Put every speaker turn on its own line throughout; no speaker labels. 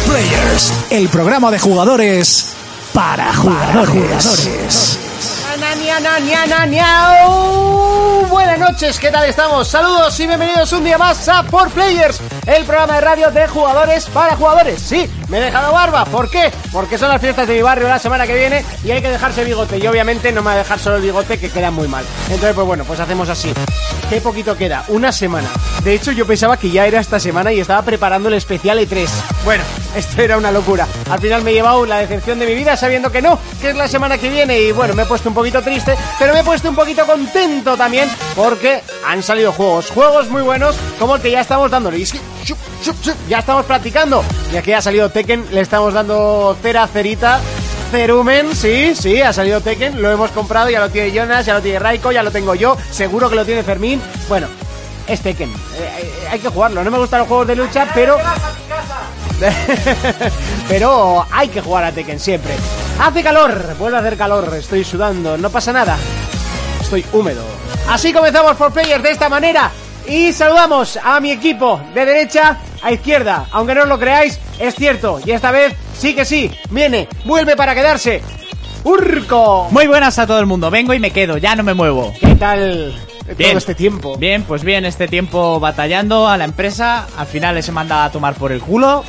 Players, el programa de jugadores para jugadores.
Buenas noches, ¿qué tal estamos? Saludos y bienvenidos un día más a Por Players, el programa de radio de jugadores para jugadores. Sí, me he dejado barba, ¿por qué? Porque son las fiestas de mi barrio la semana que viene y hay que dejarse bigote. Y obviamente no me voy a dejar solo el bigote que queda muy mal. Entonces, pues bueno, pues hacemos así. Qué poquito queda, una semana. De hecho, yo pensaba que ya era esta semana y estaba preparando el especial E3. Bueno, esto era una locura. Al final me he llevado la decepción de mi vida sabiendo que no, que es la semana que viene y bueno, me he puesto un poquito triste, pero me he puesto un poquito contento también porque han salido juegos, juegos muy buenos como el que ya estamos dándole. Y es que chup, chup, chup, ya estamos practicando. Y aquí ha salido Tekken, le estamos dando cera, cerita. Cerumen, sí, sí, ha salido Tekken, lo hemos comprado, ya lo tiene Jonas, ya lo tiene Raiko, ya lo tengo yo, seguro que lo tiene Fermín. Bueno, es Tekken, eh, eh, hay que jugarlo, no me gustan los juegos de lucha, pero... Pero hay que jugar a Tekken siempre. Hace calor, vuelve a hacer calor, estoy sudando, no pasa nada. Estoy húmedo. Así comenzamos por Players de esta manera. Y saludamos a mi equipo de derecha a izquierda. Aunque no os lo creáis, es cierto. Y esta vez sí que sí, viene, vuelve para quedarse. Urco.
Muy buenas a todo el mundo, vengo y me quedo, ya no me muevo.
¿Qué tal todo este tiempo?
Bien, pues bien, este tiempo batallando a la empresa, al final les he mandado a tomar por el culo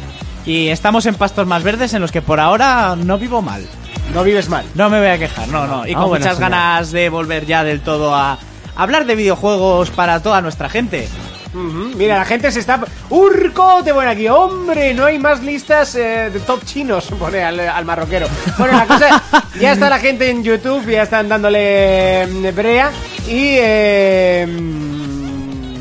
y estamos en pastos más verdes en los que por ahora no vivo mal.
No vives mal.
No me voy a quejar, no, no, y
Ah,
con
bueno,
muchas
señor.
ganas de volver ya del todo a hablar de videojuegos para toda nuestra gente.
Ujú, Mira, la gente se está... ¡Urco! Te bueno aquí. ¡Hombre! No hay más listas eh, de top chinos, pone al, al marroquero. Bueno, la cosa... ya está la gente en YouTube, ya están dándole mm, brea. Y... eh, mm,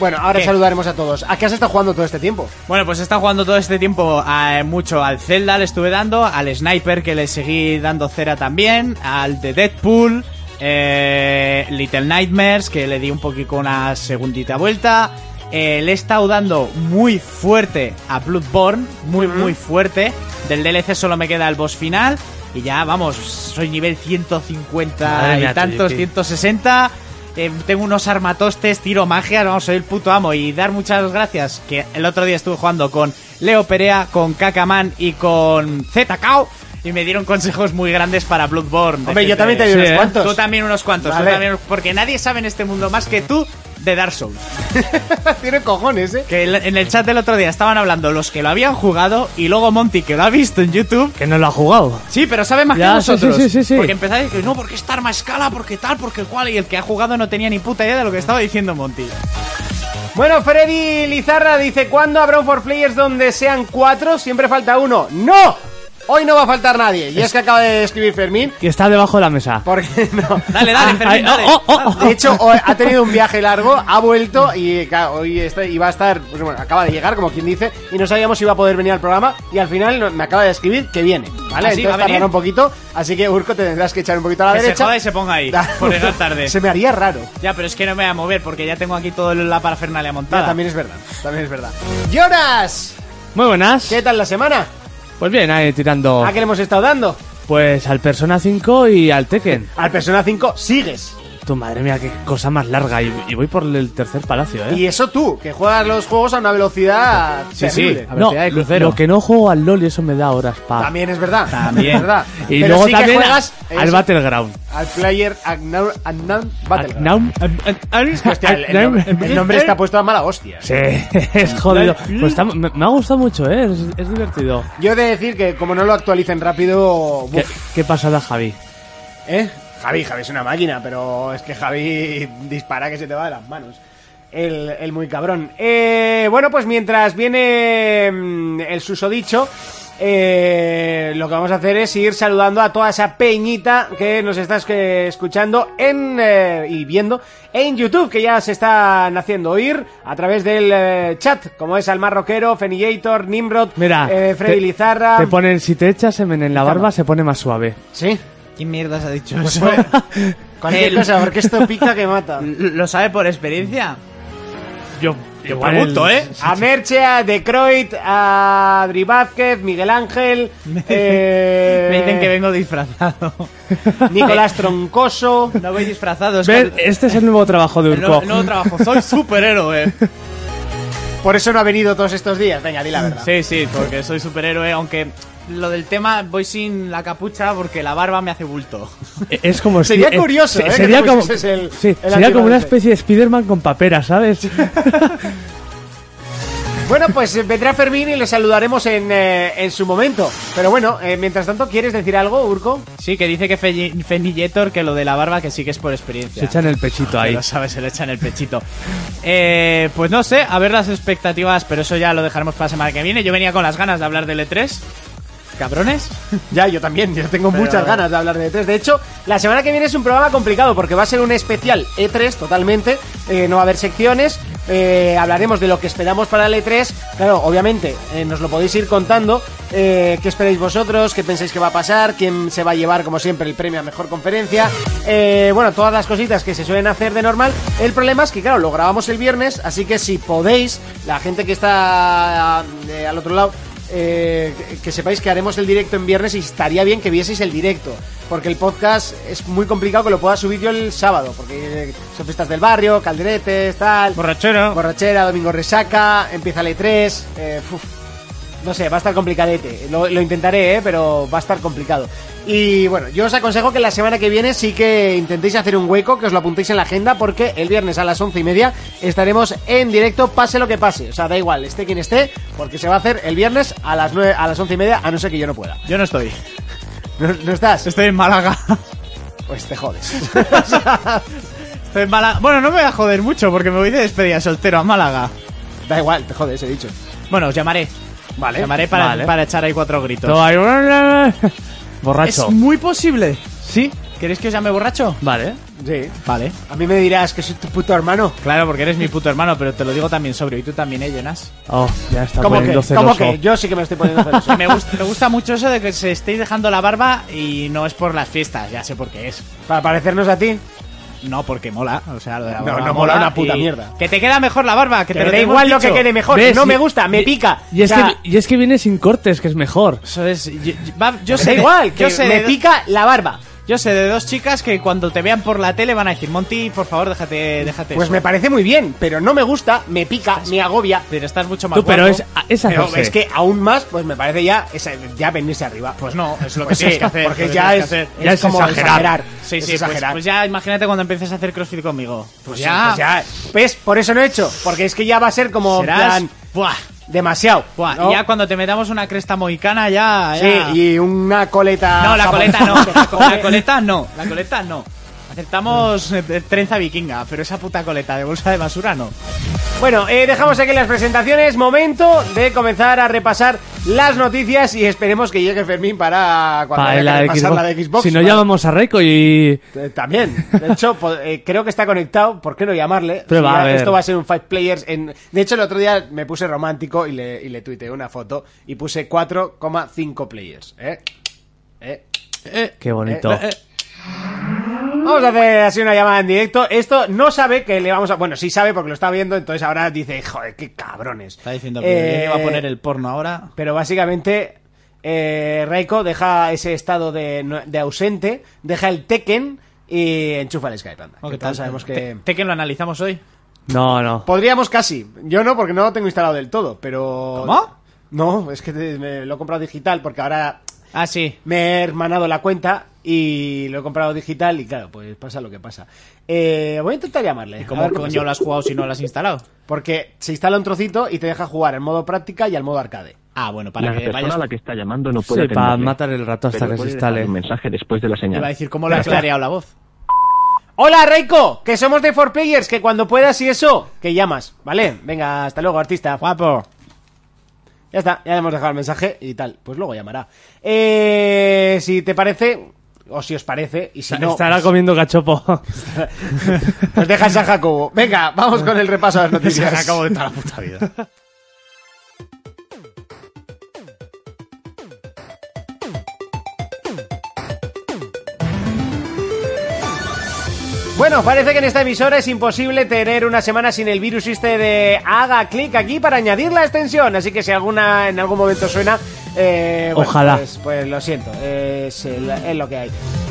bueno, ahora
¿Qué?
saludaremos a todos. ¿A qué has estado jugando todo este tiempo?
Bueno, pues he estado jugando todo este tiempo eh, mucho al Zelda, le estuve dando, al Sniper que le seguí dando cera también, al de Deadpool, eh, Little Nightmares que le di un poquito una segundita vuelta, eh, le he estado dando muy fuerte a Bloodborne, muy muy fuerte, del DLC solo me queda el boss final y ya vamos, soy nivel 150
Madre
y
mía,
tantos,
Tuyuki.
160. eh, tengo unos armatostes, tiro magia, vamos, soy el puto amo. Y dar muchas gracias, que el otro día estuve jugando con Leo Perea, con Kakaman y con ZKO. Y me dieron consejos muy grandes para Bloodborne.
Hombre,
De
yo
gente-
también te di unos
¿eh?
cuantos.
Tú también unos cuantos. tú
Vale.
también- porque nadie sabe en este mundo más que tú de Dark Souls.
Tiene cojones, ¿eh?
Que el- en el chat del otro día estaban hablando los que lo habían jugado y luego Monty que lo ha visto en YouTube
Que no lo ha jugado.
Sí, pero sabe más
Ya,
que
sí,
nosotros.
sí, sí, sí, sí.
Porque empezáis que no, porque esta arma escala, porque tal, porque cual. Y el que ha jugado no tenía ni puta idea de lo que estaba diciendo Monty.
Bueno, Freddy Lizarra dice, ¿cuándo habrá un for players donde sean cuatro? Siempre falta uno. ¡No! Hoy no va a faltar nadie. Y es que acaba de escribir Fermín.
Que está debajo de la mesa.
Porque no.
Dale, dale, Fermín,
Ay,
dale.
oh, oh, oh.
De hecho, hoy ha tenido un viaje largo, ha vuelto y claro, hoy está, iba a estar, pues, bueno, acaba de llegar, como quien dice, y no sabíamos si iba a poder venir al programa y al final no- me acaba de escribir que viene, ¿vale?
¿Ah, sí?
Entonces
¿Va a venir?
tardará un poquito, así que Urco te tendrás que echar un poquito a la
Que se
derecha.
joda y se ponga ahí, por llegar tarde.
Se me haría raro.
Ya, pero es que no me voy a mover porque ya tengo aquí todo la parafernalia
Ya,
montada.
también es verdad, también es verdad. ¡Lloras!
Muy buenas.
¿Qué tal la semana?
Pues bien, ahí tirando.
¿A qué le hemos estado dando?
Pues al Persona 5 y al Tekken.
Al Persona 5 sigues.
Tu madre mía, qué cosa más larga. Y, y voy por el tercer palacio, ¿eh?
Y eso tú, que juegas los juegos a una velocidad
sí, sí.
terrible.
A velocidad de crucero. Lo que no juego al LOL y eso me da horas para.
También es verdad.
También.
Es verdad.
Ah. Y
Pero
luego
sí que
también
juegas
a- al
eso.
Battleground.
Al player Agnan Battle.
Agnaum.
Hostia, el, el nom- el nombre está puesto a mala hostia.
Sí, es jodido. Pues está- me, me ha gustado mucho, ¿eh? Es, es divertido.
Yo he de decir que como no lo actualicen rápido...
¿Qué,
buf,
qué pasada, Javi?
¿Eh? Javi, Javi es una máquina, pero es que Javi dispara que se te va de las manos. El, el muy cabrón. Eh, bueno, pues mientras viene mm, el susodicho, eh, lo que vamos a hacer es ir saludando a toda esa peñita que nos estás eh, escuchando en, eh, y viendo en YouTube, que ya se están haciendo oír a través del eh, chat, como es Almar Roquero, Fenillator, Nimrod,
Mira,
eh, Freddy
te-
Lizarra.
Te ponen, si te echas semen en la barba, se pone más suave.
Sí.
¿Quién mierdas ha dicho
Pues
eso?
Cualquier
El-
cosa, porque esto pica que mata.
¿Lo sabe por experiencia?
Yo,
Yo pregunto, ¿eh?
A Merche, a Decroit, a Adri Vázquez, Miguel Ángel, eh,
Me dicen que vengo disfrazado.
Nicolás Troncoso.
No voy disfrazado, es
Ver,
que-
este es el nuevo trabajo de
el nuevo,
Urco.
el nuevo trabajo. Soy superhéroe.
Por eso no ha venido todos estos días. Venga, di la verdad.
Sí, sí, porque soy superhéroe, aunque lo del tema voy sin la capucha porque la barba me hace bulto.
Es como si-
Sería
eh,
curioso,
se-
eh, que
Sería
te
como,
pusieses el-
sí,
el
sería como una
antibalance.
especie de Spider-Man con papera, ¿sabes?
Bueno, pues eh, vendrá Fermín y le saludaremos en, eh, en su momento. Pero bueno, eh, mientras tanto, ¿quieres decir algo, Urco?
Sí, que dice que Fe- Fenilletor que lo de la barba que sí que es por experiencia.
Se echan el pechito
Que
ahí.
lo sabes, se le echan el pechito. Eh, pues no sé, a ver las expectativas, pero eso ya lo dejaremos para la semana que viene. Yo venía con las ganas de hablar del E3. Cabrones.
Ya, yo también, yo tengo
Pero-
muchas ganas de hablar de E3. De hecho, la semana que viene es un programa complicado porque va a ser un especial E3 totalmente. eh, no va a haber secciones. eh, hablaremos de lo que esperamos para el E3. Claro, obviamente, eh, nos lo podéis ir contando. eh, ¿Qué esperáis vosotros? ¿Qué pensáis que va a pasar? ¿Quién se va a llevar, como siempre, el premio a mejor conferencia? Eh, bueno, todas las cositas que se suelen hacer de normal. El problema es que, claro, lo grabamos el viernes. Así que si podéis, la gente que está eh, al otro lado. Eh, que- que sepáis que haremos el directo en viernes y estaría bien que vieseis el directo, porque el podcast es muy complicado que lo pueda subir yo el sábado, porque eh, son fiestas del barrio, calderetes, tal,
Borrachero.
borrachera, domingo resaca, empieza el E3, eh, uf. no sé, va a estar complicadete, lo, lo intentaré, eh, pero va a estar complicado. Y bueno, yo os aconsejo que la semana que viene sí que intentéis hacer un hueco, que os lo apuntéis en la agenda, porque el viernes a las once y media estaremos en directo, pase lo que pase, o sea, da igual, esté quien esté, porque se va a hacer el viernes a las nueve, a las once y media, a no ser que yo no pueda.
Yo no estoy.
¿No, no estás?
Estoy en Málaga.
Pues te jodes.
Estoy en Málaga. Bueno, no me voy a joder mucho porque me voy de despedida soltero a Málaga.
da igual, te jodes, he dicho.
Bueno, os llamaré.
Vale.
Os llamaré para,
Vale.
para echar ahí cuatro gritos.
No hay- Borracho.
es muy posible.
Sí.
¿Queréis que os llame borracho?
Vale.
Sí.
Vale.
A mí me dirás que soy tu puto hermano.
Claro, porque eres mi puto hermano, pero te lo digo también sobrio. Y tú también, ¿eh, Jonas?
Oh, ya está
¿Cómo que?
poniendo
¿Cómo
celoso.
que? Yo sí que me estoy poniendo celoso.
Me gusta, me gusta mucho eso de que se estéis dejando la barba y no es por las fiestas, ya sé por qué es.
Para parecernos a ti.
No, porque mola. O sea, lo de la
No,
barba
no mola una puta
y-
mierda.
Que te queda mejor la barba, que,
Que
te
me
lo
da
hemos
igual lo
dicho.
que quede mejor.
¿Ves?
No me
Y-
gusta, me
y-
pica.
Y es,
O sea,
que, y es que viene sin cortes, que es mejor.
Eso es. Yo, yo- va- yo
da
sé de-
igual, que
yo sé,
me
de,
pica la barba.
yo sé de dos chicas que cuando te vean por la tele van a decir: Monty, por favor, déjate. déjate
Pues
eso".
me parece muy bien, pero no me gusta, me pica, me agobia.
Pero estás mucho más
Tú, pero
guapo.
es, ah, es
Pero
hacerse.
es que aún más, pues me parece ya, esa- ya venirse arriba.
Pues no, es lo que
Pues
tienes
sí,
que hacer.
porque
es lo que
ya
tienes
es,
que hacer.
Ya
es
es
como
exagerar.
exagerar.
Sí,
Es
sí, pues,
exagerar.
pues ya imagínate cuando empieces a hacer crossfit conmigo. Pues,
Pues
ya.
pues ya. ¿Ves? Por eso no he hecho. Porque es que ya va a ser como en
Serás.
plan,
Buah,
demasiado.
buah,
¿no?
Y ya cuando te metamos una cresta mohicana, ya. ya.
Sí, y una coleta.
No, la
japonesa
coleta no.
que te coge.
La coleta no. La coleta no. Aceptamos eh, trenza vikinga, pero esa puta coleta de bolsa de basura no.
Bueno, eh, dejamos aquí las presentaciones. Momento de comenzar a repasar las noticias y esperemos que llegue Fermín para cuando
Para
haya
la
que
de
repasar
Xbox.
la de Xbox.
Si no
Vale.
llamamos a Reiko y...
Eh, También. De hecho, po- eh, creo que está conectado. ¿Por qué no llamarle?
Pero
Si
va
ya
a ver.
Esto va a ser un Five Players. En... De hecho, el otro día me puse romántico y le, y le tuiteé una foto y puse 4,5 players. ¿eh? ¿Eh?
Qué bonito.
Eh, Vamos a hacer así una llamada en directo. Esto no sabe que le vamos a. Bueno, sí sabe porque lo está viendo, entonces ahora dice, joder, qué cabrones.
Está diciendo
Eh,
que iba a poner el porno ahora.
Pero básicamente, eh, Raiko deja ese estado de, no- de ausente, deja el Tekken y enchufa el Skype. Anda.
¿Qué
Entonces sabemos que.
Tekken lo analizamos hoy.
No, no.
Podríamos casi. Yo no, porque no lo tengo instalado del todo, pero.
¿Cómo?
No, es que te- me lo he comprado digital porque ahora
Ah, sí.
me he hermanado la cuenta y lo he comprado digital y claro, pues pasa lo que pasa. Eh, voy a intentar llamarle.
¿Y ¿Cómo
a ver
coño
cómo-
lo has jugado si no lo has instalado?
Porque se instala un trocito y te deja jugar al modo práctica y al modo arcade.
Ah, bueno, para
la
que
persona
vayas.
a la que está llamando no
Sí,
puede atenderle,
para matar el rato hasta
pero
que se
puede
instale.
dejar un mensaje después de la señal.
Iba a decir, ¿cómo le has
Gracias.
clareado la voz?
Hola Reiko, que somos de 4 Players, que cuando puedas y eso, que llamas, ¿vale? Venga, hasta luego, artista.
Guapo.
Ya está, ya le hemos dejado el mensaje y tal. Pues luego llamará. Eh, si te parece, o si os parece, y si no, pues,
Estará comiendo cachopo.
os deja San Jacobo. Venga, vamos con el repaso de las noticias.
de toda la puta vida.
Bueno, parece que en esta emisora es imposible tener una semana sin el virus este de haga clic aquí para añadir la extensión. Así que si alguna en algún momento suena, eh, bueno,
Ojalá.
Pues, pues lo siento, es, el- es lo que hay.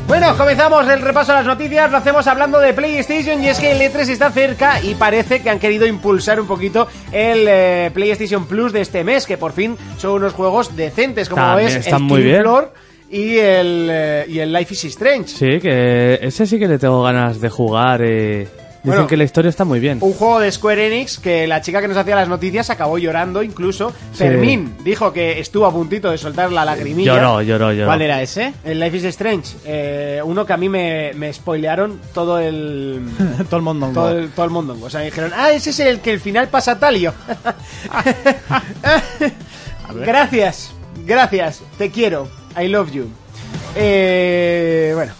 Bueno, comenzamos el repaso a las noticias, lo hacemos hablando de PlayStation y es que el E3 está cerca y parece que han querido impulsar un poquito el eh, PlayStation Plus de este mes, que por fin son unos juegos decentes, como
También
ves,
están
el
muy
Killing
bien.
Floor y el, eh, y el Life is Strange.
Sí, que ese sí que le tengo ganas de jugar. eh. Dicen
Bueno.
que la historia está muy bien.
Un juego de Square Enix que la chica que nos hacía las noticias acabó llorando incluso. Fermín dijo que estuvo a puntito de soltar la lagrimilla.
Lloró, lloró, lloró.
¿Cuál era ese?
El Life is Strange, eh, uno que a mí me, me spoilearon todo el...
Hmm.
Todo el mundo.
Todo el, todo el mundo. O sea, me dijeron, ah, ese es el que el final pasa tal y yo. gracias, gracias, te quiero, I love you. Eh, bueno,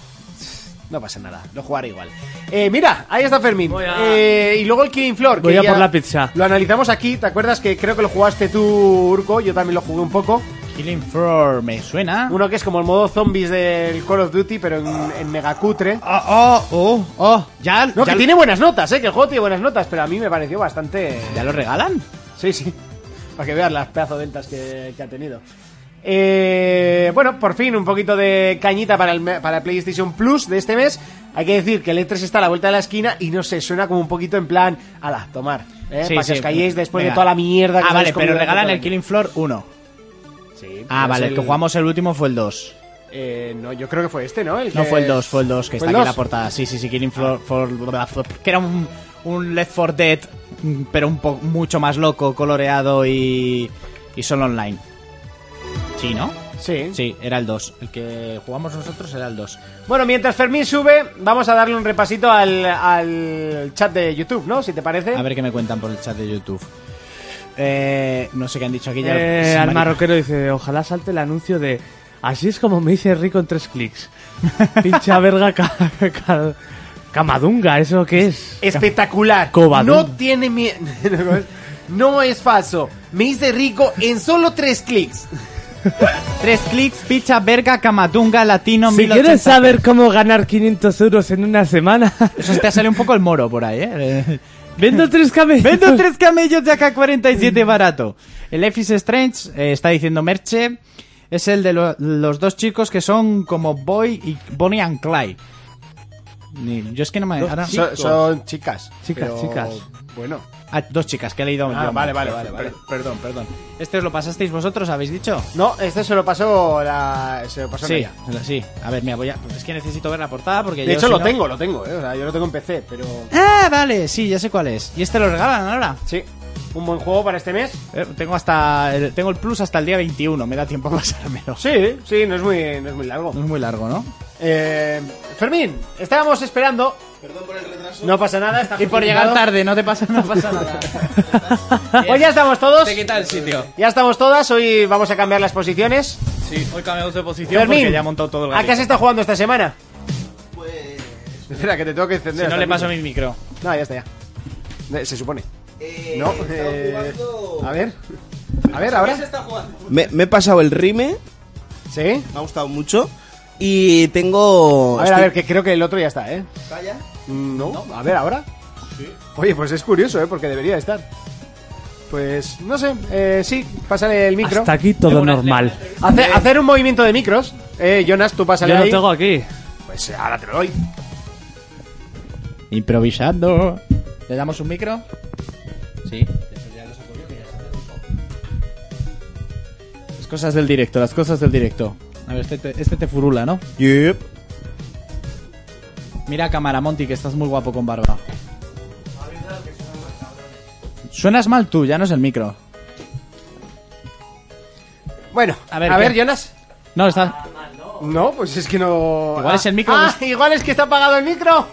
no pasa nada, lo jugaré igual. Eh, mira, ahí está Fermín.
Voy a-
Eh, y luego el Killing Floor.
Voy
que
a
ya
por la pizza.
Lo analizamos aquí, ¿te acuerdas que creo que lo jugaste tú, Urco? Yo también lo jugué un poco.
Killing Floor, me suena.
Uno que es como el modo zombies del Call of Duty, pero en, en megacutre.
Oh, oh, oh, oh. Ya,
No,
ya,
que tiene buenas notas, ¿eh? Que el juego tiene buenas notas, pero a mí me pareció bastante...
¿Ya lo regalan?
Sí, sí. Para que veas las pedazo de ventas que, que ha tenido. Eh, bueno, por fin un poquito de cañita para el, me- para el PlayStation Plus de este mes. Hay que decir que el E3 está a la vuelta de la esquina y no sé, suena como un poquito en plan, ala, tomar. ¿eh?
Sí,
para que
sí.
os calléis después
Venga.
de toda la mierda que os
Ah, vale,
habéis comido
pero regalan
durante
el Killing Floor 1.
todo el año. Sí,
Ah,
es
vale, el
el-
que jugamos el último fue el 2.
eh, no, yo creo que fue este, ¿no? El
No
que-
fue el 2, fue el 2, que
¿Fue
está
el
aquí en la
dos?
portada. Sí, sí, sí, Killing Floor. for- bla, bla, que era un, un Left 4 Dead, mm, pero un po- mucho más loco, coloreado y, y solo online. Sí, ¿no?
Sí.
Sí, era el 2. El que jugamos nosotros era el 2.
Bueno, mientras Fermín sube, vamos a darle un repasito al, al chat de YouTube, ¿no? Si te parece.
A ver qué me cuentan por el chat de YouTube. Eh, no sé qué han dicho aquí ya.
Eh,
se me
al
ha-
marroquero dice, ojalá salte el anuncio de así es como me hice rico en tres clics. Pincha verga ca- ca- camadunga, ¿eso qué es?
Espectacular.
Cobadón.
No tiene miedo. No es falso. Me hice rico en solo tres clics.
Tres clics, picha, verga, camatunga, latino,
Si
1080p.
quieres saber cómo ganar 500 euros en una semana,
Eso te sale un poco el moro por ahí, ¿eh?
vendo tres camellos.
Vendo tres camellos de AK-47 barato. El Life is Strange, eh, está diciendo Merche, es el de lo- los dos chicos que son como Boy y Bonnie and Clyde. Ni- Yo es que no me... ahora-
So- son chicas.
Chicas, chicas.
Bueno.
Ah, dos chicas, que he leído.
Ah,
yo.
vale, vale, vale, vale.
Perdón, perdón. ¿Este os lo pasasteis vosotros, habéis dicho?
No, este se lo pasó la. Se lo pasó
Sí,
Naya.
sí. A ver, mira, voy a... Es que necesito ver la portada porque
De
yo,
hecho,
si
lo
no-
tengo, lo tengo, ¿eh? O sea, yo lo tengo en PC, pero.
Ah, vale, sí, ya sé cuál es. ¿Y este lo regalan ahora?
Sí. Un buen juego para este mes.
Eh, tengo hasta... el- tengo el plus hasta el día 21, me da tiempo a pasármelo.
Sí, sí, no es muy, no es muy largo.
No es muy largo, ¿no?
Eh, Fermín, estábamos esperando. Perdón por el retraso. No pasa nada, está
Y por
justificado.
llegar tarde, no te pasa, no pasa nada.
Pues ya estamos todos.
Te quita el sitio.
Ya estamos todas. Hoy vamos a cambiar las posiciones.
Sí, hoy cambiamos de posición
Fermín,
porque ya he montado todo el
¿a qué has
garito.
estado jugando esta semana? Pues... Espera, que te tengo que encender.
Si no
hasta
le
el
paso
micro.
mi micro.
No, ya está, ya. De- Se supone. no, eh, A ver. A ver, ahora.
Me, me he pasado el rime,
Sí.
me ha gustado mucho. Y tengo.
A ver, a
estoy-
ver, que creo que el otro ya está, ¿eh? No, a ver, ahora. Oye, pues es curioso, ¿eh? Porque debería estar. Pues, no sé. Eh, sí, pásale el micro.
Hasta aquí todo normal.
Hace-
Eh.
hacer un movimiento de micros. Eh, Jonas, tú pásale
Yo lo
ahí.
tengo aquí.
Pues eh, ahora te lo doy.
Improvisando. ¿Le damos un micro? Sí. Las cosas del directo, las cosas del directo. A ver, este te, este te furula, ¿no?
Yep.
Mira a cámara, Monty, que estás muy guapo con barba. Suenas mal tú, ya no es el micro.
Bueno,
A ver,
a ver
¿qué?
Jonas.
No, está...
No, pues es que no.
Igual es el micro pues.
Ah, igual es que está apagado el micro.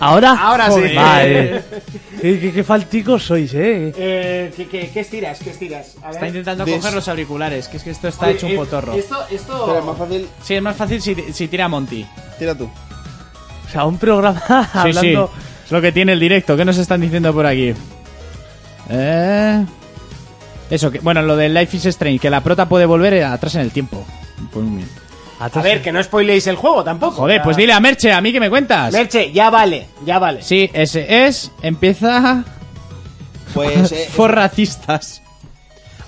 ¿Ahora?
Ahora sí.
Joder. Vale. Eh, qué, qué falticos sois, eh.
Eh, ¿qué, qué, qué estiras? ¿Qué estiras? A
Está intentando
Ves.
coger los auriculares, que es que esto está hecho un
Eh,
potorro.
Esto, esto.
Espera, más fácil,
Sí, es más fácil si, si tira Monty.
tira tú.
O sea, un programa hablando...
Sí, sí. Es lo que tiene el directo. ¿Qué nos están diciendo por aquí? Eh... Eso, que, bueno, lo de Life is Strange, que la prota puede volver eh, atrás en el tiempo. Pues muy bien.
A ver, que no spoileéis el juego tampoco.
Joder,
Ya.
pues dile a Merche, a mí que me cuentas.
Merche, ya vale, ya vale.
sí, ese es, empieza
Pues. eh,
for racistas.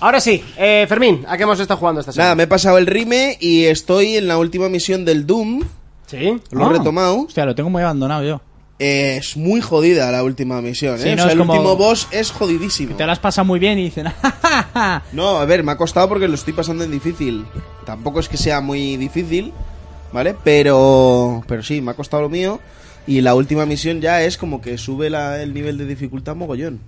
Ahora sí, eh, Fermín, ¿a qué hemos estado jugando esta
nada,
semana?
me he pasado el rime y estoy en la última misión del Doom.
Sí.
Lo he
Ah.
retomado.
Hostia, lo tengo muy abandonado yo.
Eh, es muy jodida la última misión, ¿eh?
Sí, no,
O sea,
es
el
como-
último boss es jodidísimo.
Te lo has pasado muy bien y dicen... "Ja, ja, ja".
No, a ver, me ha costado porque lo estoy pasando en difícil. Tampoco es que sea muy difícil, ¿vale? Pero, pero sí, me ha costado lo mío. Y la última misión ya es como que sube la- el nivel de dificultad mogollón.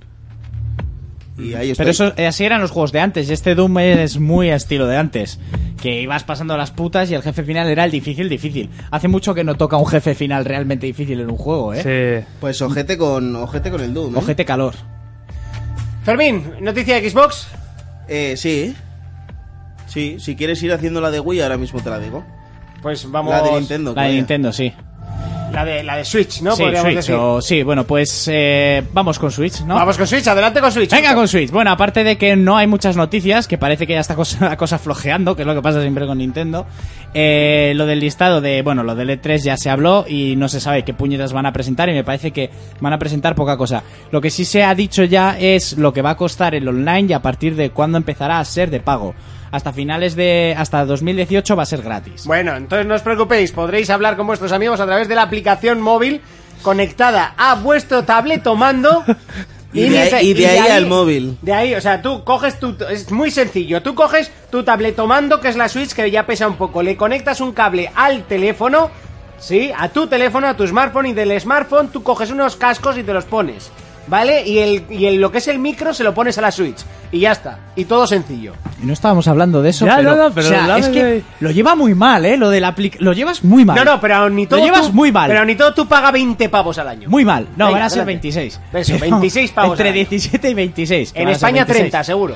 Y ahí estoy.
Pero eso, eh, así eran los juegos de antes. Este Doom es muy estilo de antes. Que ibas pasando las putas y el jefe final era el difícil, difícil. Hace mucho que no toca un jefe final realmente difícil en un juego, ¿eh?
Sí.
Pues ojete con, ojete con el Doom. ¿eh?
Ojete calor.
Fermín, noticia de Xbox.
Eh, sí. Sí, si quieres ir haciendo la de Wii, ahora mismo te la digo.
Pues vamos.
La de Nintendo.
La de
coño.
Nintendo, sí.
La de, la de Switch, ¿no?
sí,
Podríamos
Switch,
decir.
o- sí, bueno, pues eh, vamos con Switch, ¿no?
Vamos con Switch, adelante con Switch.
Venga con Switch. Bueno, aparte de que no hay muchas noticias, que parece que ya está cosa- la cosa flojeando, que es lo que pasa siempre con Nintendo. eh, lo del listado de, bueno, lo del E3 ya se habló y no se sabe qué puñetas van a presentar y me parece que van a presentar poca cosa. Lo que sí se ha dicho ya es lo que va a costar el online y a partir de cuándo empezará a ser de pago. Hasta finales de, hasta 2018 va a ser gratis.
Bueno, entonces no os preocupéis, podréis hablar con vuestros amigos a través de la aplicación móvil conectada a vuestro tablet o mando.
Y de
mientras-
ahí- y de ahí al móvil.
De ahí, o sea, tú coges tu... Es muy sencillo, tú coges tu tablet o mando, que es la Switch, que ya pesa un poco, le conectas un cable al teléfono, ¿sí? A tu teléfono, a tu smartphone, y del smartphone tú coges unos cascos y te los pones, ¿vale? Y, el, y el, lo que es el micro se lo pones a la Switch, y ya está, y todo sencillo.
Y No estábamos hablando de eso,
Ya,
pero,
no, no, pero
o sea,
hablame
es que
de-
lo lleva muy mal, ¿eh? Lo de la apli- lo llevas muy mal.
No, no, pero ni todo
Lo llevas
tú-
muy mal.
Pero ni todo tú paga 20 pavos al año.
Muy mal. No,
Venga,
van a ser
adelante.
26.
Eso,
Pero
26 pavos
Entre
al año.
17 y 26. que
En
van a ser
España
26.
30, seguro.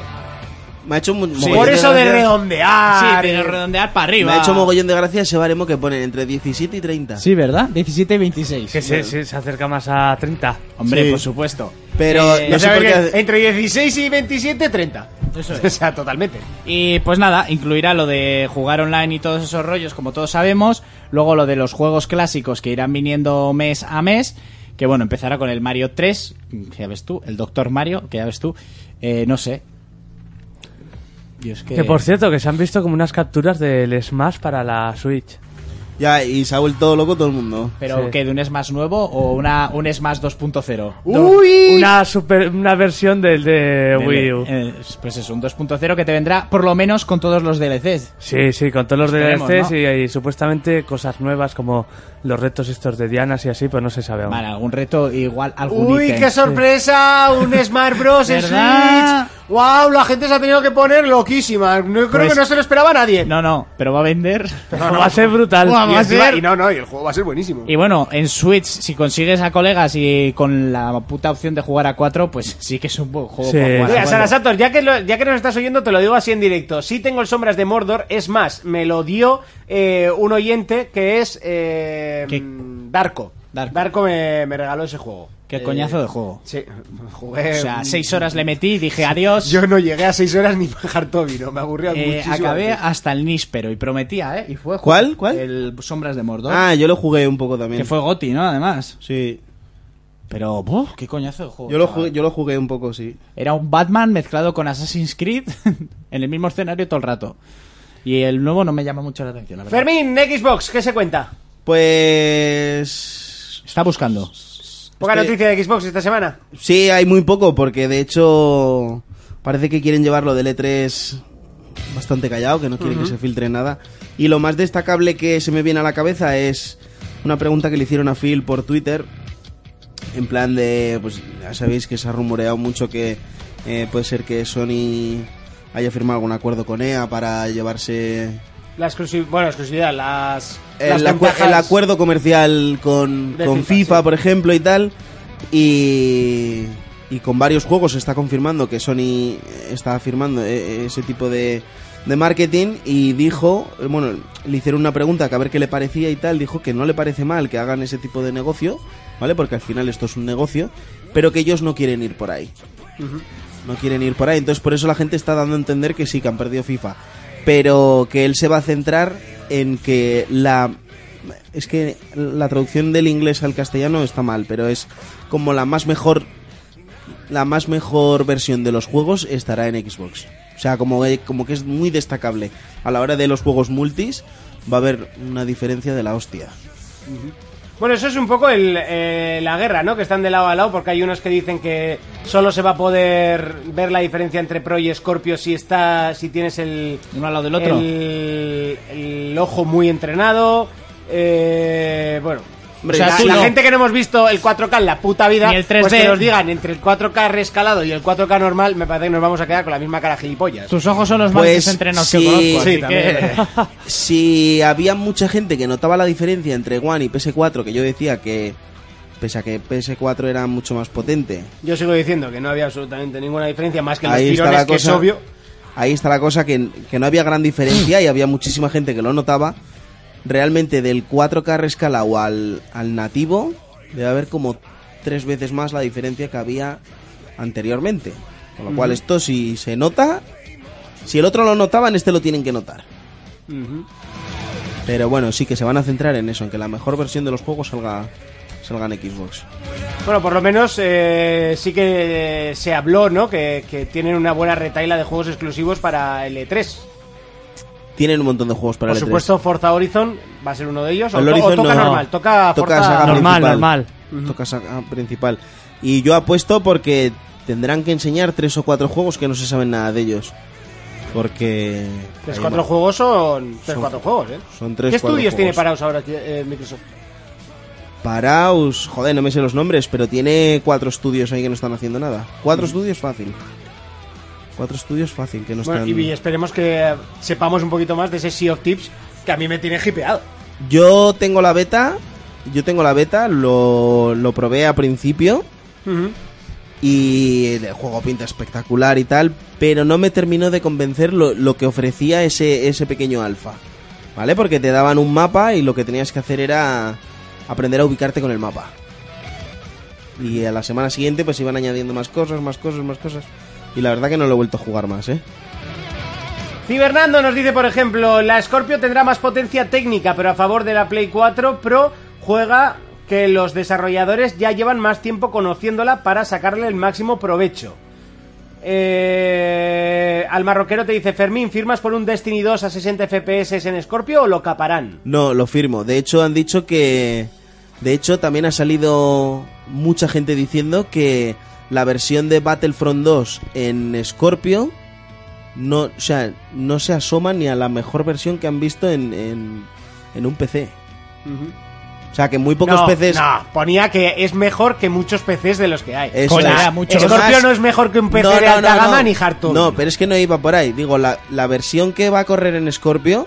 Me ha hecho un mogollón
Por eso de
gracia-
Sí,
redondear.
pero redondear para
Me
arriba.
ha hecho mogollón de gracia ese baremo que pone entre 17 y 30.
Sí, ¿verdad? 17 y 26.
Que se, se- se acerca más a 30.
Hombre,
Sí.
por supuesto.
Pero
Eh,
no
Ya
sé
sabes
por qué.
que
hace-
Entre 16 y 27, 30.
Eso es.
O sea, totalmente.
Y pues nada, incluirá lo de jugar online y todos esos rollos, como todos sabemos. Luego lo de los juegos clásicos que irán viniendo mes a mes. Que bueno, empezará con el Mario 3, que ya ves tú. El Doctor Mario, que ya ves tú. Eh, no sé. Dios, que...
Que por cierto, que se han visto como unas capturas del Smash para la Switch.
Ya, y se ha vuelto loco todo el mundo.
Pero
Sí.
que de un Smash nuevo o una, un Smash 2.0.
Uh,
¡Uy!
Una super, una versión del de Wii U.
Eh, pues es un 2.0 que te vendrá por lo menos con todos los DLCs.
Sí, sí, con todos los
Esperemos,
DLCs
¿no?
y, y supuestamente cosas nuevas como los retos estos de Dianas y así, pues no se sabe aún.
Vale, algún reto igual algún
¡Uy,
ítem.
qué sorpresa! Un Smart Bros. en
¿Verdad?
Switch. ¡Wow! La gente se ha tenido que poner loquísima. No, creo
Pues-
que no se lo esperaba nadie.
No, no, pero va a vender.
Va a ser brutal.
Guau,
y,
va a
encima-
ser-
y no, no, y el juego va a ser buenísimo.
Y bueno, en Switch, si consigues a colegas y con la puta opción de jugar a 4, pues sí que es un buen juego.
Sí.
para jugar a
Mira,
cuatro.
Sara Sator, ya que, lo- ya que nos estás oyendo, te lo digo así en directo. Sí tengo el Sombras de Mordor, es más, me lo dio eh, un oyente que es eh,
¿Qué?
Darko.
Darko.
me, me regaló ese juego.
Qué
Eh,
coñazo de juego.
Sí, jugué...
O sea, 6 horas le metí y dije adiós.
Eh, Yo no llegué a 6 horas ni bajar todo vino, me aburría
Eh,
muchísimo.
acabé hasta el níspero y prometía, ¿eh? Y fue
¿Cuál? ¿Cuál?
El Sombras de Mordor.
Ah, yo lo jugué un poco
que
también.
fue Goti, ¿no? Además.
Sí.
Pero, buf, qué coñazo de juego.
Yo lo,
chaval.
jugué, yo lo jugué un poco, sí.
Era un Batman mezclado con Assassin's Creed en el mismo escenario todo el rato. Y el nuevo no me llama mucho la atención, la verdad.
Fermín, Xbox, ¿qué se cuenta?
Pues.
Está buscando.
Poca
Es que-
noticia de Xbox esta semana.
Sí, hay muy poco, porque de hecho. Parece que quieren llevarlo del E3 bastante callado, que no quieren que se filtre nada. Y lo más destacable que se me viene a la cabeza es una pregunta que le hicieron a Phil por Twitter. En plan de, pues ya sabéis que se ha rumoreado mucho que eh, puede ser que Sony haya firmado algún acuerdo con EA para llevarse
La exclusividad, bueno, exclusividad, las... las
el, acu-
ventajas-
el acuerdo comercial con,
De
con
FIFA,
FIFA,
sí.
por ejemplo, y tal. Y, y con varios juegos se está confirmando que Sony está firmando eh, eh, ese tipo de, de marketing. Y dijo, eh, bueno, le hicieron una pregunta que a ver qué le parecía y tal. Dijo que no le parece mal que hagan ese tipo de negocio, ¿vale? Porque al final esto es un negocio, pero que ellos no quieren ir por ahí no quieren ir por ahí. Entonces por eso la gente está dando a entender que sí, que han perdido FIFA. Pero que él se va a centrar en que la... Es que la traducción del inglés al castellano está mal, pero es como la más mejor... La más mejor versión de los juegos estará en Xbox. O sea, como, eh, como que es muy destacable. A la hora de los juegos multis va a haber una diferencia de la hostia.
Bueno, eso es un poco el, eh, la guerra, ¿no? Que están de lado a lado, porque hay unos que dicen que solo se va a poder ver la diferencia entre Pro y Scorpio si está, si tienes el
Uno al lado del otro.
el, el ojo muy entrenado. eh, bueno,
Hombre,
o sea,
tú
la
no.
gente que no hemos visto el 4K en la puta vida,
Ni el
pues
3D.
que nos digan entre el 4K rescalado y el 4K normal, me parece que nos vamos a quedar con la misma cara gilipollas.
Tus ojos son los más
Pues
desentrenos
sí,
que conozco.
sí,
así que...
si había mucha gente que notaba la diferencia entre One y PS4, que yo decía que pese a que PS4 era mucho más potente,
Yo sigo diciendo que no había absolutamente ninguna diferencia más que los
ahí está
tirones,
la
que es
cosa.
obvio.
Ahí está la cosa que, que no había gran diferencia y había muchísima gente que lo notaba. Realmente del 4K rescalado al, al nativo debe haber como tres veces más la diferencia que había anteriormente. Con lo cual esto si se nota, si el otro lo notaba, en este lo tienen que notar. Pero bueno, sí que se van a centrar en eso, en que la mejor versión de los juegos salga, salga en Xbox.
Bueno, por lo menos eh, sí que eh, se habló, ¿no? Que, que tienen una buena retaila de juegos exclusivos para L3.
Tienen un montón de juegos para
Por
el E3.
supuesto, Forza Horizon va a ser uno de ellos. O,
El
to- o
E Horizon
toca
no.
normal, toca,
Toca
Forza
saga
Normal,
principal.
normal.
Toca saga principal. Y yo apuesto porque tendrán que enseñar tres o cuatro juegos que no se saben nada de ellos. Porque.
Tres,
ahí
cuatro
va.
juegos son... Tres,
Son-
cuatro juegos, ¿eh?
son tres,
¿Qué
cuatro
estudios
juegos.
tiene parados ahora aquí, eh, Microsoft?
Paraus, joder, no me sé los nombres, pero tiene cuatro estudios ahí que no están haciendo nada.
Mm.
Cuatro estudios fácil. Cuatro estudios fácil que no
Bueno,
están.
y esperemos que sepamos un poquito más de ese Sea of Tips que a mí me tiene hipeado.
Yo tengo la beta. Yo tengo la beta, lo, lo probé a principio. Y el juego pinta espectacular y tal, pero no me terminó de convencer lo, lo que ofrecía ese, ese pequeño alfa. ¿Vale? Porque te daban un mapa y lo que tenías que hacer era aprender a ubicarte con el mapa. Y a la semana siguiente pues iban añadiendo más cosas, más cosas, más cosas. Y la verdad que no lo he vuelto a jugar más, ¿eh?
Cibernando nos dice, por ejemplo, la Scorpio tendrá más potencia técnica, pero a favor de la Play 4 Pro juega que los desarrolladores ya llevan más tiempo conociéndola para sacarle el máximo provecho. Eh, al marroquero te dice, Fermín, ¿firmas por un Destiny 2 a 60 FPS en Scorpio o lo caparán?
No, lo firmo. De hecho, han dicho que. De hecho, también ha salido mucha gente diciendo que la versión de Battlefront 2 en Scorpio no, o sea, no se asoma ni a la mejor versión que han visto en, en, en un PC. O sea, que muy pocos
no,
PCs.
no, ponía que es mejor que muchos PCs de los que hay.
Eso
Coño,
es.
era mucho
Scorpio
Además-
no es mejor que un PC de alta gama ni Hardtop.
No, pero es que no iba por ahí. Digo, la, la versión que va a correr en Scorpio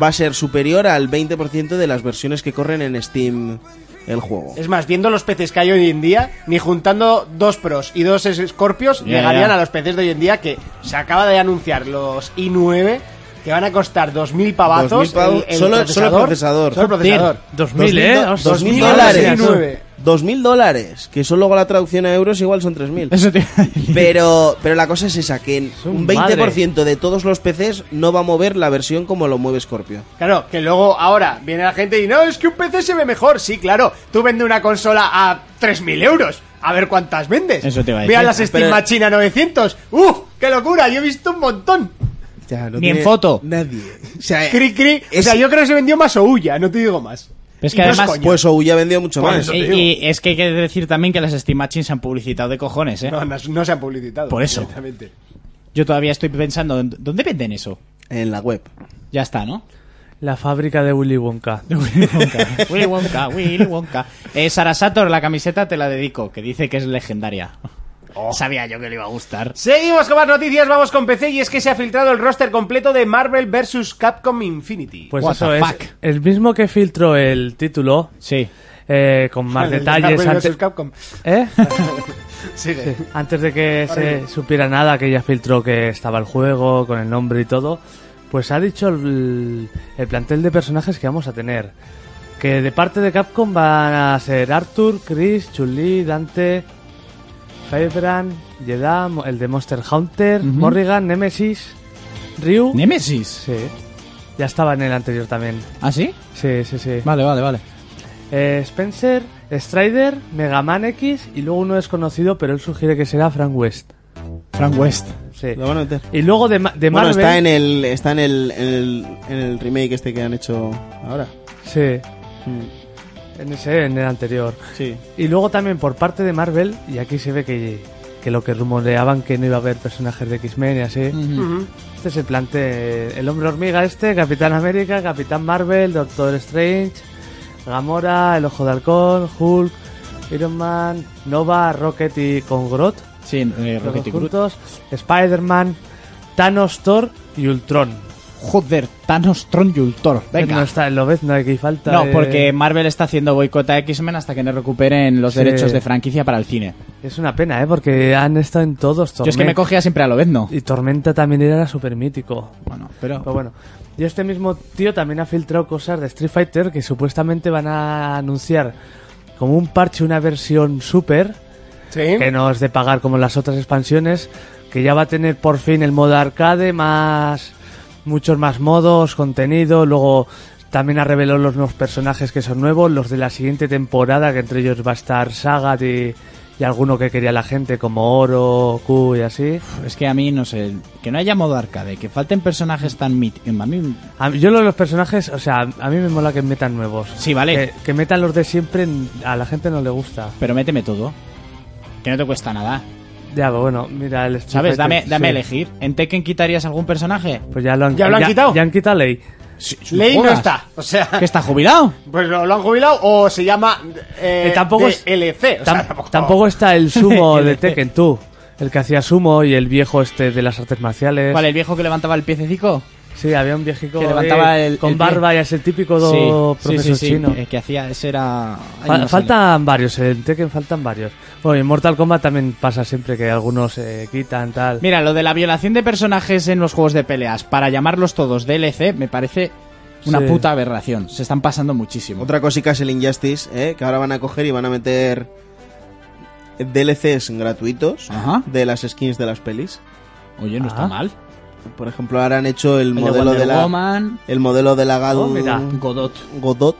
va a ser superior al 20% de las versiones que corren en Steam el juego.
Es más, viendo los peces que hay hoy en día, ni juntando dos pros y dos escorpios
Ya,
llegarían
ya.
a los peces de hoy en día que se acaba de anunciar los i9 que van a costar 2.000 pavazos.
2.000 pavos. Solo- solo procesador.
Solo procesador.
2000, ¿eh? Hostia,
2.000
2000
dólares.
dólares.
2.000 dólares. Que eso luego la traducción a euros igual son 3.000.
Eso te...
Pero, pero la cosa es esa, que en
Su
un 20% de todos los PCs no va a mover la versión como lo mueve Scorpio.
Claro, que luego ahora viene la gente y no, es que un PC se ve mejor. Sí, claro, tú vende una consola a 3.000 euros. A ver cuántas vendes.
Eso te iba a
Mira
decir.
las Steam
Pero-
Machina 900. ¡Uf! ¡Qué locura! Yo he visto un montón.
Ni en foto.
Nadie. O sea,
Eh,
Cri, cri. O
es-
sea, yo creo que se vendió más Ouya, no te digo más.
Pero es
Y
que
no es
además-
coña.
pues Ouya vendió mucho
Por
más.
eso.
y, y es que hay que decir también que las Steam Machines se han publicitado de cojones, ¿eh?
No, no, no se han publicitado.
Por eso.
directamente.
Yo todavía estoy pensando, ¿dó- ¿dónde venden eso?
En la web.
Ya está, ¿no?
La fábrica de Willy Wonka.
Willy Wonka, Willy Wonka, Willy Wonka. Eh, Sara Sator, la camiseta te la dedico, que dice que es legendaria. Sabía yo que le iba a gustar.
Seguimos con más noticias, vamos con PC y es que se ha filtrado el roster completo de Marvel vs. Capcom Infinity.
Pues
What
eso
the
es.
fuck.
El mismo que filtró el título,
Sí.
eh, con más
El de
detalles
Marvel
antes.
vs. Capcom.
¿Eh?
Sigue.
antes de que se supiera nada, que ya filtró que estaba el juego, con el nombre y todo, pues ha dicho el, el plantel de personajes que vamos a tener. Que de parte de Capcom van a ser Arthur, Chris, Chun-Li, Dante, Firebrand, Jeddah, Mo- el de Monster Hunter, Morrigan, Nemesis, Ryu.
¿Nemesis?
sí. Ya estaba en el anterior también.
¿Ah, sí?
Sí, sí, sí.
Vale, vale, vale.
Eh, Spencer, Strider, Mega Man X y luego uno desconocido, pero él sugiere que será Frank West.
Frank West.
Sí.
Lo van a meter.
Y luego de, Ma- de
Bueno,
Marvel.
está en el está en el, en el en el remake este que han hecho ahora.
Sí. Mm. En ese, en el anterior.
Sí.
Y luego también por parte de Marvel, y aquí se ve que, que lo que rumoreaban que no iba a haber personajes de X-Men y así. Este se plantea el hombre hormiga este, Capitán América, Capitán Marvel, Doctor Strange, Gamora, el Ojo de Halcón, Hulk, Iron Man, Nova, Rocket y con Groot.
Sí, eh,
los
Rocket y
dos
Groot.
juntos, Spider-Man, Thanos, Thor y Ultron.
Joder, Thanos, Tron y Ultor.
No
Venga.
está en Lobez, no hay que falta.
No,
eh,
porque Marvel está haciendo boicot a X-Men hasta que no recuperen los
Sí.
derechos de franquicia para el cine.
Es una pena, ¿eh? Porque han estado en todos.
Yo es que me
Tormen-
cogía siempre a Lobezno.
Y Tormenta también era súper mítico.
Bueno, pero...
Pero bueno. Y este mismo tío también ha filtrado cosas de Street Fighter que supuestamente van a anunciar como un parche, una versión super,
Sí.
que no es de pagar como las otras expansiones, que ya va a tener por fin el modo arcade, más muchos más modos, contenido, luego también ha revelado los nuevos personajes que son nuevos, los de la siguiente temporada, que entre ellos va a estar Sagat y, y alguno que quería la gente, como Oro, Q y así.
Es que a mí, no sé, que no haya modo arcade, que falten personajes tan míticos. A mí...
A mí- yo lo de los personajes, o sea, a mí me mola que metan nuevos.
Sí, vale.
Que, que metan los de siempre, n- a la gente no le gusta.
Pero méteme todo. Que no te cuesta nada.
Ya, pero bueno, mira el Street
¿Sabes?
Fighter,
Dame, dame
sí.
elegir. ¿En Tekken quitarías algún personaje?
Pues ya lo han,
¿Ya lo han quitado?
Ya han quitado Ley.
Ley no
Jodas.
está. O
Ah.
sea,
¿Que está jubilado?
pues lo, lo han jubilado o se llama eh,
Eh, tampoco es-
DLC. O sea,
Tam- tampoco está el sumo de Tekken, tú. El que hacía sumo y el viejo este de las artes marciales.
¿Cuál? ¿El viejo que levantaba el piececico?
Sí, había un viejico
Que levantaba
ahí
el-
con
el pie.
barba y es el típico do- profesor chino.
eh, que hacía, ese era... Ay,
Fal-
no sé.
faltan varios, en Tekken faltan varios. Bueno, en Mortal Kombat también pasa siempre que algunos se quitan, tal.
Mira, lo de la violación de personajes en los juegos de peleas para llamarlos todos DLC me parece una
Sí.
puta aberración. Se están pasando muchísimo.
Otra cosica es el Injustice, ¿eh? que ahora van a coger y van a meter DLCs gratuitos
Ajá.
de las skins de las pelis.
Oye, no está
Ah.
mal.
Por ejemplo, ahora han hecho el,
El de
modelo
Wonder
de la
Woman,
el modelo de la Gal
Oh, mira.
Godot.
Godot,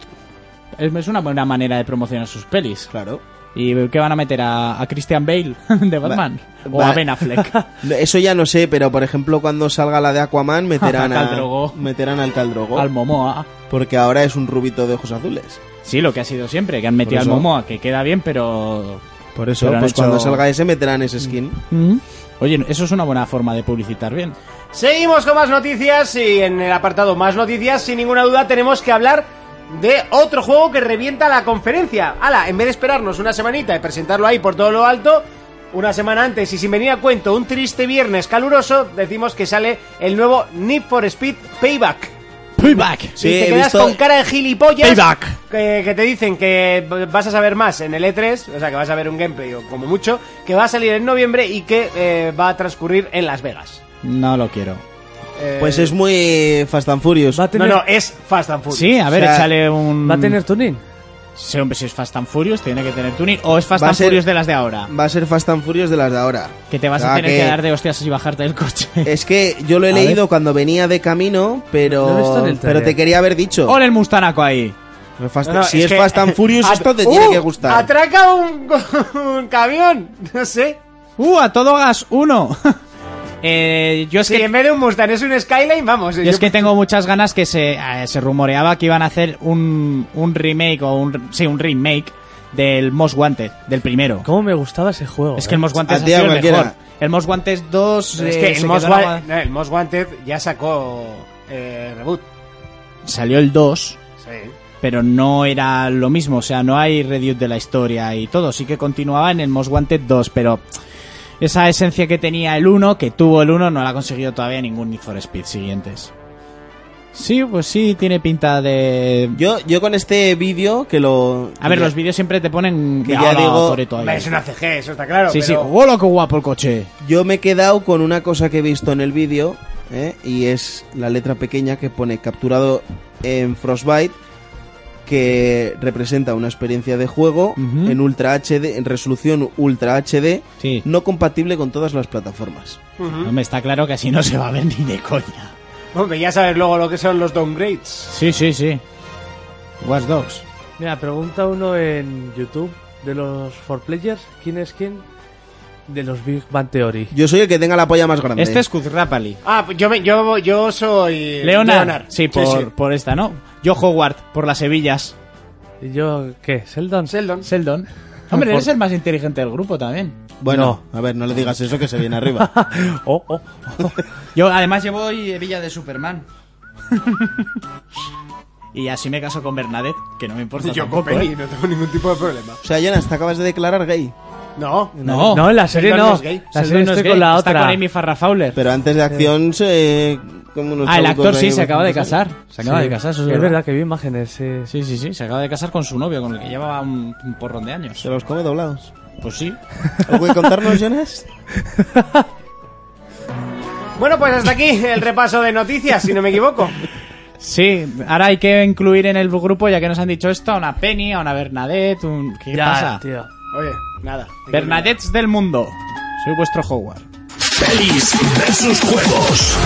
Es es una buena manera de promocionar sus pelis.
claro.
¿Y qué van a meter? ¿A, a Christian Bale de Batman? ¿O
va-
a Ben Affleck?
Eso ya no sé, pero por ejemplo cuando salga la de Aquaman meterán
Al
a
Drogo.
meterán al Caldrogo,
¿Al Momoa?
porque ahora es un rubito de ojos azules.
Sí, lo que ha sido siempre, que han metido al
eso.
Momoa, que queda bien, pero...
Por eso,
Pero han
pues
hecho- Mm.
cuando salga ese meterán ese skin.
Oye, eso es una buena forma de publicitar bien.
Seguimos con más noticias y en el apartado más noticias, sin ninguna duda, tenemos que hablar de otro juego que revienta la conferencia. Ala, en vez de esperarnos una semanita y presentarlo ahí por todo lo alto, una semana antes y sin venir a cuento un triste viernes caluroso, decimos que sale el nuevo Need for Speed Payback.
Payback.
Sí,
y te
he
quedas
visto-
con cara de gilipollas
Payback.
Que, que te dicen que vas a saber más en el E3, o sea que vas a ver un gameplay o como mucho, que va a salir en noviembre y que eh, va a transcurrir en Las Vegas.
No lo quiero.
Eh,
Pues es muy Fast and Furious.
Va a tener,
no, no, es Fast and Furious.
Sí, a ver,
O sea,
échale un...
va a tener tuning.
Sí, hombre, si es Fast and Furious, tiene que tener tuning. O es Fast
Va a
and
ser-
Furious de las de ahora.
Va a ser Fast and Furious de las de ahora.
Que te vas
O sea,
a tener que dar de hostias y bajarte del coche.
Es que yo lo he
A
leído cuando venía de camino,
Lo he visto en
pero
el
pero
trailer.
te quería haber dicho.
¡Ole el mustanaco ahí!
Pero Fast-
No, no,
si
es
es,
que-
Fast and Furious,
At-
Pues esto te
¡Uh!
tiene que gustar.
Atraca un, un camión, no sé.
¡Uh, a todo gas! ¡Uno! eh, yo es
Si
que...
en vez de un Mustang es un Skyline, vamos.
Yo es que tengo muchas ganas que se, eh, se rumoreaba que iban a hacer un, un remake o un, sí, un remake del Most Wanted, del primero.
¿Cómo me gustaba ese juego?
Es que el
eh?
Most Wanted
Ah,
ha
tía,
sido el
cualquiera.
mejor. El Most Wanted 2
Es
eh,
que
se
el Most,
quedó
Wa-
la-
no, el Most Wanted ya sacó eh, reboot.
salió el 2,
Sí.
pero no era lo mismo, o sea, no hay review de la historia y todo, sí que continuaba en el Most Wanted 2, pero esa esencia que tenía el 1, que tuvo el 1, no la ha conseguido todavía ningún Need for Speed siguientes. Sí, pues sí, tiene pinta de
Yo, yo con este vídeo que lo.
A ver,
que-
los vídeos siempre te ponen.
Que
"Hola,
ya digo-
Toretto ahí".
Hombre, Es una CG, eso está claro.
Sí, sí.
pero-
¡Hola, qué guapo el coche!
Yo me he quedado con una cosa que he visto en el vídeo, ¿eh? y es la letra pequeña que pone capturado en Frostbite, que representa una experiencia de juego
Ujú.
en Ultra HD, en resolución Ultra HD,
Sí.
no compatible con todas las plataformas.
¿Mm?
No me está claro que así no se va a ver ni de coña.
Hombre, ya sabes luego lo que son los downgrades.
Sí, sí, sí. Watch Dogs.
Mira, pregunta uno en YouTube de los 4Players, ¿quién es quién? De los Big Bang Theory.
Yo soy el que tenga la polla más grande.
Este es Kuzrapali.
Ah, pues yo, me, yo, yo soy.
Leonard. Sí, por,
Eh, sí.
por esta, ¿no? Yo Howard, por las Sevillas.
¿Y yo qué? ¿Seldon?
Sheldon.
Seldon. Hombre, eres el más inteligente del grupo también.
Bueno, a ver, no le digas eso que se viene arriba.
Oh, oh.
Yo además llevo hoy Villa de Superman. y así me caso con Bernadette, que no me importa
Yo con
tampoco,
Penny
¿eh?
no tengo ningún tipo de problema.
O sea, Jonas, te acabas de declarar gay.
No.
No,
No, en la serie
Sheldon no
no.
es gay.
La
Sheldon
serie
no
no
es
estoy
gay,
con la
Está con
otra.
Amy Farrah Fowler.
Pero antes de acción se... como unos
ah, el
chabucos
actor sí,
ahí
se acaba de
bastante.
casar. Se acaba
Sí.
de casar, eso es,
es
verdad.
verdad que vi imágenes. sí.
Sí, sí, sí, se acaba de casar con su novio, con el que llevaba un, un porrón de años.
Se los come doblados.
Pues sí.
¿Algo que contarnos, Jonas?
Bueno, pues hasta aquí el repaso de noticias, si no me equivoco.
Sí, ahora hay que incluir en el grupo, ya que nos han dicho esto, a una Penny, a una Bernadette, un... ¿Qué
Ya,
pasa?
tío.
Oye, nada.
Bernadettes del mundo. Soy vuestro Howard.
Pelis versus juegos.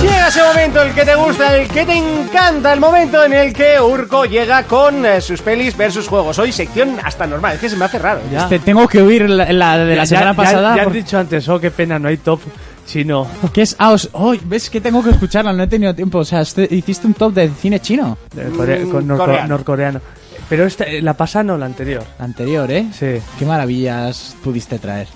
Llega ese momento, el que te gusta, el que te encanta, el momento en el que Urco llega con eh, sus pelis versus juegos. Hoy sección hasta normal, es que se me hace raro.
Ya.
Este, tengo que huir la, la de la
Ya-
semana
ya-
pasada. Mm,
Ya, han
porque-
dicho antes, oh, qué pena, no hay top chino.
¿Qué es House? Hoy, ¿ves que tengo que escucharla? No he tenido tiempo. O sea, este- hiciste un top de cine chino.
Eh, corea- con norco-
coreano.
norcoreano. Pero esta, eh, la pasada no, la anterior.
Anterior, ¿eh?
Sí.
Qué maravillas pudiste traer.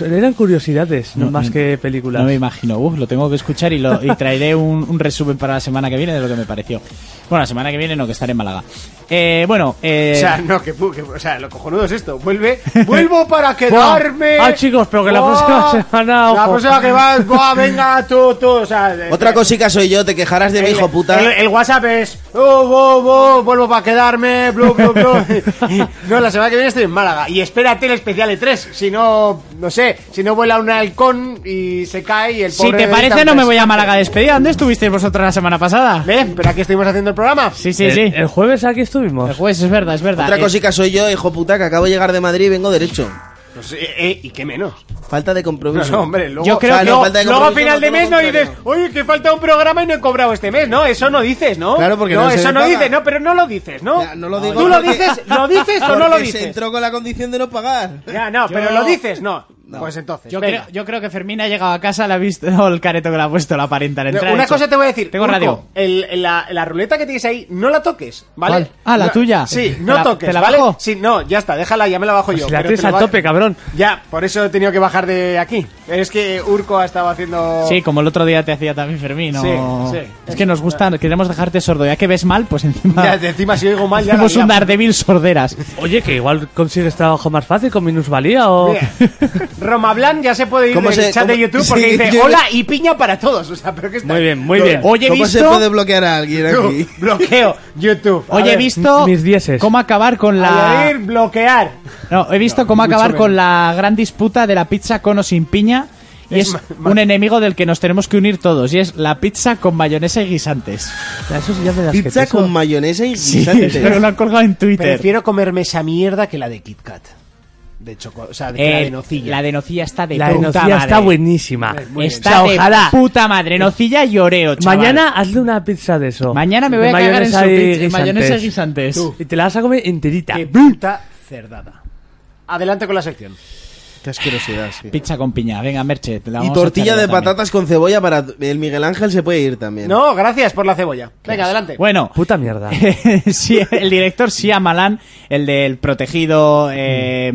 Eran curiosidades, no,
No,
más
no.
que películas.
No me imagino. Uf, lo tengo que escuchar y, lo, y traeré un, un resumen para la semana que viene de lo que me pareció. Bueno, la semana que viene no, que estaré en Málaga. Eh, bueno, eh,
O sea, no, que, pu- que- o sea, lo cojonudo es esto. Vuelve, vuelvo para
Buah.
quedarme.
Ah, chicos, pero que la
Buah.
próxima semana,
La
ojo.
próxima que va, buah, venga tú, tú. O sea, de-
Otra cosica soy yo, te quejarás de mi
El,
hijo puta.
el- el WhatsApp es oh, oh, oh, vuelvo para quedarme, blu, blu, blu. No, la semana que viene estoy en Málaga. Y espérate el especial E3. Si no, no sé, si no vuela un halcón y se cae y el
si
pobre.
te
de
parece,
Ethan
no me
Peck-
voy a Málaga despedida. ¿Dónde estuvisteis vosotros la semana pasada?
¿Ven? Pero aquí estuvimos haciendo el programa.
Sí, sí,
el,
sí.
el jueves aquí
El
estuvimos.
jueves, es verdad, es verdad.
Otra
Eh,
cosica soy yo, hijo puta, que acabo de llegar de Madrid y vengo derecho.
Pues, eh, eh, y qué menos.
Falta de
No,
compromiso.
no, hombre, luego,
Yo creo
o sea,
que-
luego-
falta de
luego a
compromiso,
final
no
de
todo
mes
lo
no dices, oye, que falta un programa y no he cobrado este mes, ¿no? Eso no dices, ¿no?
Claro, porque no se
eso
le
no
paga.
dices, no, pero no lo dices, ¿no?
Ya, no lo digo
¿Tú lo
porque-
dices, lo dices o no lo
Porque Se
dices?
entró con la condición de no pagar.
Ya, no, pero lo dices, no. Pues entonces,
Yo
venga.
creo, yo creo que Fermín ha llegado a casa, le ha visto el careto que le ha puesto la parenta al entrar.
Una
ha dicho,
cosa te voy a decir.
Tengo
Urco,
radio.
el- el- la, la ruleta que tienes ahí, no la toques, ¿vale?
¿Cuál? Ah, la
No,
tuya.
Sí,
¿Te
no
la-
toques,
te la
¿vale?
bajo? Pues
Sí, no, ya está, déjala, ya me la bajo yo.
Si la
pero
tienes
te
a
la-
tope, cabrón.
Ya, por eso he tenido que bajar de aquí. Es que Urco ha estado haciendo...
Sí, como el otro día te hacía también Fermín. o-
Sí, sí.
Es que nos gusta, queremos dejarte sordo. Ya que ves mal, pues encima
Ya, de encima si oigo mal ya la
hacemos un
liamos.
Daredevil sorderas.
Oye, que igual consigues trabajo más fácil con minusvalía o...
Mira, Roma Blan ya se puede ir
¿Cómo
del
se-
chat de
cómo-
YouTube porque
Sí,
dice
yo-
hola y piña para todos. O sea, pero que está...
Muy bien, muy
Lo-
bien.
Oye, he
¿Cómo se
visto-
puede bloquear a alguien
Tú,
aquí?
bloqueo YouTube. A
Oye, he
ver,
visto
mis dieces.
cómo acabar con
Añadir,
la.
bloquear.
No, he visto cómo
mucho
acabar
menos.
con la gran disputa de la pizza con o sin piña. Y
Es
es,
ma- ma-
un enemigo del que nos tenemos que unir todos. Y es la pizza con mayonesa y guisantes.
Eso sí ya me das que
Pizza
te-
con mayonesa y
Sí,
guisantes.
pero lo han colgado en Twitter.
Prefiero comerme esa mierda que la de Kit Kat. De chocolate, o sea, de, que la
Eh,
de nocilla.
la de nocilla está de
La
puta
enocía
madre.
está buenísima.
Está
O sea,
de
ojalá.
puta madre. Nocilla y oreo, chaval.
Mañana hazle una pizza de eso.
Mañana me voy
De
a cagar en
mayonesa
su
y
pizza. Mayonesa y guisantes.
guisantes.
Tú.
Y te la vas a comer enterita.
Qué puta cerdada. Adelante con la sección.
Qué asquerosidad, sí.
Pizza con piña. Venga, Merche, te la
Y
vamos a
tortilla
echar
de
yo también.
patatas con cebolla para... El Miguel Ángel se puede ir también.
No, gracias por la cebolla. Venga, adelante.
Bueno.
Puta mierda.
sí, el director Sia Malan, el del protegido... eh,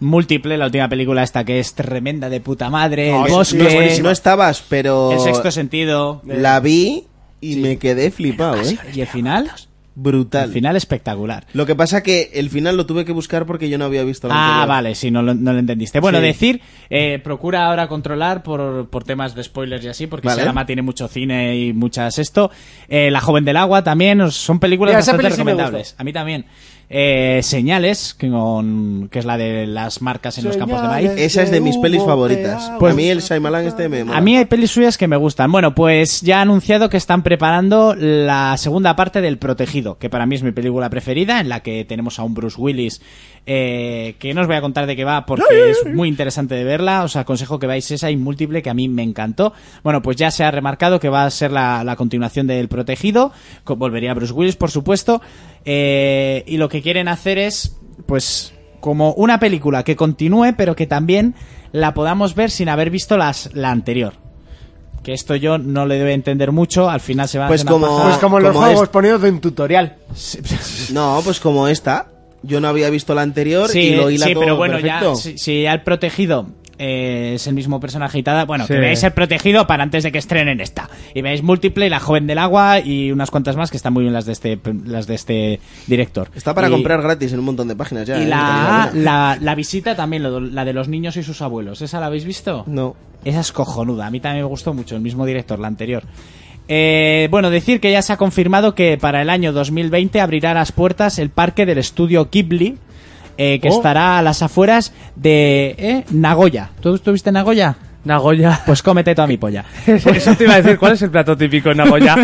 Múltiple, la última película esta que es tremenda de puta madre,
No,
el
es-
bosque,
No, es- no estabas, pero...
el sexto sentido
La vi y me quedé flipado, ¿eh?
y el final,
Brutal.
el final espectacular.
Lo que pasa que el final lo tuve que buscar porque yo no había visto la
Ah,
anterior.
vale, sí, no lo, no lo entendiste. Bueno,
Sí.
decir, eh, procura ahora controlar por, por temas de spoilers y así, porque
Vale.
Sarama tiene mucho cine y muchas esto. Eh, La joven del agua también, os- son películas
Mira, esa
bastante
peli sí me
recomendables. A mí también. Eh, señales, que, con- que es la de las marcas en los campos de maíz.
Esa es de mis pelis
Hubo
favoritas. Pues
peado.
a mí el Shyamalan este me mola.
A mí hay pelis suyas que me gustan. Bueno, pues ya ha anunciado que están preparando la segunda parte del Protegido, que para mí es mi película preferida, en la que tenemos a un Bruce Willis, eh, que no os voy a contar de qué va porque es muy interesante de verla. Os aconsejo que veáis esa y múltiple, que a mí me encantó. Bueno, pues ya se ha remarcado que va a ser la, la continuación del Protegido. con- Volvería Bruce Willis, por supuesto. eh, y lo que quieren hacer es, pues, como una película que continúe, pero que también la podamos ver sin haber visto las, la anterior. que esto yo no le debe entender mucho, al final se va a
Pues
hacer una
como-
paja.
Pues como en los
como
juegos
este.
poniendo un tutorial.
No, pues como esta. Yo no había visto la anterior
Sí,
y lo hila
sí,
todo
pero bueno,
perfecto.
ya si, si ya el protegido eh, es el mismo personaje y tal, bueno,
Sí.
que veáis el protegido para antes de que estrenen esta. Y veáis múltiple, la joven del agua y unas cuantas más que están muy bien las de este las de este director.
Está para
Y-
comprar gratis en un montón de páginas ya.
Y
¿eh?
la,
No te digo nada.
la, la visita también, lo- la de los niños y sus abuelos. ¿Esa la habéis visto?
No.
Esa es cojonuda. A mí también me gustó mucho, el mismo director, la anterior. Eh, bueno, decir que ya se ha confirmado que para el año 2020 abrirá las puertas el parque del estudio Ghibli, eh, que
Oh.
estará a las afueras de eh, Nagoya. ¿Tú estuviste en Nagoya?
Nagoya.
Pues cómete toda mi polla.
Eso te iba a decir, ¿cuál es el plato típico en Nagoya?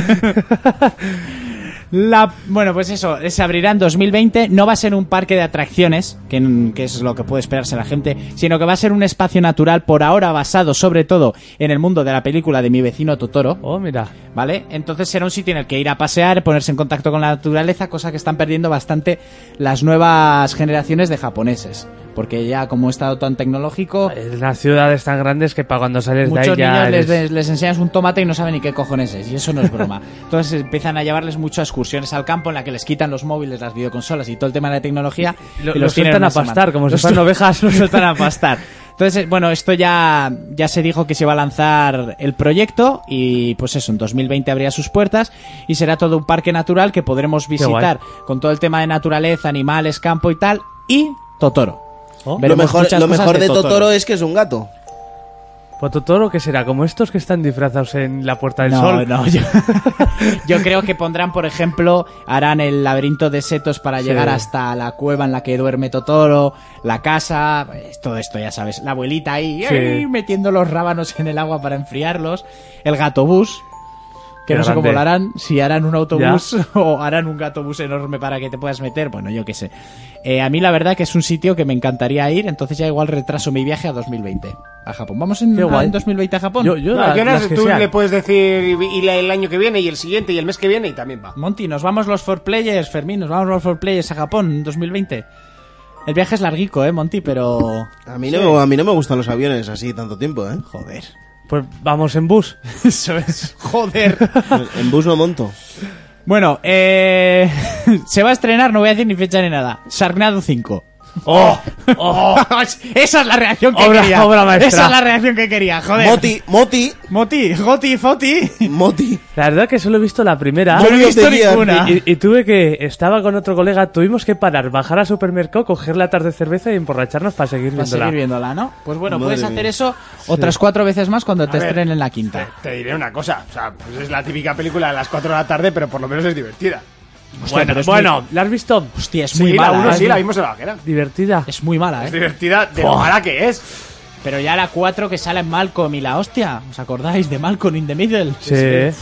La- bueno, pues eso, se abrirá en 2020. No va a ser un parque de atracciones, que, que es lo que puede esperarse la gente, sino que va a ser un espacio natural por ahora basado sobre todo en el mundo de la película de mi vecino Totoro.
oh, mira.
¿Vale? Entonces será un sitio en el que ir a pasear, ponerse en contacto con la naturaleza, cosa que están perdiendo bastante las nuevas generaciones de japoneses. Porque ya como he estado tan tecnológico,
Las ciudades tan grandes que para cuando sales de ahí
muchos
ya.
niños les,
eres-
des- les enseñas un tomate y no saben ni qué cojones es, y eso no es broma. Entonces empiezan a llevarles muchas excursiones al campo en la que les quitan los móviles, las videoconsolas y todo el tema de la tecnología.
Y
Y,
lo-
los,
los
tienen
sueltan
una
a pastar,
semana.
como si
Los
fueran
su-
ovejas.
Los sueltan a pastar. Entonces, eh, bueno, esto ya, ya se dijo que se va a lanzar el proyecto y pues eso, en 2020 abrirá sus puertas y será todo un parque natural que podremos
guay.
visitar con todo el tema de naturaleza, animales, campo y tal, y Totoro.
Oh.
Lo
Veremos
mejor,
muchas
lo
cosas
mejor de, Totoro. es que es un gato.
Pues todo lo que será, como estos que están disfrazados en la Puerta del
no,
Sol.
No, yo, yo creo que pondrán, por ejemplo, harán el laberinto de setos para
Sí.
llegar hasta la cueva en la que duerme Totoro, la casa, pues, todo esto ya sabes, la abuelita ahí
Sí.
¡ay! metiendo los rábanos en el agua para enfriarlos, el gatobús. Que
Qué
no sé cómo
grande.
lo harán, si harán un autobús o harán un gatobús enorme para que te puedas meter, bueno, yo qué sé. Eh, a mí la verdad que es un sitio que me encantaría ir, entonces ya igual retraso mi viaje a 2020, a Japón. ¿Vamos en,
Qué guay.
en 2020 a Japón?
Yo, yo,
No,
la-
Jonas,
las que
tú
sean.
le puedes decir y, y la- el año que viene, y el siguiente, y el mes que viene, y también va.
Monty, nos vamos los four players, Fermín, nos vamos los four players a Japón en 2020. El viaje es larguico, eh, Monty, pero.
A mí, no, a mí no me gustan los aviones así tanto tiempo, ¿eh?
Joder.
Pues vamos en bus.
Eso es. Joder.
En bus no monto.
bueno, eh. Se va a estrenar, no voy a decir ni fecha ni nada. Sharknado 5.
¡Oh!
Esa es la reacción que
Obra-
quería.
obra maestra.
Esa es la reacción que quería, joder.
Moti, Moti,
Moti, Goti, Foti.
Moti.
La verdad que solo he visto la primera.
Yo Ah, no he
Moti
visto
de Gear.
ninguna.
Y, y tuve que, estaba con otro colega, tuvimos que parar, bajar al supermercado, coger la tarde de cerveza y emborracharnos para seguir
Para
viéndola.
seguir viéndola, ¿no? Pues bueno,
Madre
puedes
mía.
hacer eso otras cuatro veces más cuando te
ver.
estrenen en la quinta.
Te diré una cosa, o sea, pues es la típica película de las 4 de la tarde, pero por lo menos es divertida.
Hostia,
Bueno,
pero es
bueno,
muy-
¿la has visto?
Hostia, es
Sí,
muy
la
mala.
uno
¿eh?
sí, la vimos en la bajera.
Divertida.
Es muy mala,
Es
eh.
divertida de lo mala que es.
Pero ya la 4 que sale en Malcolm y la hostia. ¿Os acordáis de Malcolm in the Middle?
Sí.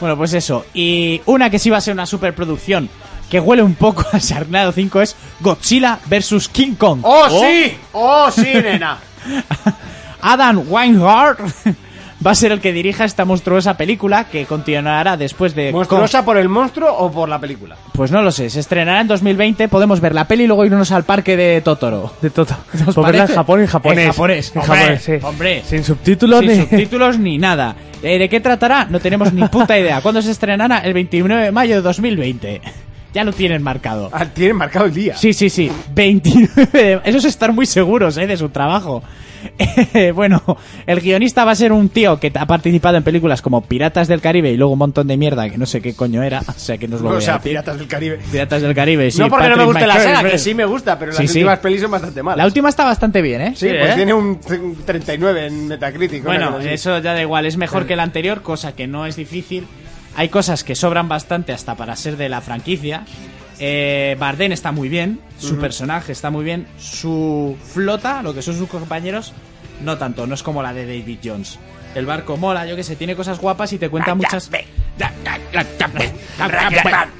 Bueno, pues eso. Y una que sí va a ser una superproducción que huele un poco a Sharknado 5 es Godzilla vs. King Kong.
¡Oh, sí! ¡Oh, sí, nena!
Adam Weinhardt va a ser el que dirija esta monstruosa película que continuará después de...
Eh, ¿Monstruosa por el monstruo o por la película?
Pues no lo sé. Se estrenará en 2020. Podemos ver la peli y luego irnos al parque de Totoro.
De todo.
¿Os
Por verla en
parece?
Japón y en
En
japonés.
japonés,
En
hombre,
japonés, sí.
hombre.
Sin subtítulos ni.
Sin subtítulos ni nada. Eh, ¿De qué tratará? No tenemos ni puta idea. ¿Cuándo se estrenará? El 29 de mayo de 2020. Ya lo tienen marcado.
Ah, tiene marcado el día.
Sí, sí, sí. 29 de Eso es estar muy seguros, ¿eh? De su trabajo. Eh, bueno, el guionista va a ser un tío que ha participado en películas como Piratas del Caribe y luego un montón de mierda que no sé qué coño era. O sea, que no os lo voy
o
a
sea,
decir.
Piratas del Caribe.
Piratas del Caribe, sí.
no porque no me
Patrick
guste la
McCurry,
saga, que
pero-
sí me gusta, pero las
Sí, sí.
últimas pelis son bastante malas.
La última está bastante bien, ¿eh?
Sí,
Sí,
pues
¿eh?
tiene un t- un 39 en Metacritic. una
Bueno,
cosa así.
eso ya da igual, es mejor que la anterior, cosa que no es difícil. Hay cosas que sobran bastante hasta para ser de la franquicia. Eh, Bardem está muy bien, su personaje está muy bien, su flota, lo que son sus compañeros, no tanto, no es como la de David Jones. El barco mola, yo que sé, tiene cosas guapas y te cuenta muchas...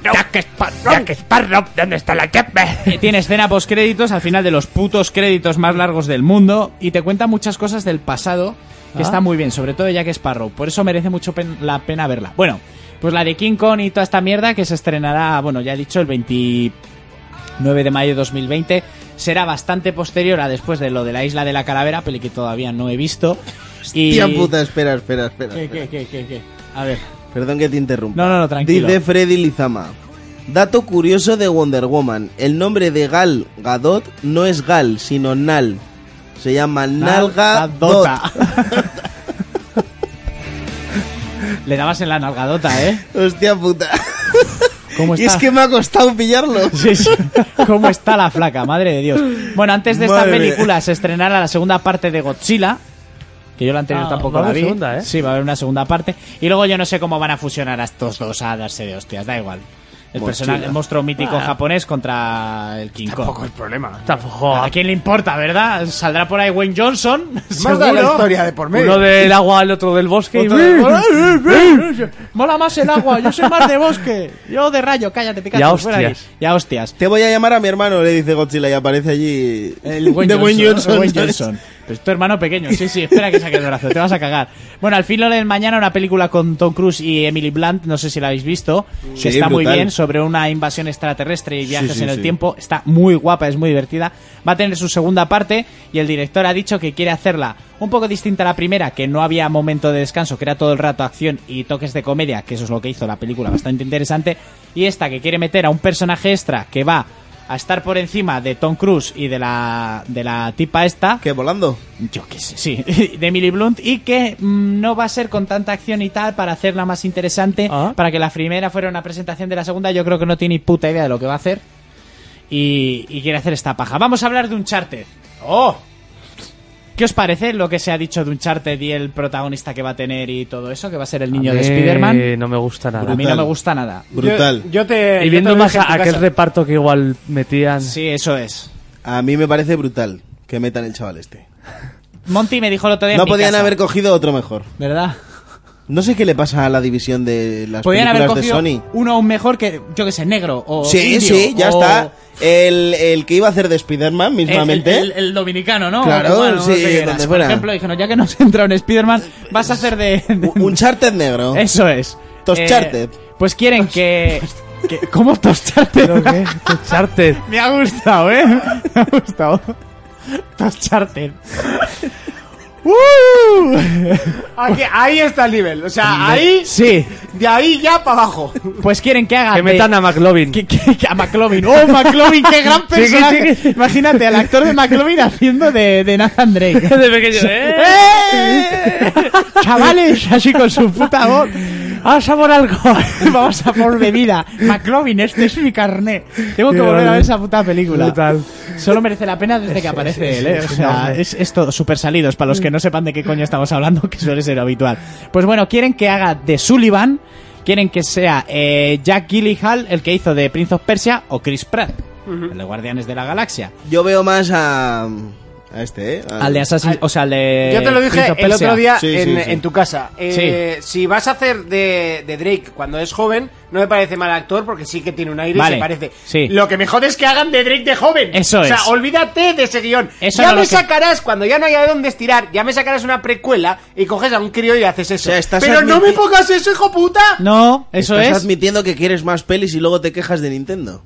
Jack Sparrow, ¿dónde está la Jack?
Eh, tiene escena post créditos al final de los putos créditos más largos del mundo y te cuenta muchas cosas del pasado que
Ah.
está muy bien, sobre todo Jack Sparrow. Por eso merece mucho pen- la pena verla. Bueno, pues la de King Kong y toda esta mierda que se estrenará, bueno, ya he dicho, el 29 de mayo de 2020. será bastante posterior a después de lo de la Isla de la Calavera, peli que todavía no he visto. Y...
Tía puta, espera, espera, espera.
¿Qué,
espera.
qué, qué, qué, qué? A ver.
Perdón que te interrumpa.
No, no, no, tranquilo.
Dice Freddy Lizama. Dato curioso de Wonder Woman. El nombre de Gal Gadot no es Gal, sino Nal. Se llama Nal Gadot.
Nalgadota. Le dabas en la nalgadota, ¿eh?
Hostia puta.
¿Cómo
Y es
está?
que me ha costado pillarlo.
Sí, sí. ¿Cómo está la flaca? Madre de Dios. Bueno, antes de esta
Madre mía.
película se estrenará la segunda parte de Godzilla. Que yo la anterior
Ah,
tampoco
va a
la
haber
vi.
segunda, ¿eh?
Sí, va a haber una segunda parte. Y luego yo no sé cómo van a fusionar a estos dos a darse de hostias. Da igual. El, personaje, el monstruo mítico japonés contra el King Kong.
Poco el problema.
Tampoco.
¿A quién le importa, verdad? Saldrá por ahí Wayne Johnson.
Más da la
seguro.
historia de por medio.
Uno del agua, el otro del bosque. y- Eh,
Mola más el agua, yo soy más de bosque. Yo de rayo, cállate, te
Ya
callas. fuera de aquí.
hostias.
Ya hostias.
Te voy a llamar a mi hermano, le dice Godzilla y aparece allí.
El buen
de Wayne
Johnson. el buen
¿sabes?
Johnson. Pues tu hermano pequeño, sí, sí, espera que saque el brazo, te vas a cagar. Bueno, al filo del mañana una película con Tom Cruise y Emily Blunt, no sé si la habéis visto,
Sí,
que está muy
brutal.
bien, sobre una invasión extraterrestre y viajes
sí,
en el
sí.
tiempo, está muy guapa, es muy divertida. Va a tener su segunda parte y el director ha dicho que quiere hacerla un poco distinta a la primera, que no había momento de descanso, que era todo el rato acción y toques de comedia, que eso es lo que hizo la película, bastante interesante. Y esta que quiere meter a un personaje extra que va a estar por encima de Tom Cruise y de la, de la tipa esta,
¿Qué, volando?
yo qué sé, sí, de Emily Blunt y que mm, no va a ser con tanta acción y tal para hacerla más interesante,
Ah.
para que la primera fuera una presentación de la segunda, yo creo que no tiene ni puta idea de lo que va a hacer y, y quiere hacer esta paja. Vamos a hablar de un charter. ¡Oh! ¿Qué os parece lo que se ha dicho de un charter y el protagonista que va a tener y todo eso, que va a ser el niño de
Eh,
Spider-Man?
No me gusta nada.
A mí no me gusta nada.
Brutal.
Yo, yo te.
Y
yo
viendo
te lo
más
dije en
a
tu
aquel
casa.
reparto que igual metían.
Sí, eso es.
A mí me parece brutal que metan el chaval este.
Monty me dijo el otro día. en
No
mi
podían
casa,
haber cogido otro mejor.
¿Verdad?
No sé qué le pasa a la división de las
Podían haber
películas
cogido
de Sony.
uno aún mejor que, yo que sé, negro o.
Sí,
indio,
sí, ya
o-
está. El, el que iba a hacer de Spider-Man
El, el-
mismamente.
el- el dominicano, ¿no?
Claro,
Bueno, no
sí,
sé qué era.
donde
Por
fuera.
ejemplo, dijeron, ya que nos entra un Spider-Man, vas a hacer de. de-
Un charter negro.
Eso es.
Toscharted.
pues quieren que. que- ¿Cómo Toscharted?
¿Pero qué? Uncharted.
Me ha gustado, ¿eh? Me ha gustado. Toscharted. ¡Uh!
Aquí- ahí está el nivel. O sea, ahí.
Sí.
De ahí ya para abajo.
Pues quieren que haga.
Que
de-
metan a McLovin.
Que- que- que a McLovin. ¡Oh, McLovin! ¡Qué gran
Sí, que-
personaje!
sí, que-
Imagínate al actor de McLovin haciendo de, de Nathan Drake.
De pequeño, ¿eh?
¡Eh! Chavales, así con su puta voz. Vamos a por algo. Vamos a por bebida. McLovin, este es mi carné. Tengo que
Qué
volver a ver
grande.
esa puta película.
Brutal.
Solo merece la pena desde que aparece él, ¿eh? O
es
sea,
enorme.
es, es todo super salidos para los que no sepan de qué coño estamos hablando, que suele ser habitual. Pues bueno, quieren que haga de Sullivan, quieren que sea eh, Jack Gyllenhaal, el que hizo de Prince of Persia, o Chris Pratt, el de Guardianes de la Galaxia.
Yo veo más a. A este, ¿eh? Al-
Al de Assassin's, o sea, al de
Yo te lo dije
Prince of
el
Persia.
otro día
Sí, sí,
en,
sí.
en tu casa. Eh, Si vas a hacer de, de Drake cuando es joven, no me parece mal actor porque sí que tiene un aire y
Vale,
se parece.
sí.
Lo que me jode es que hagan de Drake de joven.
Eso
o sea,
es.
olvídate de ese guión.
Eso
ya
no
me
lo que-
sacarás, cuando ya no haya de dónde estirar, ya me sacarás una precuela y coges a un crío y haces eso.
O sea, estás
Pero no
admiti-
me pongas eso, hijo puta.
No, eso
Estás
es.
admitiendo que quieres más pelis y luego te quejas de Nintendo.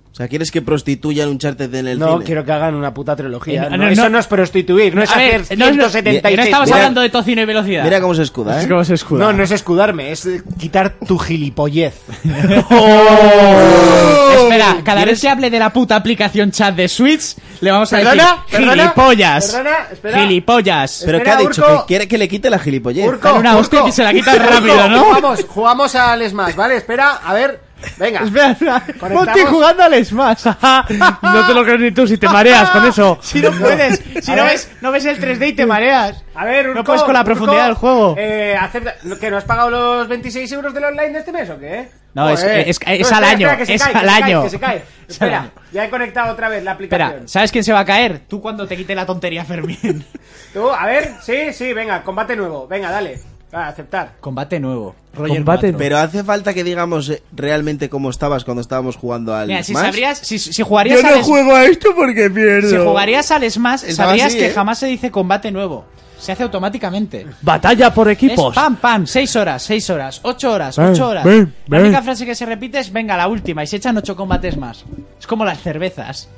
O sea, quieres que prostituyan un charter en el
No,
cine.
quiero que hagan una puta trilogía.
Eh,
No,
no,
eso
no-
no es prostituir, no es
A ver,
hacer
no, no,
176.
no estamos
Mira-
hablando de tocino y velocidad.
Mira cómo se escuda, ¿eh?
se escuda.
No, no es escudarme, es eh, quitar tu gilipollez.
Espera, cada vez que hable de la puta aplicación chat de Switch, le vamos a
Perdona,
decir
perdona,
gilipollas.
perdona, espera.
Gilipollas.
Pero ¿qué ha
Espera,
dicho?
Urco.
Que quiere que le quite la gilipollez.
Urco,
Dale una
Urco.
hostia y se la quitas rápido, ¿no?
Jugamos, jugamos al Smash, ¿vale? Espera, a ver, venga.
Espera, espera.
Conectamos.
Monty jugando al Smash.
No te lo crees ni tú si te mareas con eso.
Si no puedes, si
A
no
ver.
ves, no ves el 3D y te mareas.
A ver, Urco,
No puedes con la
Urco,
profundidad del juego.
Eh, acepta, ¿Que no has pagado los 26 euros del online de este mes o qué?
No, es-
Joder.
es- es al
espera,
año,
espera, que se
es
cae, que
al
se cae,
año.
que se cae.
Es al año.
Espera, ya he conectado otra vez la
Espera,
aplicación.
¿sabes quién se va a caer? Tú cuando te quite la tontería, Fermín.
Tú, a ver, sí, sí, venga, combate nuevo. Venga, dale. Va, aceptar.
Combate nuevo. Roger
Combate
cuatro.
Pero hace falta que digamos eh, realmente cómo estabas cuando estábamos jugando al
Mira, si
Smash.
sabrías, si, si jugarías al Smash-
a esto porque pierdo.
Si jugarías al Smash,
Estaba
sabrías
así,
que
¿eh?
jamás se dice combate nuevo. Se hace automáticamente.
Batalla por
Es
equipos.
pam, pam, 6 horas, 6 horas, 8 horas,
Ven,
8 horas.
ven,
la
ven.
única frase que se repite es venga, la última, y se echan 8 combates más. Es como las cervezas.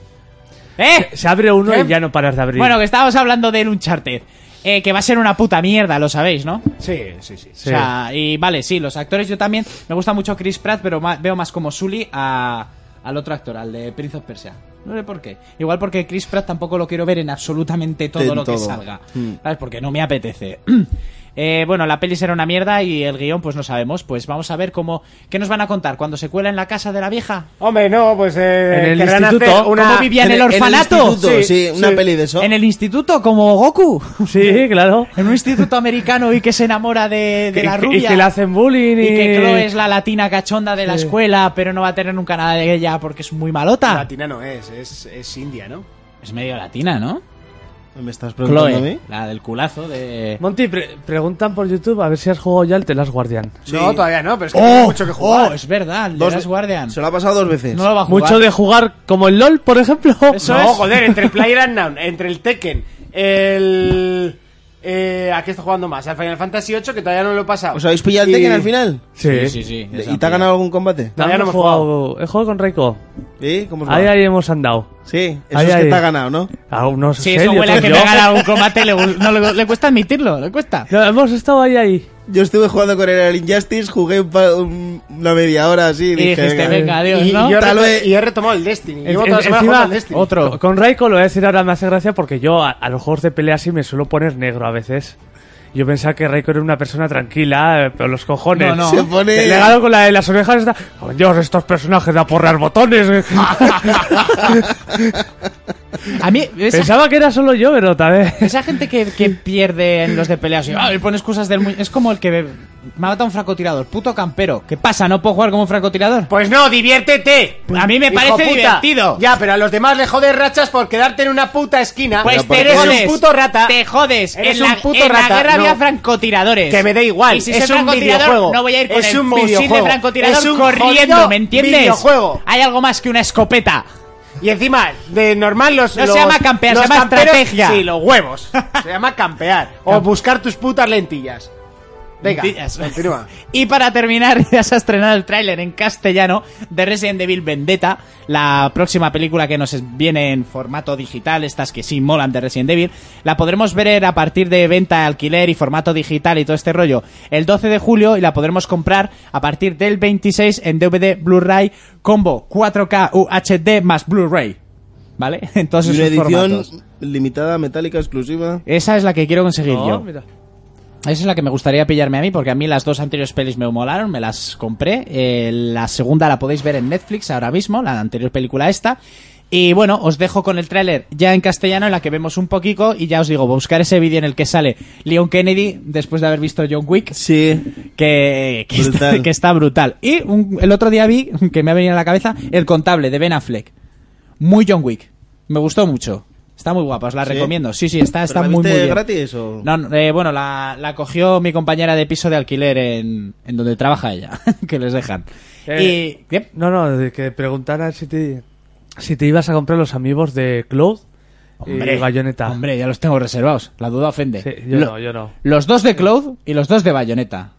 ¡Eh!
Se abre uno
¿Qué?
y ya no paras de abrir.
Bueno, que estábamos hablando del Uncharted. Eh, que va a ser una puta mierda, lo sabéis, ¿no?
Sí, sí, sí.
Sí.
O sea, y vale, sí, los actores yo también. Me gusta mucho Chris Pratt, pero ma- veo más como Sully a- al otro actor, al de Prince of Persia. No sé por qué. Igual porque Chris Pratt tampoco lo quiero ver en absolutamente todo
En
lo que
todo.
salga.
Mm.
¿Sabes? Porque no me apetece. Eh, bueno, la peli será una mierda y el guión, pues no sabemos. Pues vamos a ver cómo. ¿Qué nos van a contar? ¿Cuando se cuela en la casa de la vieja?
Hombre, no, pues eh,
En el
querrán
instituto,
hacer una...
¿Cómo vivía en el orfanato?
instituto, sí,
Sí,
una
sí.
peli de eso.
¿En el instituto? ¿Como Goku?
Sí, claro.
En un instituto americano y que se enamora de, de
Que-
la
y que-
rubia.
Y que le hacen bullying y...
Y que Chloe es la latina cachonda de la escuela, pero no va a tener nunca nada de ella porque es muy malota.
Latina no es, es, es india, ¿no?
Es medio latina, ¿no?
¿Me estás preguntando a
Chloe,
mí?
la del culazo de...
Monty, pre- preguntan por YouTube a ver si has jugado ya el The Last Guardian.
No, todavía no, pero es que tengo mucho que jugar.
Oh, es verdad, el de
Dos-
Last Guardian.
Se lo ha pasado dos veces.
No lo va a jugar.
Mucho de jugar como el LOL, por ejemplo.
Eso
no,
es.
joder, entre el PlayerUnknown, entre el Tekken, el... Eh, ¿A qué está jugando más? Al Final Fantasy VIII, que todavía no lo he pasado.
Pues
¿Os habéis pillado el
Y-
Tekken al final?
Sí, sí, sí. esa
¿Y te ha
pilla.
ganado algún combate?
No,
Todavía no
hemos
hemos jugado.
jugado. He jugado con Reiko.
Pues
¿Sí? ¿Cómo os va?
Ahí, ahí hemos andado.
Sí, eso
Ahí,
es que
ahí.
te ha ganado, ¿no?
A unos ¿eh?
Sí, eso huele a que me gana un combate, le, no, le, le cuesta admitirlo, le cuesta.
Hemos estado ahí, ahí.
Yo estuve jugando con el Injustice, jugué un pa- un- una media hora así
Y
y dije,
dijiste,
venga,
venga, adiós,
y,
¿no?
y yo
Tal
reto-
vez-
y he retomado el Destiny. Llevo toda
En-
la
en-
semana
encima,
jugando al Destiny.
Otro.
Con- Con Raiko lo voy a decir ahora me hace gracia porque yo a, a los juegos de pelea sí me suelo poner negro a veces. Yo pensaba que Raiko era una persona tranquila, eh, pero los cojones.
No, no.
eh". Se pone-
Le gano con la de las orejas está... ¡Oh, Dios, estos personajes de aporrar botones!
A mí, esa,
Pensaba que era solo yo, pero tal vez...
esa gente que, que pierde en los de peleas y "Ay, pones cosas del... mu-". Es como el que me, me ha matado un francotirador, puto campero. ¿Qué pasa? ¿No puedo jugar como un francotirador?
Pues no, diviértete.
A mí me
Hijo
parece
puta.
divertido.
Ya, pero a los demás le jodes rachas por quedarte en una puta esquina.
Pues te
eres
jodes,
un puto rata.
Te jodes.
Eres
en la,
un puto
en la
rata,
guerra había
no.
francotiradores.
Que me da igual.
Y si
es
soy
un
francotirador,
videojuego.
No voy a ir con
es
el
un
fusil
videojuego.
de francotirador
es un
corriendo,
jodido
¿me entiendes?
Videojuego.
Hay algo más que una escopeta.
Y encima, de normal los.
No se
los-
llama campear, se
los
llama
camperos-
estrategia.
Sí, los huevos. Se llama campear. O buscar tus putas lentillas. Venga,
Lentillas.
continúa.
Y para terminar, ya se ha estrenado el tráiler en castellano de Resident Evil Vendetta, la próxima película que nos viene en formato digital, estas que sí molan de Resident Evil. La podremos ver a partir de venta, alquiler y formato digital y todo este rollo el 12 de julio y la podremos comprar a partir del 26 en DVD Blu-ray combo 4K UHD más Blu-ray. ¿Vale?
Y
Entonces,
una edición
formatos.
limitada, metálica, exclusiva.
Esa es la que quiero conseguir
No,
yo.
mira.
Esa es la que me gustaría pillarme a mí, porque a mí las dos anteriores pelis me molaron, me las compré. Eh, la segunda la podéis ver en Netflix ahora mismo, la anterior película esta. Y bueno, os dejo con el tráiler ya en castellano, en la que vemos un poquito, y ya os digo, buscar ese vídeo en el que sale Leon Kennedy, después de haber visto John Wick,
Sí.
que, que
Brutal.
Está, que está brutal. Y un- el otro día vi, que me ha venido a la cabeza, El Contable, de Ben Affleck. Muy John Wick. Me gustó mucho. Está muy guapa, os la
¿Sí?
recomiendo. Sí, sí, está, está
¿Pero la
muy, muy
viste
bien.
gratis o...?
No, no, eh, bueno, la, la cogió mi compañera de piso de alquiler en, en donde trabaja ella, que les dejan.
Eh,
y, ¿qué?
No, no, de que preguntaran si te, si te ibas a comprar los amigos de Cloud y Bayonetta.
hombre, ya los tengo reservados. La duda ofende.
Sí, yo
Lo-
no, yo no.
Los dos de Cloud y los dos de Bayonetta.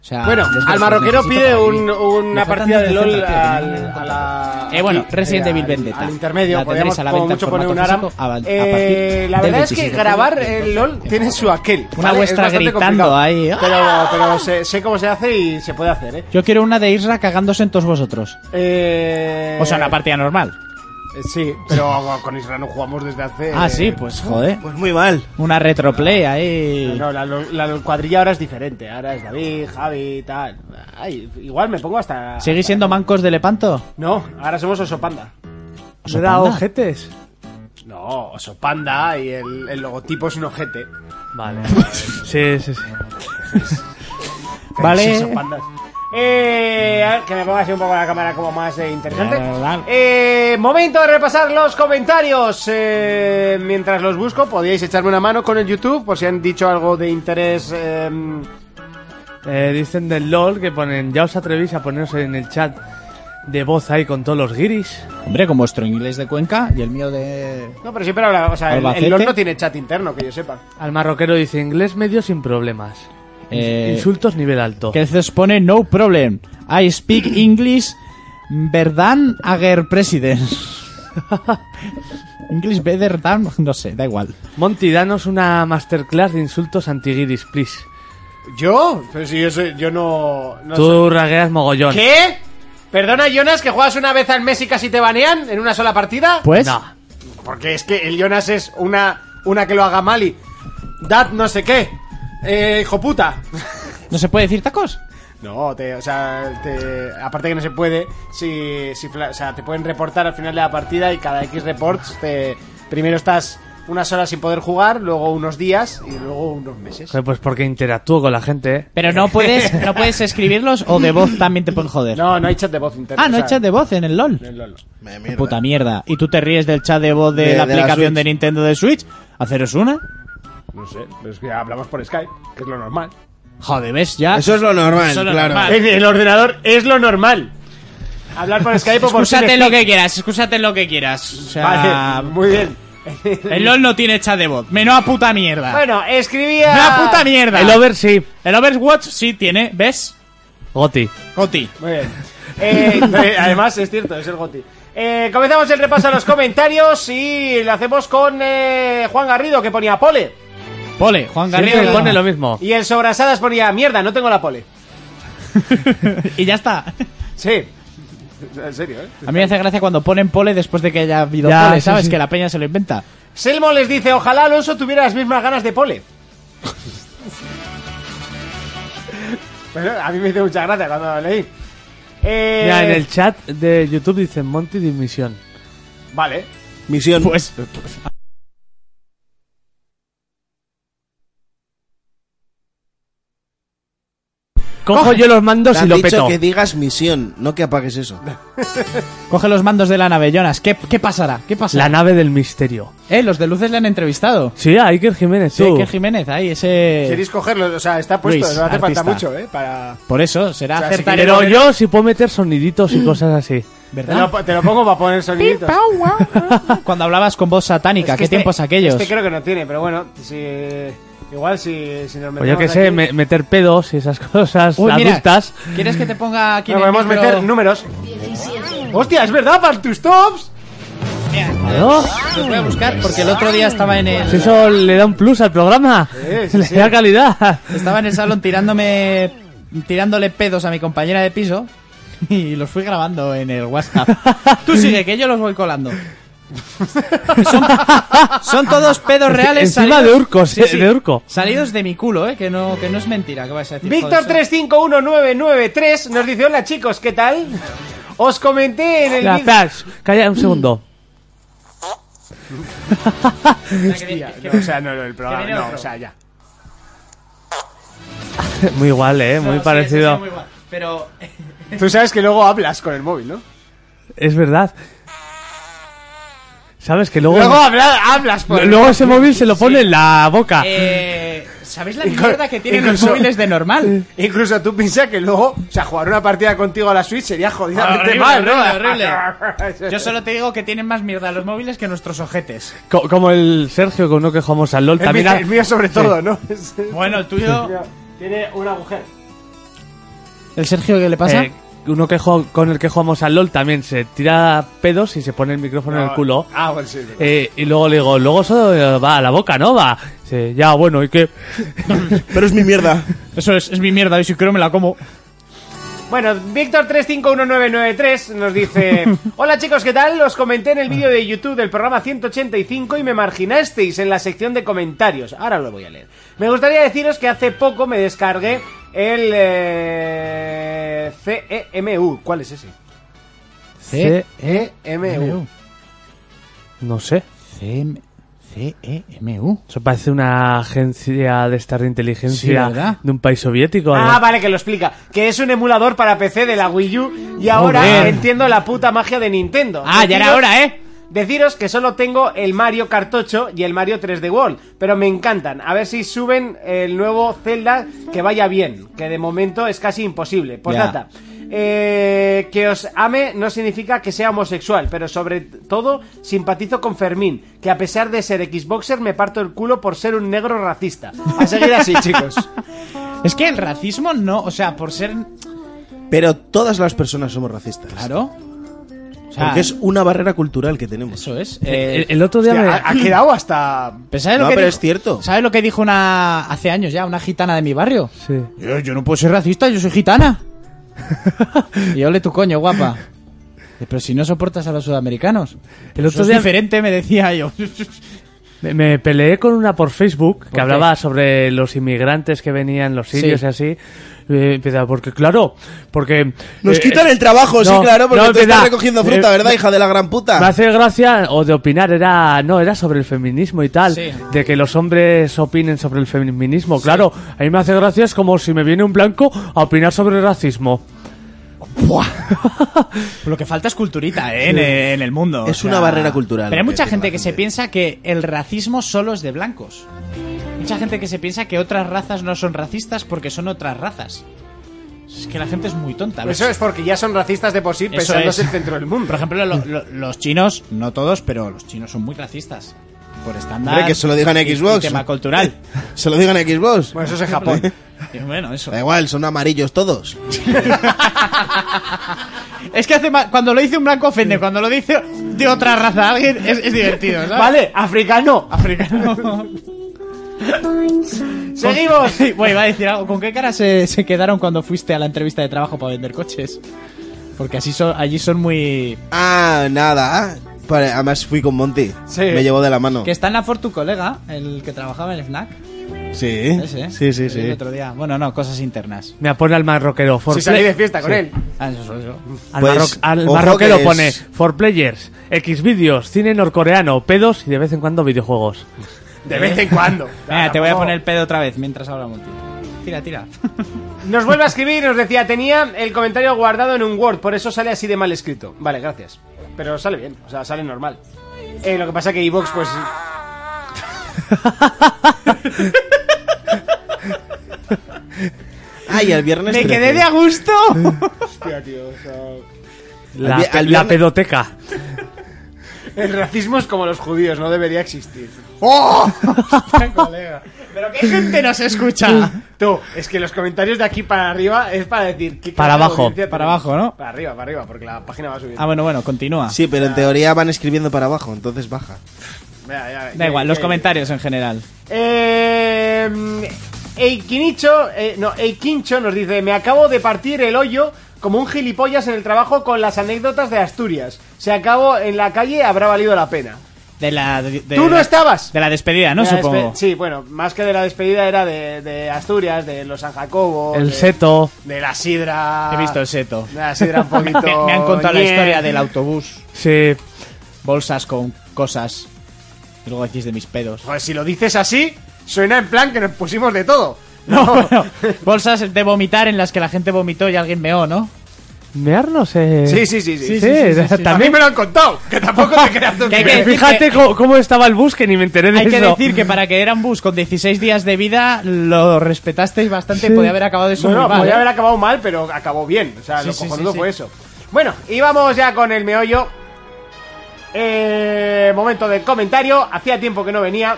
O sea,
Bueno,
los dos
al
los
marroquero
necesito
pide
para
un-
vivir. Me
una
faltan
partida de
dos
LOL
centros, tío, que
al,
no me
a la.
Eh, bueno,
aquí,
Resident
eh,
Evil
al-
Vendetta.
Al intermedio,
La
podríamos
tendréis a la
como
venta en
mucho poner un
formato
ARAM.
físico a- a
Eh,
partir
la verdad
del
es que
26 de
grabar
junio.
el LOL tiene su aquel.
Una
¿vale? Es
vuestra
bastante
gritando
complicado.
ahí. ¡Ah!
Pero, pero sé, sé cómo se hace y se puede hacer, ¿eh?
Yo quiero una de Isra cagándose en todos vosotros.
eh
O sea, una partida normal.
eh, Sí, pero con Israel no jugamos desde hace.
Ah,
eh,
sí, pues joder.
Pues muy mal.
Una retroplay ahí.
No, la, la, la cuadrilla ahora es diferente. Ahora es David, Javi, tal. Ay, igual me pongo hasta.
¿Seguís siendo mancos de Lepanto?
No, ahora somos Oso Panda.
¿No era
¿Sopanda?
ojetes?
No, Oso Panda y el, el logotipo es un ojete.
Vale. sí, sí, sí.
Vale.
Son pandas. Eh, a ver, que me ponga así un poco la cámara como más eh, interesante.
Ya, ya, ya.
Eh, momento de repasar los comentarios. Eh, mientras los busco, podíais echarme una mano con el YouTube por si han dicho algo de interés. em,
Eh, dicen del LOL que ponen, ya os atrevéis a poneros en el chat de voz ahí con todos los guiris.
Hombre, con vuestro inglés de Cuenca y el mío de...
no, pero siempre habla. O sea, el,
Albacete.
el LOL no tiene chat interno, que yo sepa.
Al marroquero dice inglés medio sin problemas.
Eh,
Insultos nivel alto.
Que se os pone no problem. I speak English. Verdad, Ager President. English Better Than... No sé, da igual.
Monty, danos una masterclass de insultos antiguiris, please.
¿Yo? Pues si yo, soy- yo no. no soy-
Tú ragueas mogollón.
¿Qué? ¿Perdona, Jonas, que juegas una vez al mes y casi te banean en una sola partida?
Pues...
No.
Porque es que el Jonas es una, una que lo haga mal y. Dad no sé qué. Eh, hijo puta.
¿No se puede decir tacos?
No, te, o sea, te- aparte que no se puede, si, si fla- o sea, te pueden reportar al final de la partida y cada X reports, te, primero estás unas horas sin poder jugar, luego unos días y luego unos meses.
Joder, Pues porque interactúo con la gente, ¿eh?
Pero no puedes, no puedes escribirlos o de voz también te pueden joder.
No, no hay chat de voz interno.
ah, no
o sea,
echas de voz en el LOL.
no, no, no.
Me mierda.
Puta mierda. ¿Y tú te ríes del chat de voz de,
De-
la
de la
aplicación
Switch.
de Nintendo de Switch? ¿Haceros una?
No sé, pero es que hablamos por Skype, que es lo normal.
Joder, ¿ves? Ya.
Eso es lo normal,
Eso es lo
claro.
normal.
En el ordenador es lo normal. Hablar por Skype o por
Excúsate
Teams.
lo que quieras, excúsate lo que quieras. O sea,
Vale, muy bien.
el LOL no tiene chat de voz. Menuda puta mierda.
Bueno, escribía...
Menuda puta mierda.
El over sí.
El Overwatch sí tiene, ¿ves?
Goti.
Goti.
Muy bien. Eh, eh, además, es cierto, es el Goti. Eh, comenzamos el repaso a los comentarios y lo hacemos con eh, Juan Garrido, que ponía pole.
Pole, Juan Garrido.
Siempre pone lo mismo.
Y el Sobrasadas ponía, mierda, no tengo la pole.
y ya está.
Sí. En serio, ¿eh?
A mí me hace gracia cuando ponen pole después de que haya habido
Ya,
pole,
sí,
¿sabes?
sí.
Que la peña se lo inventa.
Selmo les dice, ojalá Alonso tuviera las mismas ganas de pole. Bueno, a mí me hizo mucha gracia cuando lo leí. Eh,
Mira, en el chat de YouTube dicen Monty dimisión.
Vale.
Misión.
Pues.
Cojo yo los mandos
Te
y
han
lo
dicho
peto.
que digas misión, no que apagues eso.
Coge los mandos de la nave, Jonas. ¿Qué, qué pasará? ¿Qué pasará?
La nave del misterio.
Eh, los de luces le han entrevistado.
Sí, a Iker Jiménez,
Sí,
tú.
que Jiménez, ahí, ese.
¿Queréis cogerlo? O sea, está puesto,
Luis,
no hace falta
artista.
mucho, ¿eh? Para...
Por eso, será
O sea,
acertar
si
el
Pero
orden,
yo sí puedo meter soniditos y cosas así.
Te lo,
¿Verdad?
po- te lo pongo para poner soniditos.
Cuando hablabas con voz satánica,
Es que
¿qué
este-
tiempos aquellos?
Este creo que no tiene, pero bueno, si, igual si, si nos
O
metemos.
Pues yo qué sé,
aquí-
me- meter pedos y esas cosas
Uy, mira,
adultas.
¿Quieres que te ponga aquí
Bueno,
en el
podemos
micro?
meter números. ¡Hostia, es verdad! ¡Para tus tops!
Claro.
Los voy a buscar porque el otro día estaba en el
Si eso le da un plus al programa.
Sí, sí,
le
sí.
da calidad.
estaba en el salón tirándome tirándole pedos a mi compañera de piso y los fui grabando en el WhatsApp. Tú sigue que yo los voy colando. Son, son todos pedos reales
Encima
salidos-
de Urco, sí, de Urco.
Salidos de mi culo, eh, que no que no es mentira, que vas a decir.
Víctor
joder,
351993 nos dice: Hola chicos, ¿qué tal? Os comenté en el.
Mira,
vídeo-
Flash, calla un segundo.
Hostia, no, o sea, no, no, el programa.
viene
No,
otro.
o sea, ya.
Muy igual, eh,
no,
muy
sí,
parecido.
sí, sí, muy guay. Pero
Tú sabes que luego hablas con el móvil, ¿no?
Es verdad. Sabes que luego.
Luego pues, habla- hablas por. el-
Luego ese móvil se lo pone en la boca.
eh, ¿sabéis la
Inclu-
mierda que tienen los
incluso-
móviles de normal?
Incluso tú piensas que luego, o sea, jugar una partida contigo a la Switch sería jodidamente
Horrible,
mal, ¿no?
horrible, Yo solo te digo que tienen más mierda los móviles que nuestros ojetes.
Co- como el Sergio con uno que jugamos al LOL.
El,
También
mío,
ha-
el mío sobre todo, ¿no?
Bueno, el tuyo.
Tiene un agujero.
¿El Sergio qué le pasa?
eh, uno que juega- con el que jugamos al LOL también se tira pedos y se pone el micrófono en el culo.
Ah, bueno, sí. es verdad.
Eh, y luego le digo, luego eso va a la boca, ¿no? Va. Dice, ya, bueno, ¿y qué?
Pero es mi mierda.
Eso es, es mi mierda, y si quiero me la como.
Bueno, Víctor351993 nos dice: Hola chicos, ¿qué tal? Os comenté en el vídeo de YouTube del programa 185 y me marginasteis en la sección de comentarios. Ahora lo voy a leer. Me gustaría deciros que hace poco me descargué el. eh, CEMU. ¿Cuál es ese? E
C-
E
CEMU.
no sé.
C-E-M-U.
Eso parece una agencia de estar de inteligencia
Sí, ¿verdad?
de un país soviético. o algo.
Ah, vale, que lo explica. Que es un emulador para PC de la Wii U y ahora
Joder.
entiendo la puta magia de Nintendo.
Ah, ya era
Deciros-
hora, ¿eh?
Deciros que solo tengo el Mario Cartocho y el Mario 3D World, pero me encantan. A ver si suben el nuevo Zelda que vaya bien, que de momento es casi imposible. Por
Ya.
data. Eh, que os ame no significa que sea homosexual, pero sobre todo simpatizo con Fermín, que a pesar de ser Xboxer me parto el culo por ser un negro racista. A seguir así, chicos.
Es que el racismo no, o sea, por ser.
Pero todas las personas somos racistas.
Claro. O sea,
Porque es una barrera cultural que tenemos.
Eso es.
El,
Eh,
el otro día
Hostia,
me-
ha, ha quedado hasta.
pero ¿sabes
No,
lo que
pero
dijo-
es cierto.
¿Sabes lo que dijo una hace años ya, una gitana de mi barrio?
Sí.
Yo, yo no puedo ser racista, yo soy gitana. y ole tu coño, guapa. Eh, Pero si no soportas a los sudamericanos.
El
Eso
otro
es
día
diferente, me decía yo.
me, me peleé con una por Facebook que
qué?
hablaba sobre los inmigrantes que venían, los sirios
Sí.
y así. Eh, empezaba, porque claro, porque...
Nos
eh,
quitan
eh,
el trabajo, sí,
no,
claro, porque
no,
tú estás
verdad.
recogiendo fruta,
Eh,
¿verdad, hija de la gran
Me
puta?
hace gracia, o de opinar, era no era sobre el feminismo y tal,
Sí.
de que los hombres opinen sobre el feminismo. Claro, a mí me hace gracia, es como si me viene un blanco a opinar sobre el racismo.
Lo que falta es culturita eh, en, en el mundo.
Es una barrera cultural
Pero hay
lo que
mucha
tiene
gente
la
que se
gente.
piensa que el racismo solo es de blancos. Mucha gente que se piensa que otras razas no son racistas porque son otras razas. Es que la gente es muy tonta.
Eso Pues es porque ya son racistas de por sí,
Eso
pensándose
es.
el centro del mundo.
Por ejemplo, lo- lo- los chinos, no todos, pero los chinos son muy racistas. Por estándar.
Hombre, que se lo digan a
y- y
Xbox.
tema cultural.
Se lo digan a Xbox.
Bueno, eso es en Japón.
Y bueno, eso.
Da igual, son amarillos todos.
Es que hace ma- cuando lo dice un blanco ofende, cuando lo dice de otra raza alguien es, es divertido, ¿sabes?
vale, africano.
Africano.
Seguimos.
Bueno, iba a decir algo. ¿Con qué cara se, se quedaron cuando fuiste a la entrevista de trabajo para vender coches? Porque así son, allí son muy.
Ah, nada. ah. Para- Además fui con Monty.
Sí.
Me llevó de la mano.
Que está en la Ford tu colega, el que trabajaba en Fnac.
Sí.
Ese, ¿eh?
Sí, sí,
El
sí.
otro día. Bueno, no, cosas internas.
Me apone al marroquero. For
Si salí
play-
de fiesta con él.
Ah, eso, eso, eso.
Al,
Pues,
marro- al
ojo
marroquero
que es-
pone For Players, X vídeos, cine norcoreano, pedos y de vez en cuando videojuegos.
De vez en cuando.
Venga, te voy a
Tampoco.
poner el pedo otra vez mientras hablamos. tío. Tira, tira.
Nos vuelve a escribir y nos decía, tenía el comentario guardado en un Word, por eso sale así de mal escrito. Vale, gracias. Pero sale bien, o sea, sale normal. Eh, lo que pasa que Evox, pues...
Ay, al viernes.
¡Me
13.
quedé de a gusto!
La,
vi- al
la
viernes-
pedoteca.
El racismo es como los judíos, no debería existir.
¿Pero qué gente nos escucha?
Tú, es que los comentarios de aquí para arriba es para decir... ¿qué
Para
clase de
abajo,
audiencia
para
tenemos?
abajo, ¿no?
Para arriba, para arriba, porque la página va subiendo.
Ah, bueno, bueno, continúa.
Sí, pero en teoría van escribiendo para abajo, entonces baja.
Mira, ya,
Da
ya,
igual,
ya,
los
ya.
comentarios en general.
Eh, Eikinicho, eh, no, Eikincho nos dice, me acabo de partir el hoyo como un gilipollas en el trabajo con las anécdotas de Asturias. Si acabo en la calle habrá valido la pena.
De la. de- de-
Tú no estabas.
De la despedida, ¿no?
De la
Supongo.
despe- Sí, bueno, más que de la despedida era de, de Asturias, de los San Jacobo.
El
de,
seto.
De la sidra.
He visto el seto.
De la sidra un poquito.
Me, me han contado la
ñe.
historia del autobús.
Sí.
Bolsas con cosas. Y luego decís de mis pedos.
Joder, Pues si lo dices así, suena en plan que nos pusimos de todo.
No, bueno, bolsas de vomitar en las que la gente vomitó y alguien meó, ¿no?
Mear no sé.
Sí, sí, sí, sí.
Sí,
Sí,
o sea,
A mí
también.
me lo han contado, que tampoco te creas tú
Que hay
que-
que-
Fíjate cómo, cómo estaba el bus que ni me enteré de
Hay que
eso.
decir que para que eran bus con 16 días de vida lo respetasteis bastante y podía haber acabado eso
Bueno,
muy mal,
podía
¿eh?
haber acabado mal, pero acabó bien. O sea,
Sí,
lo
sí,
cojonudo
sí, sí.
fue eso. Bueno, y vamos ya con el meollo. Eh, momento del comentario. Hacía tiempo que no venía,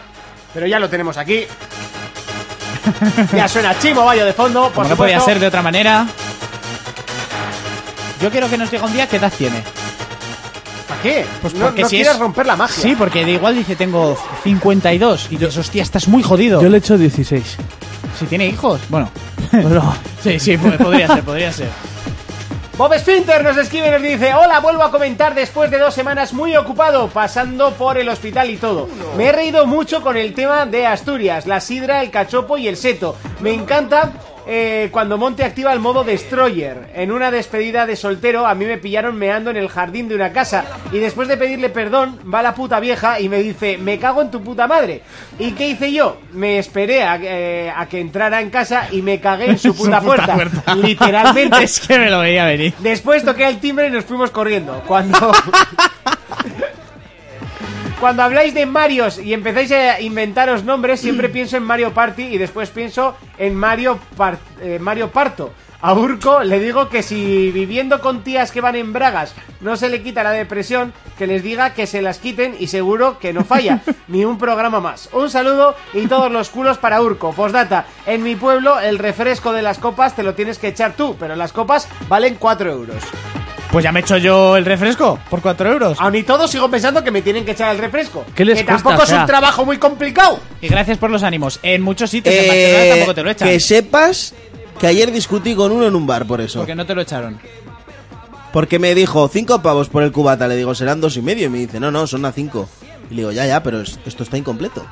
pero ya lo tenemos aquí. ya suena Chimo Bayo de fondo. Por
Como no
supuesto.
podía ser de otra manera. Yo quiero que nos diga un día qué edad tiene.
¿Para qué?
Pues
no,
porque
no
si
quieres
es-
romper la magia.
Sí, porque de igual dice tengo 52 y dices, hostia, estás muy jodido.
Yo le echo 16.
Si tiene hijos, bueno.
Bueno,
Sí, sí, po- podría ser, podría ser.
Bob Spinter nos escribe y nos dice Hola, vuelvo a comentar después de dos semanas muy ocupado Pasando por el hospital y todo Me he reído mucho con el tema de Asturias La sidra, el cachopo y el seto Me encanta eh, cuando Monte activa el modo Destroyer En una despedida de soltero A mí me pillaron meando en el jardín de una casa Y después de pedirle perdón Va la puta vieja y me dice Me cago en tu puta madre ¿Y qué hice yo? Me esperé a, eh, a que entrara en casa Y me cagué en su puta, puerta. Literalmente
es que me lo veía venir.
Después toqué el timbre y nos fuimos corriendo. Cuando. Cuando habláis de Marios y empezáis a inventaros nombres, siempre pienso en Mario Party y después pienso en Mario, Par- eh, Mario Parto. A Urco le digo que si viviendo con tías que van en bragas no se le quita la depresión, que les diga que se las quiten y seguro que no falla. Ni un programa más. Un saludo y todos los culos para Urco. Postdata, en mi pueblo el refresco de las copas te lo tienes que echar tú, pero las copas valen 4 euros.
Pues ya me echo yo el refresco por 4 euros.
Aún y todo sigo pensando que me tienen que echar el refresco.
¿Qué les
que
cuesta,
tampoco
o
es
sea?
un trabajo muy complicado.
Y gracias por los ánimos. En muchos sitios, en Barcelona
Eh,
tampoco te lo echan.
que sepas que ayer discutí con uno en un bar por eso.
Porque no te lo echaron.
Porque me dijo, cinco pavos por el cubata. Le digo, serán dos y medio. Y me dice, no, no, son a cinco. Y le digo, ya, ya, pero es- esto está incompleto.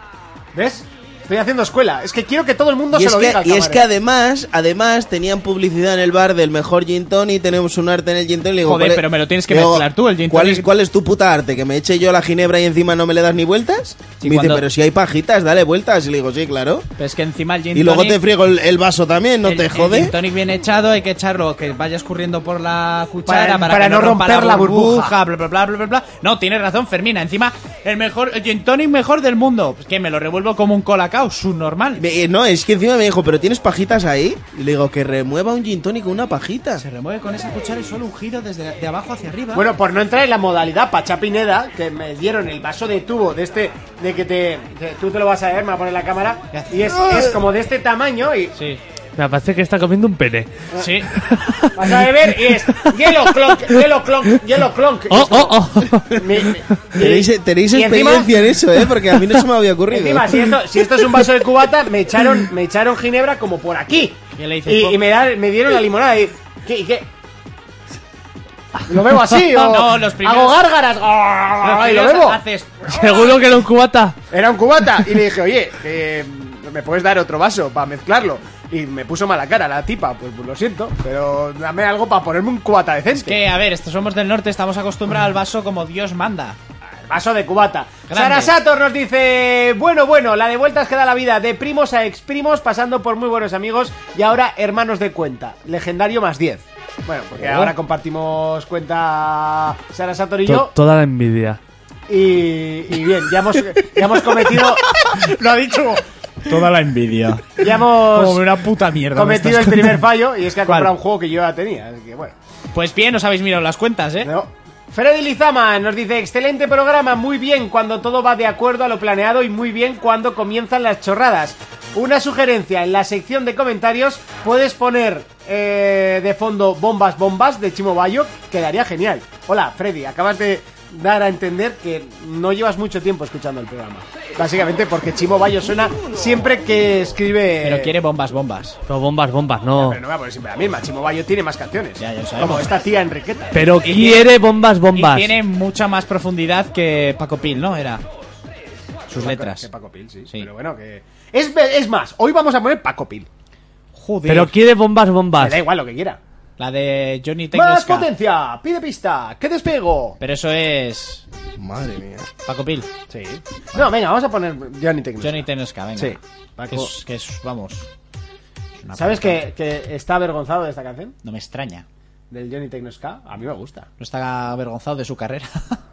¿Ves? Estoy haciendo escuela. Es que quiero que todo el mundo
y
se
es,
lo
que,
diga. al
y es que
camarero.
además, además, tenían publicidad en el bar del mejor gin tonic, tenemos un arte en el gin tonic. Le digo,
Joder,
¿cuál es-
pero me lo tienes que
le digo,
mezclar tú, el gin
¿cuál
tonic?
Es, ¿Cuál es tu puta arte? ¿Que me eche yo la ginebra y encima no me le das ni vueltas?
Sí,
me
cuando-
dice, pero si hay pajitas, dale vueltas. Y le digo, sí, claro.
Pero es que encima el gin
Y luego
tonic-
te friego el, el vaso también, no
el-
te
el
jode.
gin tonic bien echado, hay que echarlo, que vaya escurriendo por la cuchara
Para-
para,
para
que
no
rompa
romper la burbuja.
bla, bla, bla, bla, bla, bla. No, tienes razón, Fermina. Encima, el mejor, el gin tonic mejor del mundo. Es que me lo revuelvo como un colacao, subnormal.
Me- eh, No, es que encima me dijo, pero ¿tienes pajitas ahí? Y le digo, que remueva un gin tonic con una pajita.
Se remueve con esa cuchara y solo un giro desde de abajo hacia arriba.
Bueno, por no entrar en la modalidad Pachapineda, que me dieron el vaso de tubo de este, de que te. de- tú te lo vas a ver, me va a poner la cámara. Y es, es como de este tamaño y
sí.
Me parece que está comiendo un pene.
Sí.
vas a beber y es hielo clonk, hielo clonk, hielo clonk.
¡Oh, oh, oh!
Mi- mi-
Tenéis, tenéis
y encima-
experiencia en eso, ¿eh? Porque a mí no se me había ocurrido.
Encima, si esto, si esto es un vaso de cubata, me echaron, me echaron ginebra como por aquí.
¿Qué le dices, "Pues
y
Pop?
y me, da- me dieron la limonada y... ¿Qué? y qué? ¿Lo bebo así o
No, los primeros-
hago gárgaras?
Los
y Ah, lo
tíos
bebo.
haces-
Seguro que era un cubata.
Era un cubata. Y le dije, oye, eh, ¿me puedes dar otro vaso para mezclarlo? Y me puso mala cara la tipa. Pues, pues lo siento, pero dame algo para ponerme un cubata decente.
Que, a ver, estos somos del norte, estamos acostumbrados al vaso como Dios manda.
Vaso de cubata.
Grande.
Sara Sator nos dice: Bueno, bueno, la de vueltas que da la vida, de primos a exprimos, pasando por muy buenos amigos y ahora hermanos de cuenta. Legendario más 10. Bueno, porque ahora compartimos cuenta Sara Sator y
To-
yo.
toda la envidia.
Y, y bien, ya hemos, ya hemos cometido. Lo ha dicho.
Toda la envidia.
Ya hemos
una puta mierda.
cometido el primer fallo y es que ha
¿Cuál?
comprado un juego que yo ya tenía. Así que bueno.
Pues bien, os habéis mirado las cuentas, ¿eh?
No. Freddy Lizama nos dice, excelente programa, muy bien cuando todo va de acuerdo a lo planeado y muy bien cuando comienzan las chorradas. Una sugerencia, en la sección de comentarios puedes poner eh, de fondo bombas, bombas de Chimo Bayo, quedaría genial. Hola, Freddy, acabas de dar a entender que no llevas mucho tiempo escuchando el programa. Básicamente porque Chimo Bayo suena siempre que escribe...
Pero quiere bombas, bombas.
Pero bombas, bombas, no.
Pero no me voy a poner siempre la misma, Chimo Bayo tiene más canciones.
Ya, ya lo sabemos.
como esta tía Enriqueta.
Pero quiere bombas, bombas.
Y tiene mucha más profundidad que Paco Pil, ¿no? Era. Sus
Paco-
letras.
que Paco Pil, sí.
Sí.
Pero bueno, que. Es, ve- es más, hoy vamos a poner Paco Pil.
Joder.
Pero quiere bombas,
Me
bombas.
da igual lo que quiera.
La de Johnny
¡Más
Tecnosca.
potencia! ¡Pide pista! ¡Que despego!
Pero eso es.
Madre mía.
Paco Pil.
Sí. No, venga, vamos a poner Johnny Tecno.
Johnny Tecnosca, venga.
Sí.
Que es, que es- vamos. es una
¿Sabes
puta-
que, que está avergonzado de esta canción?
No me extraña.
Del Johnny Tecno Ska. A mí me gusta.
No está avergonzado de su carrera.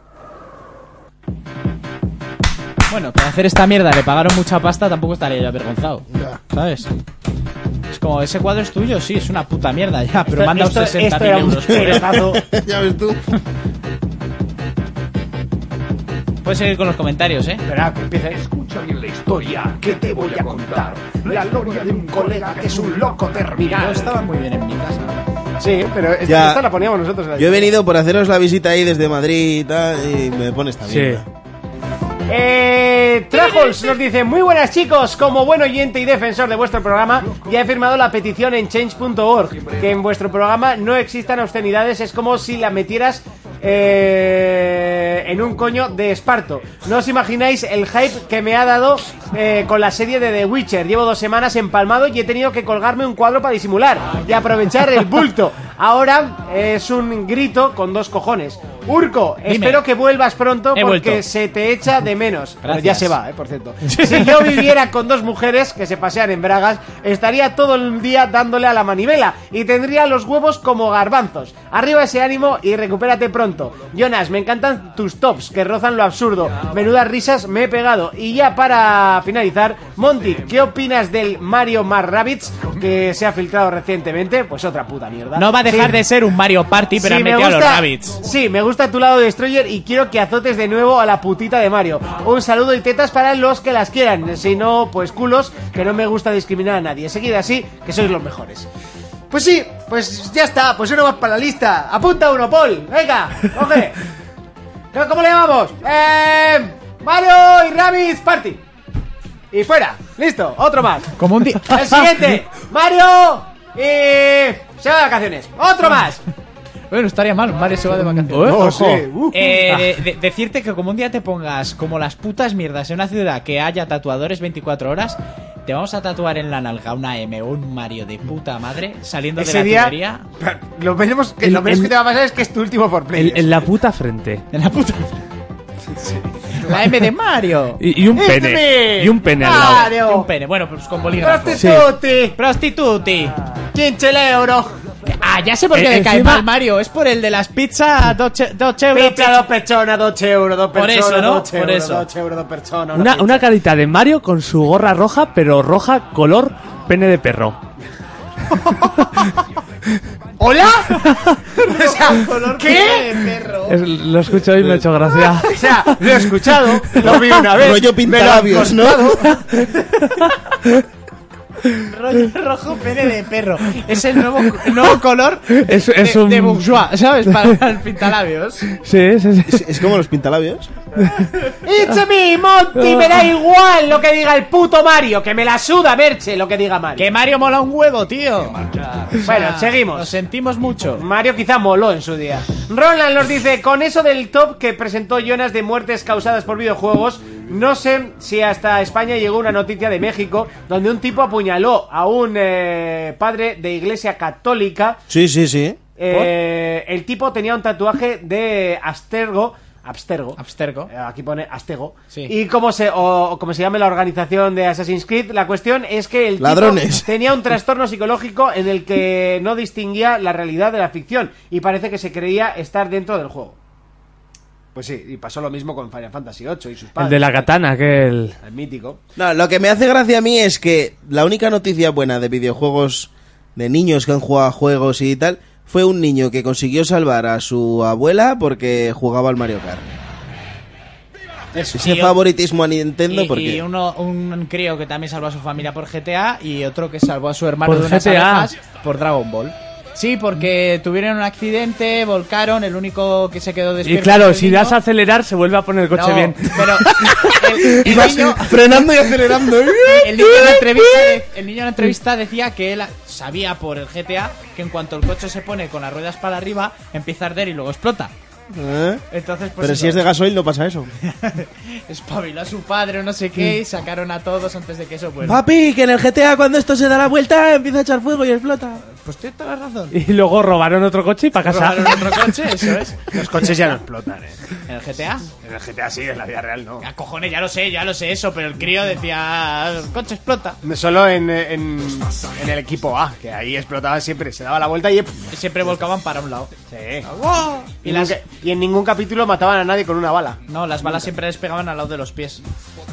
Bueno, para hacer esta mierda le pagaron mucha pasta, tampoco estaría avergonzado. ¿Sabes? Es como, ese cuadro es tuyo, sí, es una puta mierda ya, pero
Esto-
manda
esto-
60
esto era un
euros. por él.
pelotazo.
ya ves tú.
Puedes seguir con los comentarios, ¿eh?
Espera, que empiece.
Escucha bien la historia que te voy a contar. La gloria de un colega que es un loco
Yo
terminal.
estaba muy bien en mi casa.
Sí, pero esta,
Ya.
esta la poníamos nosotros. en la-
Yo he venido por haceros la visita ahí desde Madrid y tal, y me pones
Sí.
también.
Eh, Trajols nos dice, muy buenas chicos, como buen oyente y defensor de vuestro programa, ya he firmado la petición en change.org, que en vuestro programa no existan austeridades, es como si la metieras eh, en un coño de esparto. No os imagináis el hype que me ha dado eh, con la serie de The Witcher. Llevo dos semanas empalmado y he tenido que colgarme un cuadro para disimular y aprovechar el bulto. Ahora eh, es un grito con dos cojones. Urco,
Dime.
espero que vuelvas pronto
He
porque
vuelto.
se te echa de menos. Pero ya
Gracias.
se va, eh, por cierto. Si yo viviera con dos mujeres que se pasean en bragas, estaría todo el día dándole a la manivela y tendría los huevos como garbanzos. Arriba ese ánimo y recupérate pronto. Jonas, me encantan tus tops que rozan lo absurdo. Menudas risas me he pegado. Y ya para finalizar, Monty, ¿qué opinas del Mario Mar Rabbits que se ha filtrado recientemente? Pues otra puta mierda.
No va a dejar
Sí.
de ser un Mario Party, pero
Sí,
han
me
metido a los
gusta-
Rabbits.
Sí, me gusta tu lado Destroyer y quiero que azotes de nuevo a la putita de Mario. Un saludo y tetas para los que las quieran. Si no, pues culos, que no me gusta discriminar a nadie. Seguid así, que sois los mejores. Pues sí, pues ya está, pues uno más para la lista. Apunta uno, Paul. Venga, coge. ¿Cómo- ¿Cómo le llamamos? Eh, Mario y Rabbids Party. Y fuera. Listo, otro más.
Como un día.
El siguiente, Mario y... Se va de vacaciones. Otro más.
Bueno, estaría mal, Mario se va de vacaciones.
No,
Ojo.
sí, uh.
Ah.
Eh, de- de- decirte que como un día te pongas como las putas mierdas en una ciudad que haya tatuadores 24 horas, te vamos a tatuar en la nalga una M o un Mario de puta madre saliendo de
Ese
la
día,
tubería.
Lo menos, que,
El-
lo menos
el-
que te va a pasar es que es tu último por play.
En, en la puta frente.
En la puta. La M de Mario. Este
Y, y un
Este
pene. Y un pene al lado. este
Y un
Mario.
pene. Bueno, pues con bolígrafo.
Prostituti.
Prostituti.
Quinchele euro.
Ah, ya sé por qué
Eh,
me cae
encima-
mal Mario. Es por el de las pizzas 2 euros.
Pizza, dos personas, dos euros, dos
Por
personas,
eso, ¿no?
dos
Por
euros,
eso.
dos euros, dos personas.
Una,
pizza.
una carita de Mario con su gorra roja, pero roja color pene de perro.
¿Hola? o sea, ¿qué?
Es- lo escucho y me ha hecho gracia.
O sea, lo he escuchado, lo vi una vez.
Rollo pintalabios, ¿no?
Rollo rojo pene de perro. Es el nuevo, nuevo color
Es, es
de,
un...
de bourgeois, ¿sabes? Para el pintalabios.
Sí, sí, sí.
Es, es como los pintalabios.
It's me, Monty, me da igual lo que diga el puto Mario, que me la suda, Merche, lo que diga Mario.
Que Mario mola un huevo, tío.
Bueno,
Lo
seguimos.
sentimos mucho.
Mario quizá moló en su día. Roland nos dice, con eso del top que presentó Jonas de muertes causadas por videojuegos, no sé si hasta España llegó una noticia de México donde un tipo apuñaló a un eh, padre de iglesia católica.
Sí, sí, sí.
Eh, el tipo tenía un tatuaje de Abstergo. Abstergo.
Abstergo.
Eh, Aquí pone Astego.
Sí.
Y como se, o, o como se llame la organización de Assassin's Creed, la cuestión es que el tipo
Ladrones.
tenía un trastorno psicológico en el que no distinguía la realidad de la ficción y parece que se creía estar dentro del juego. Pues sí, y pasó lo mismo con Final Fantasy VIII y sus padres.
El de la katana, que el...
El mítico.
No, lo que me hace gracia a mí es que la única noticia buena de videojuegos de niños que han jugado a juegos y tal fue un niño que consiguió salvar a su abuela porque jugaba al Mario Kart. Ese
Tío.
favoritismo a Nintendo
Y,
porque
y uno, un crío que también salvó a su familia por GTA y otro que salvó a su hermano
Por
de unas
GTA.
abejas por Dragon Ball. Sí, porque tuvieron un accidente, volcaron, el único que se quedó
Y
despierto. fue
claro,
el
si
niño.
das a acelerar se vuelve a poner el coche
No,
bien.
Pero el, el niño,
frenando y acelerando.
el niño en la entrevista, de- el niño en la entrevista decía que él sabía por el GTA que en cuanto el coche se pone con las ruedas para arriba, empieza a arder y luego explota.
¿Eh?
Entonces, pues
Pero
eso,
si es de gasoil no pasa eso.
espabiló a su padre o no sé qué y sacaron a todos antes de que eso vuelva.
Papi, que en el GTA cuando esto se da la vuelta empieza a echar fuego y explota.
Pues tienes toda la razón.
Y luego robaron otro coche y para casa.
Robaron otro coche, eso es.
Los coches ya no explotan, ¿eh?
¿En el GTA?
En el GTA sí, en la vida real no.
A cojones, ya lo sé, ya lo sé eso, pero el crío decía, "Ah, el coche explota.
Solo en, en, en el equipo A, que ahí explotaban siempre, se daba la vuelta y... ¡pff!
Y siempre volcaban para un lado.
Sí.
Y
Y,
las...
nunca- y en ningún capítulo mataban a nadie con una bala.
No, las balas siempre les pegaban al lado de los pies.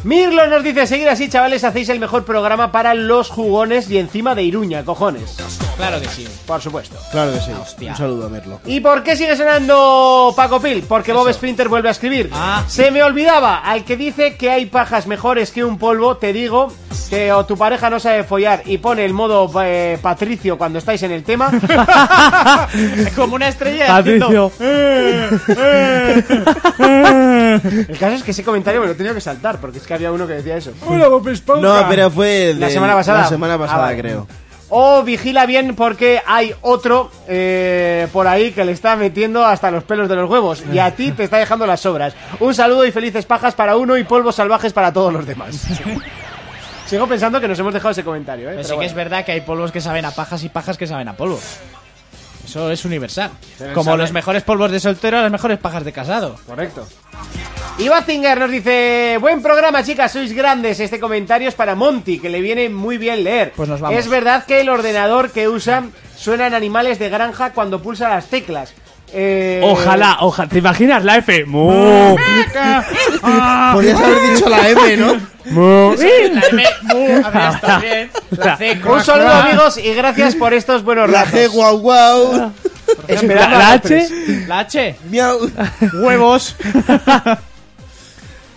Mirlo nos dice, seguir así, chavales, hacéis el mejor programa para los jugones y encima de Iruña, cojones.
Claro que sí.
Por supuesto.
Claro que sí.
Hostia.
Un saludo a Merlo.
¿Y por qué sigue sonando Paco Pil? Porque Bob Splinter vuelve a escribir.
Ah.
Se me olvidaba, al que dice que hay pajas mejores que un polvo, te digo que o tu pareja no sabe follar y pone el modo eh, Patricio cuando estáis en el tema.
Es como una estrella haciendo-
Patricio.
el caso es que ese comentario me lo he tenido que saltar porque es que había uno que decía eso.
Eh,
No, pero fue el
La
de-
semana pasada.
La semana pasada,
Ah, vale.
creo.
O vigila bien porque hay otro eh, por ahí que le está metiendo hasta los pelos de los huevos y a ti te está dejando las sobras. Un saludo y felices pajas para uno y polvos salvajes para todos los demás. Sigo pensando que nos hemos dejado ese comentario, ¿eh?
Pero sí
Pero
que es
bueno.
verdad que hay polvos que saben a pajas y pajas que saben a polvo. Eso es universal.
Pero
Como
sabe-
los mejores polvos de soltero a las mejores pajas de casado.
Correcto. Y Bazinger nos dice, buen programa chicas, sois grandes. Este comentario es para Monty, que le viene muy bien leer.
Pues nos vamos.
Es verdad que el ordenador que usan suenan animales de granja cuando pulsa las teclas. Eh,
Ojalá, ojalá. ¿Te imaginas la F? Mu,
Ah.
Podrías haber dicho la M, ¿no?
mu.
La M, mu, habría estado bien. La C,
Un
cua,
saludo
cua.
amigos y gracias por estos buenos
La
ratos.
G, guau,
Ah.
guau.
La,
Esperando
la
a
H.
López.
La H.
Miau.
Huevos.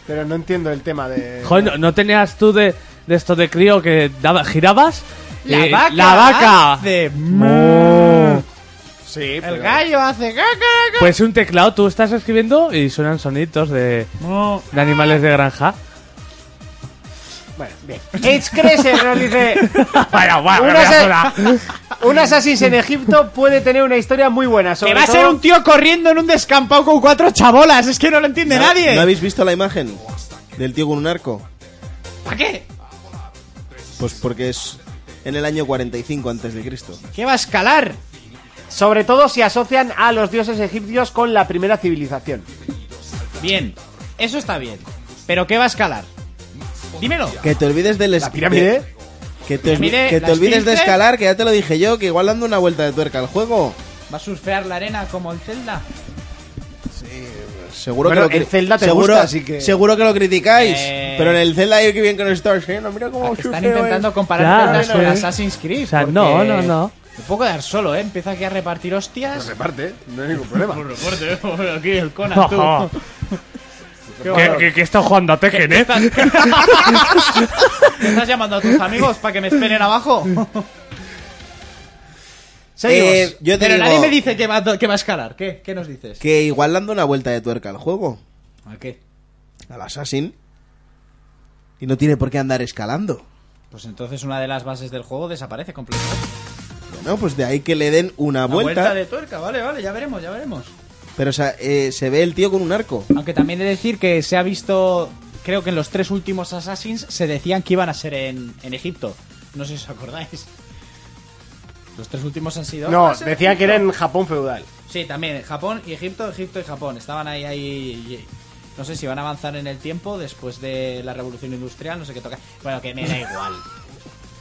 Pero no entiendo el tema de.
Joder, ¿no, no tenías tú de, de esto de crío que daba, girabas
La
Eh,
vaca.
la vaca.
hace
Oh.
Sí,
El gallo hace caca.
Pues un teclado, tú estás escribiendo y suenan sonitos de, de animales de granja.
Bueno, bien. H. Cresser nos dice:
Vaya,
Ah,
guau,
un,
vaya
asa- un Assassin's en Egipto puede tener una historia muy buena. Sobre
Que va a ser
todo-
un tío corriendo en un descampado con cuatro chabolas. Es que no lo entiende nadie.
¿No habéis visto la imagen del tío con un arco?
¿Para qué?
Pues porque es en el año 45 antes de Cristo.
¿Qué va a escalar?
Sobre todo si asocian a los dioses egipcios con la primera civilización.
Bien. Eso está bien. ¿Pero qué va a escalar? Dímelo.
Que te olvides del...
La pirámide.
de- que te,
Pirámide,
que te
las
olvides de
esfinge.
escalar, que ya te lo dije yo, que igual dando una vuelta de tuerca al juego.
¿Va a surfear la arena como el Zelda?
Seguro
Bueno,
que lo
el Zelda te
seguro,
gusta, así que-
seguro que lo criticáis.
Eh.
Pero en el Zelda hay que bien que no está no mira cómo
Ah,
Que Están
surfeo es.
intentando comparar
Claro,
Zelda con
sí.
Assassin's Creed.
O sea,
porque
no, no, no.
Me puedo quedar solo, ¿eh? Empieza aquí a repartir hostias.
Pues
¿eh?
Reparte, no hay ningún problema.
aquí el Conan,
Ojo. ¿Qué, qué, qué está jugando a Tekken, eh?
¿Estás llamando a tus amigos para que me esperen abajo? Seguimos.
Eh, yo te
Pero
digo-
nadie me dice que va, a- que va a escalar. ¿Qué? ¿Qué nos dices?
eh. Que igual dando una vuelta de tuerca al juego.
¿A qué?
Al Assassin. Y no tiene por qué andar escalando.
Pues entonces una de las bases del juego desaparece completamente.
No, pues de ahí que le den una
La
vuelta.
vuelta de tuerca, vale, vale, ya veremos, ya veremos.
Pero o sea, eh, se ve el tío con un arco.
Aunque también he de decir que se ha visto, creo que en los tres últimos Assassins se decían que iban a ser en, en Egipto. No sé si os acordáis. Los tres últimos han sido...
No,
"Va a ser
decía que
Egipto".
era en Japón feudal.
Sí, también, Japón y Egipto, Egipto y Japón. Estaban ahí, ahí. y- No sé si van a avanzar en el tiempo después de la revolución industrial, no sé qué toca. Bueno, que me da igual.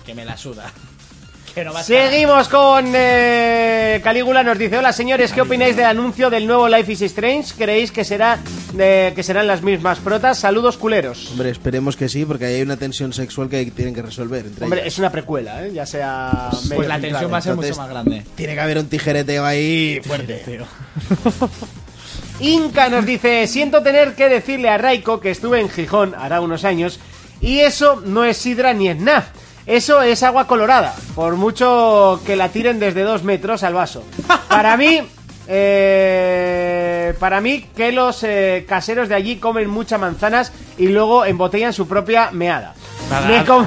Que me la suda. Que no va a estar.
Seguimos con eh, Calígula. Nos dice: Hola señores, ¿qué opináis del anuncio del nuevo Life is Strange? ¿Creéis que será eh, que serán las mismas protas? Saludos culeros.
Hombre, esperemos que sí, porque ahí hay una tensión sexual que tienen que resolver. Entre
Hombre,
ellas.
es una precuela, ¿eh? ya sea.
Pues
medio
la
central.
tensión va a ser
entonces-
mucho más grande.
Tiene que haber un tijereteo ahí fuerte.
Inca nos dice, siento tener que decirle a Raiko que estuve en Gijón hará unos años y eso no es sidra ni es nada. Eso es agua colorada, por mucho que la tiren desde dos metros al vaso. Para mí, eh, para mí que los eh, caseros de allí comen muchas manzanas y luego embotellan su propia meada. Me com-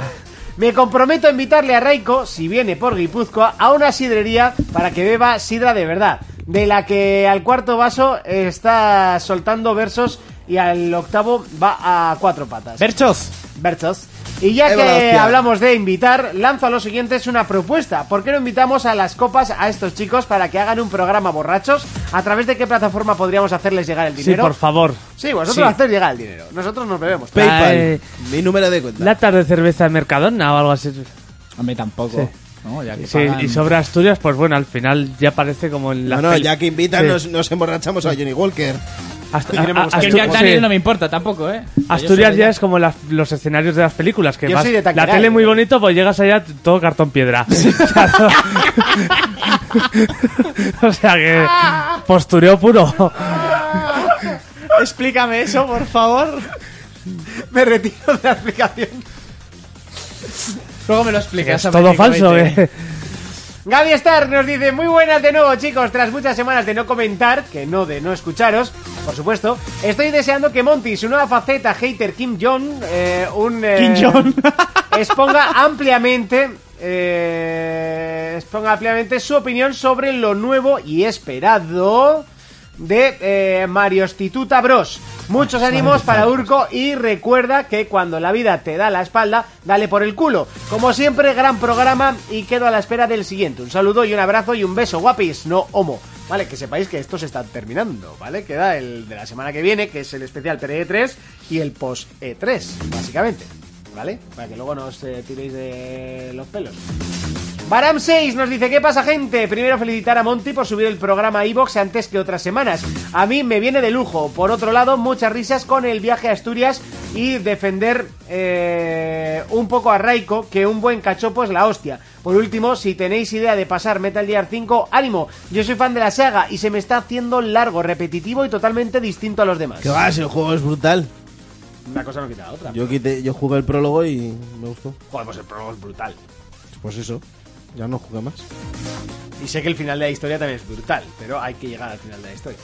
me comprometo a invitarle a Raiko, si viene por Guipúzcoa, a una sidrería para que beba sidra de verdad, de la que al cuarto vaso está soltando versos y al octavo va a cuatro patas.
Berchos,
versos. Y ya
Ébola,
que
hostia.
hablamos de invitar, lanzo a los siguientes una propuesta. ¿Por qué no invitamos a las copas a estos chicos para que hagan un programa borrachos? ¿A través de qué plataforma podríamos hacerles llegar el
Sí,
dinero?
por favor.
Sí, vosotros
Sí.
hacéis llegar el dinero. Nosotros nos bebemos.
PayPal,
Ay.
mi número de cuenta.
Latas de cerveza en Mercadona o algo así.
a mí tampoco. No, ya que
Sí,
pagan.
y sobre Asturias, pues bueno, al final ya parece como en la.
No, no,
peli-
ya que invitan,
Sí.
nos, nos emborrachamos a Johnny Walker.
Ast-
que no me
a-
gusta.
Astu-
Que Jack Daniel
sí.
no me importa tampoco, ¿eh?
Asturias ya es como las- los escenarios de las películas. que
Yo
vas-
soy de
La
Taqueray.
tele muy bonito, pues llegas allá t- todo cartón piedra. o sea que. Postureo puro.
Explícame eso, por favor.
Me retiro de la aplicación.
Luego me lo explicas.
es todo falso, eh.
Gaby Star nos dice, muy buenas de nuevo chicos, tras muchas semanas de no comentar, que no de no escucharos, por supuesto, estoy deseando que Monty, su nueva faceta hater Kim Jong, eh, un... eh,
Kim Jong.
exponga ampliamente... eh, exponga ampliamente su opinión sobre lo nuevo y esperado de eh, Mario Instituta Bros. Muchos ánimos para Urco y recuerda que cuando la vida te da la espalda, dale por el culo. Como siempre, gran programa y quedo a la espera del siguiente. Un saludo y un abrazo y un beso, guapis, no homo. Vale, que sepáis que esto se está terminando, ¿vale? Queda el de la semana que viene, que es el especial pre-E3 y el post-E3, básicamente. ¿Vale? Para que luego no os eh, tiréis de los pelos. Baram 6 nos dice, ¿qué pasa gente? Primero felicitar a Monty por subir el programa Evox antes que otras semanas. A mí me viene de lujo. Por otro lado, muchas risas con el viaje a Asturias y defender eh, un poco a Raiko, que un buen cachopo es la hostia. Por último, si tenéis idea de pasar Metal Gear 5, ánimo. Yo soy fan de la saga y se me está haciendo largo, repetitivo y totalmente distinto a los demás.
Que va, si el juego es brutal.
Una cosa no quita la otra.
Yo, quité, yo jugué el prólogo y me gustó.
Joder, pues el programa es brutal.
pues eso, ya no jugué más.
Y sé que el final de la historia también es brutal, pero hay que llegar al final de la historia.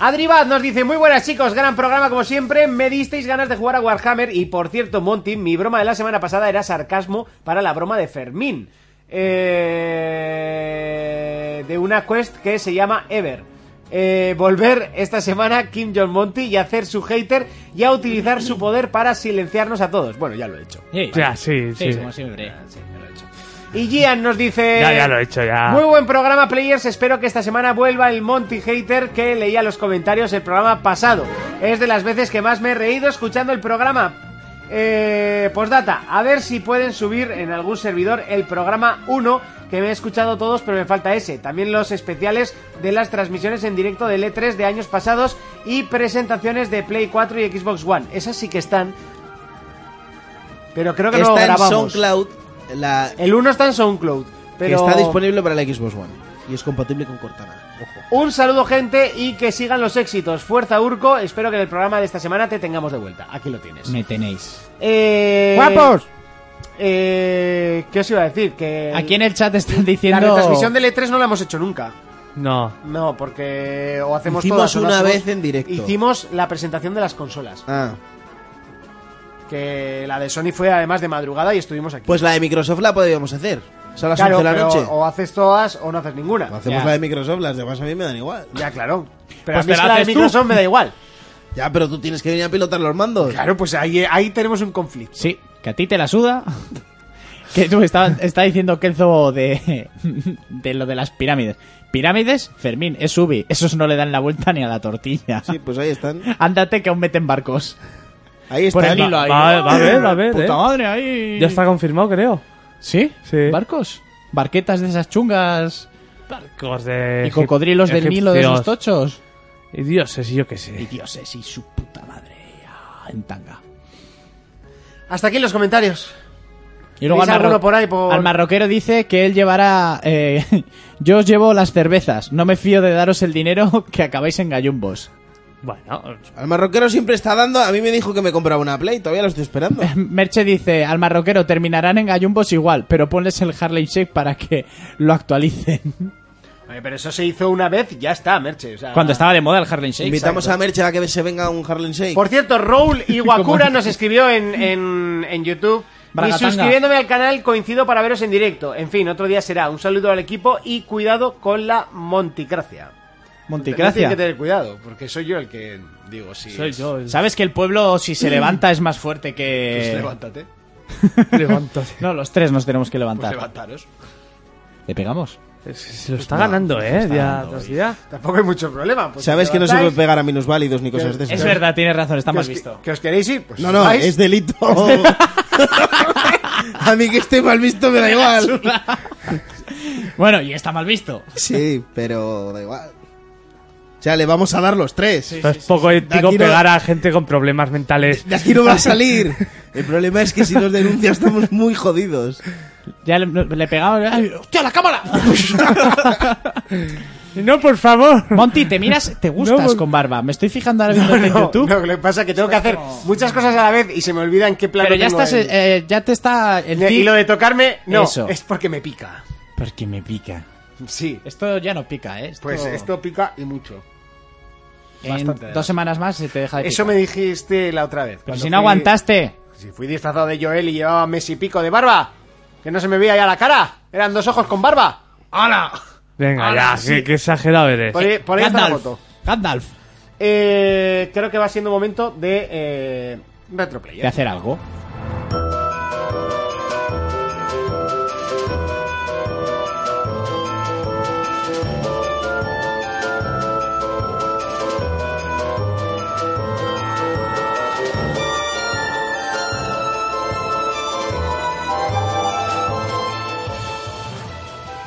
Adribad nos dice, muy buenas chicos, gran programa como siempre, me disteis ganas de jugar a Warhammer y por cierto, Monty, mi broma de la semana pasada era sarcasmo para la broma de Fermín. Eh, de una quest que se llama Ever. Eh, volver esta semana Kim Jong Monty y hacer su hater y a utilizar su poder para silenciarnos a todos. Bueno, ya lo he hecho.
Sí,
Ya, sí,
sí,
sí.
como siempre.
Y Gian nos dice...
Ya, ya lo he hecho,
Ah.
ya.
Muy buen programa, players. Espero que esta semana vuelva el Monty Hater que leía los comentarios el programa pasado. Es de las veces que más me he reído escuchando el programa. Eh, postdata, a ver si pueden subir en algún servidor el programa 1 que me he escuchado todos pero me falta ese. También los especiales de las transmisiones en directo del E3 de años pasados y presentaciones de Play 4 y Xbox One. Esas sí que están. Pero creo que no lo
está en
grabamos.
SoundCloud, la,
El 1 está en SoundCloud.
que
Pero...
está disponible para la Xbox One y es compatible con Cortana. Ojo.
Un saludo, gente, y que sigan los éxitos. Fuerza, Urco. Espero que en el programa de esta semana te tengamos de vuelta. Aquí lo tienes.
Me tenéis.
Eh,
¡Guapos!
eh, ¿Qué os iba a decir? Que el-
Aquí en el chat están
la
diciendo...
retransmisión del E3 no la hemos hecho nunca.
No.
No, porque o hacemos
Hicimos
todas o no
una
hacemos-
vez en directo.
Hicimos la presentación de las consolas.
Ah,
Que la de Sony fue además de madrugada y estuvimos aquí.
pues la de Microsoft la podríamos hacer. Son las
claro,
11 de la
pero
noche.
o haces todas o no haces ninguna.
O hacemos
Ya.
la de Microsoft, las demás a mí me dan igual.
Ya, claro. Pero
Pues
a mí
te
es
la
que la de
haces tú.
Microsoft me da igual.
Ya, pero tú tienes que venir a pilotar los mandos.
Claro, pues ahí, ahí tenemos un conflicto.
Sí, que a ti te la suda. Que tú está, está diciendo Kelzo de, de lo de las pirámides. Pirámides, Fermín, es Ubi. Esos no le dan la vuelta ni a la tortilla.
Sí, pues ahí están.
Ándate que aún meten barcos.
Ahí
Por
están.
el hilo ahí.
va- va a ver, va a ver,
Puta
eh.
madre, ahí.
Ya está confirmado, creo.
¿Sí?
Sí.
¿Barcos? ¿Barquetas de esas chungas?
Barcos de.
¿Y cocodrilos del Nilo de esos
tochos.
tochos?
Y dioses, y yo qué
Y
sé.
dioses y su puta madre. ah, en tanga.
Hasta aquí los comentarios.
Y luego al,
¿Veis alguno
marro-
por ahí, por-
al marroquero dice que él llevará... eh, yo os llevo las cervezas. No me fío de daros el dinero que acabáis en gallumbos.
Bueno,
Al marroquero siempre está dando. A mí me dijo que me compraba una Play, todavía lo estoy esperando.
Eh, Merche dice, al marroquero terminarán en gallumbos igual, pero ponles el Harley Shake para que lo actualicen.
Oye, pero eso se hizo una vez y ya está, Merche. o sea-
Cuando estaba de moda el Harley Shake.
Invitamos a Merche a que se venga un Harlem Shake.
Por cierto, Raúl Iwakura nos escribió en, en, en YouTube.
Bragatanga.
Y suscribiéndome al canal coincido para veros en directo. En fin, otro día será. Un saludo al equipo y cuidado con la monticracia. Tienes que
Monticracia.
tener cuidado, porque soy yo el que digo sí.
soy
es-
yo. el-
¿Sabes que el pueblo si se levanta es más fuerte
Pues
que...
levántate.
Levántate.
No, los tres nos tenemos que
Pues
levantar.
levantaros.
¿Le pegamos?
Se- Se lo está ganando, ¿eh? Día tras día.
Tampoco hay mucho problema. pues
Sabes
os
que no se puede
levantáis,
pegar a minusválidos ni cosas de esas.
Es verdad, tienes razón, está
que
mal
os-
visto.
Que os queréis ir, pues
No, no,
vais.
es delito. a mí que esté mal visto me da igual.
Bueno, y está mal visto.
Sí, pero da igual. O sea, le vamos a dar los tres.
No es poco ético
Aquí no-
pegar a gente con problemas mentales.
De aquí no va a salir. El problema es que si nos denuncia estamos muy jodidos.
Ya le, le pegamos... ¡Ay, ¡Hostia, la cámara!
No, por favor.
Monty, te miras, te gustas
Mon-
con barba. Me estoy fijando ahora mismo en
pues- No,
YouTube.
no, lo que pasa es que tengo que hacer muchas cosas a la vez y se me olvida en qué plano
pero ya
tengo
estás,
el-
eh, ya te está el
Y
tic-
lo de tocarme, no,
Eso.
es porque me pica.
Porque me pica.
Sí,
Esto ya no pica, ¿eh? Esto-
pues esto pica y mucho.
en
bastante,
dos semanas más se te deja de
Eso
picar.
me dijiste la otra vez.
Pero
cuando
si no
fui-
aguantaste.
Si fui disfrazado de Joel y llevaba mes y pico de barba, que no se me veía ya la cara. Eran dos ojos con barba. ¡Hala!
Venga,
Ahora
ya,
sí.
qué, qué exagerado eres.
Por ahí, Eh, por ahí está la foto.
Gandalf.
Eh, creo que va siendo momento de eh, retroplayer.
De hacer algo.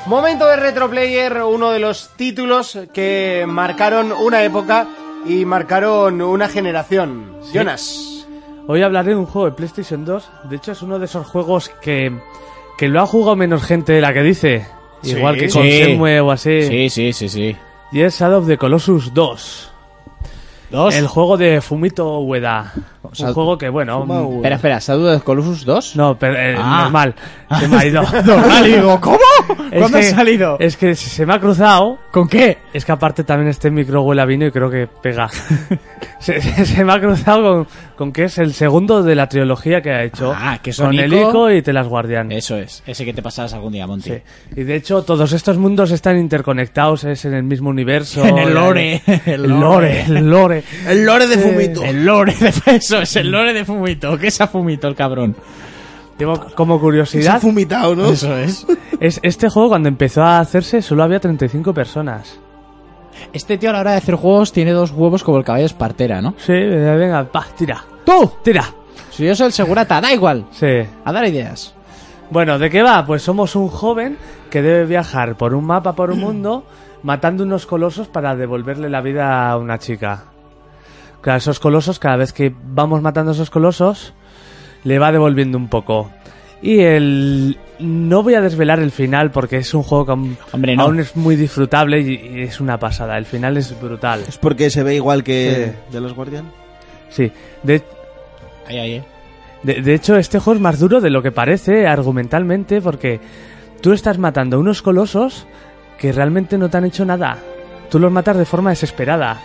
Momento de retroplayer, uno de los títulos que marcaron una época y marcaron una generación. Jonas.
Hoy hablaré de un juego de PlayStation 2. De hecho, es uno de esos juegos que, que lo ha jugado menos gente de la que dice.
Sí.
Igual que con
Sí.
Shenmue o así.
sí, sí, sí.
Y es Shadow of the Colossus 2.
Dos.
El juego de Fumito Ueda. Un juego que, bueno...
Fumao.
mm,
Espera, espera, ¿Shadow of the Colossus 2?
No, pero eh,
Ah.
normal. Se me ha ido.
Normal, y digo, ¿cómo?
Es
¿Cuándo ha
que-
salido?
Es que se me ha cruzado.
¿Con qué?
Es que aparte también este micro huele a vino y creo que pega. se, se- se me ha cruzado con, con que es el segundo de la trilogía que ha hecho.
Ah, Eh, que son
son el
Ico-
Ico y Telas
Mm.
Guardián.
Eso es, ese que te pasarás algún día, Monty.
Sí. Y de hecho todos estos mundos están interconectados, es en el mismo universo.
En el lore, el
El lore, el lore.
El lore de Fumito.
El lore de eso es el lore de Fumito. ¿Qué es a Fumito el cabrón?
Tengo como
Es un
curiosidad,
fumitado, ¿no?
Eso es.
es, este juego cuando empezó a hacerse solo había 35 personas.
Este tío a la hora de hacer juegos tiene dos huevos como el caballo espartera, ¿no?
Sí, venga, venga, pa, tira,
¡Tú!
tira.
Si yo soy el segurata, da igual.
Sí.
A dar ideas.
Bueno, ¿de qué va? Pues somos un joven que debe viajar por un mapa, por un mundo, matando unos colosos para devolverle la vida a una chica. Claro, esos colosos, cada vez que vamos matando a esos colosos, le va devolviendo un poco. Y el... No voy a desvelar el final porque es un juego que aún,
Hombre, no.
aún es muy disfrutable y, y es una pasada. El final es brutal.
Es porque se ve igual que de los Guardian.
Sí. De,
Ahí, ahí, eh.
De, de hecho, este juego es más duro de lo que parece argumentalmente porque tú estás matando unos colosos que realmente no te han hecho nada. Tú los matas de forma desesperada.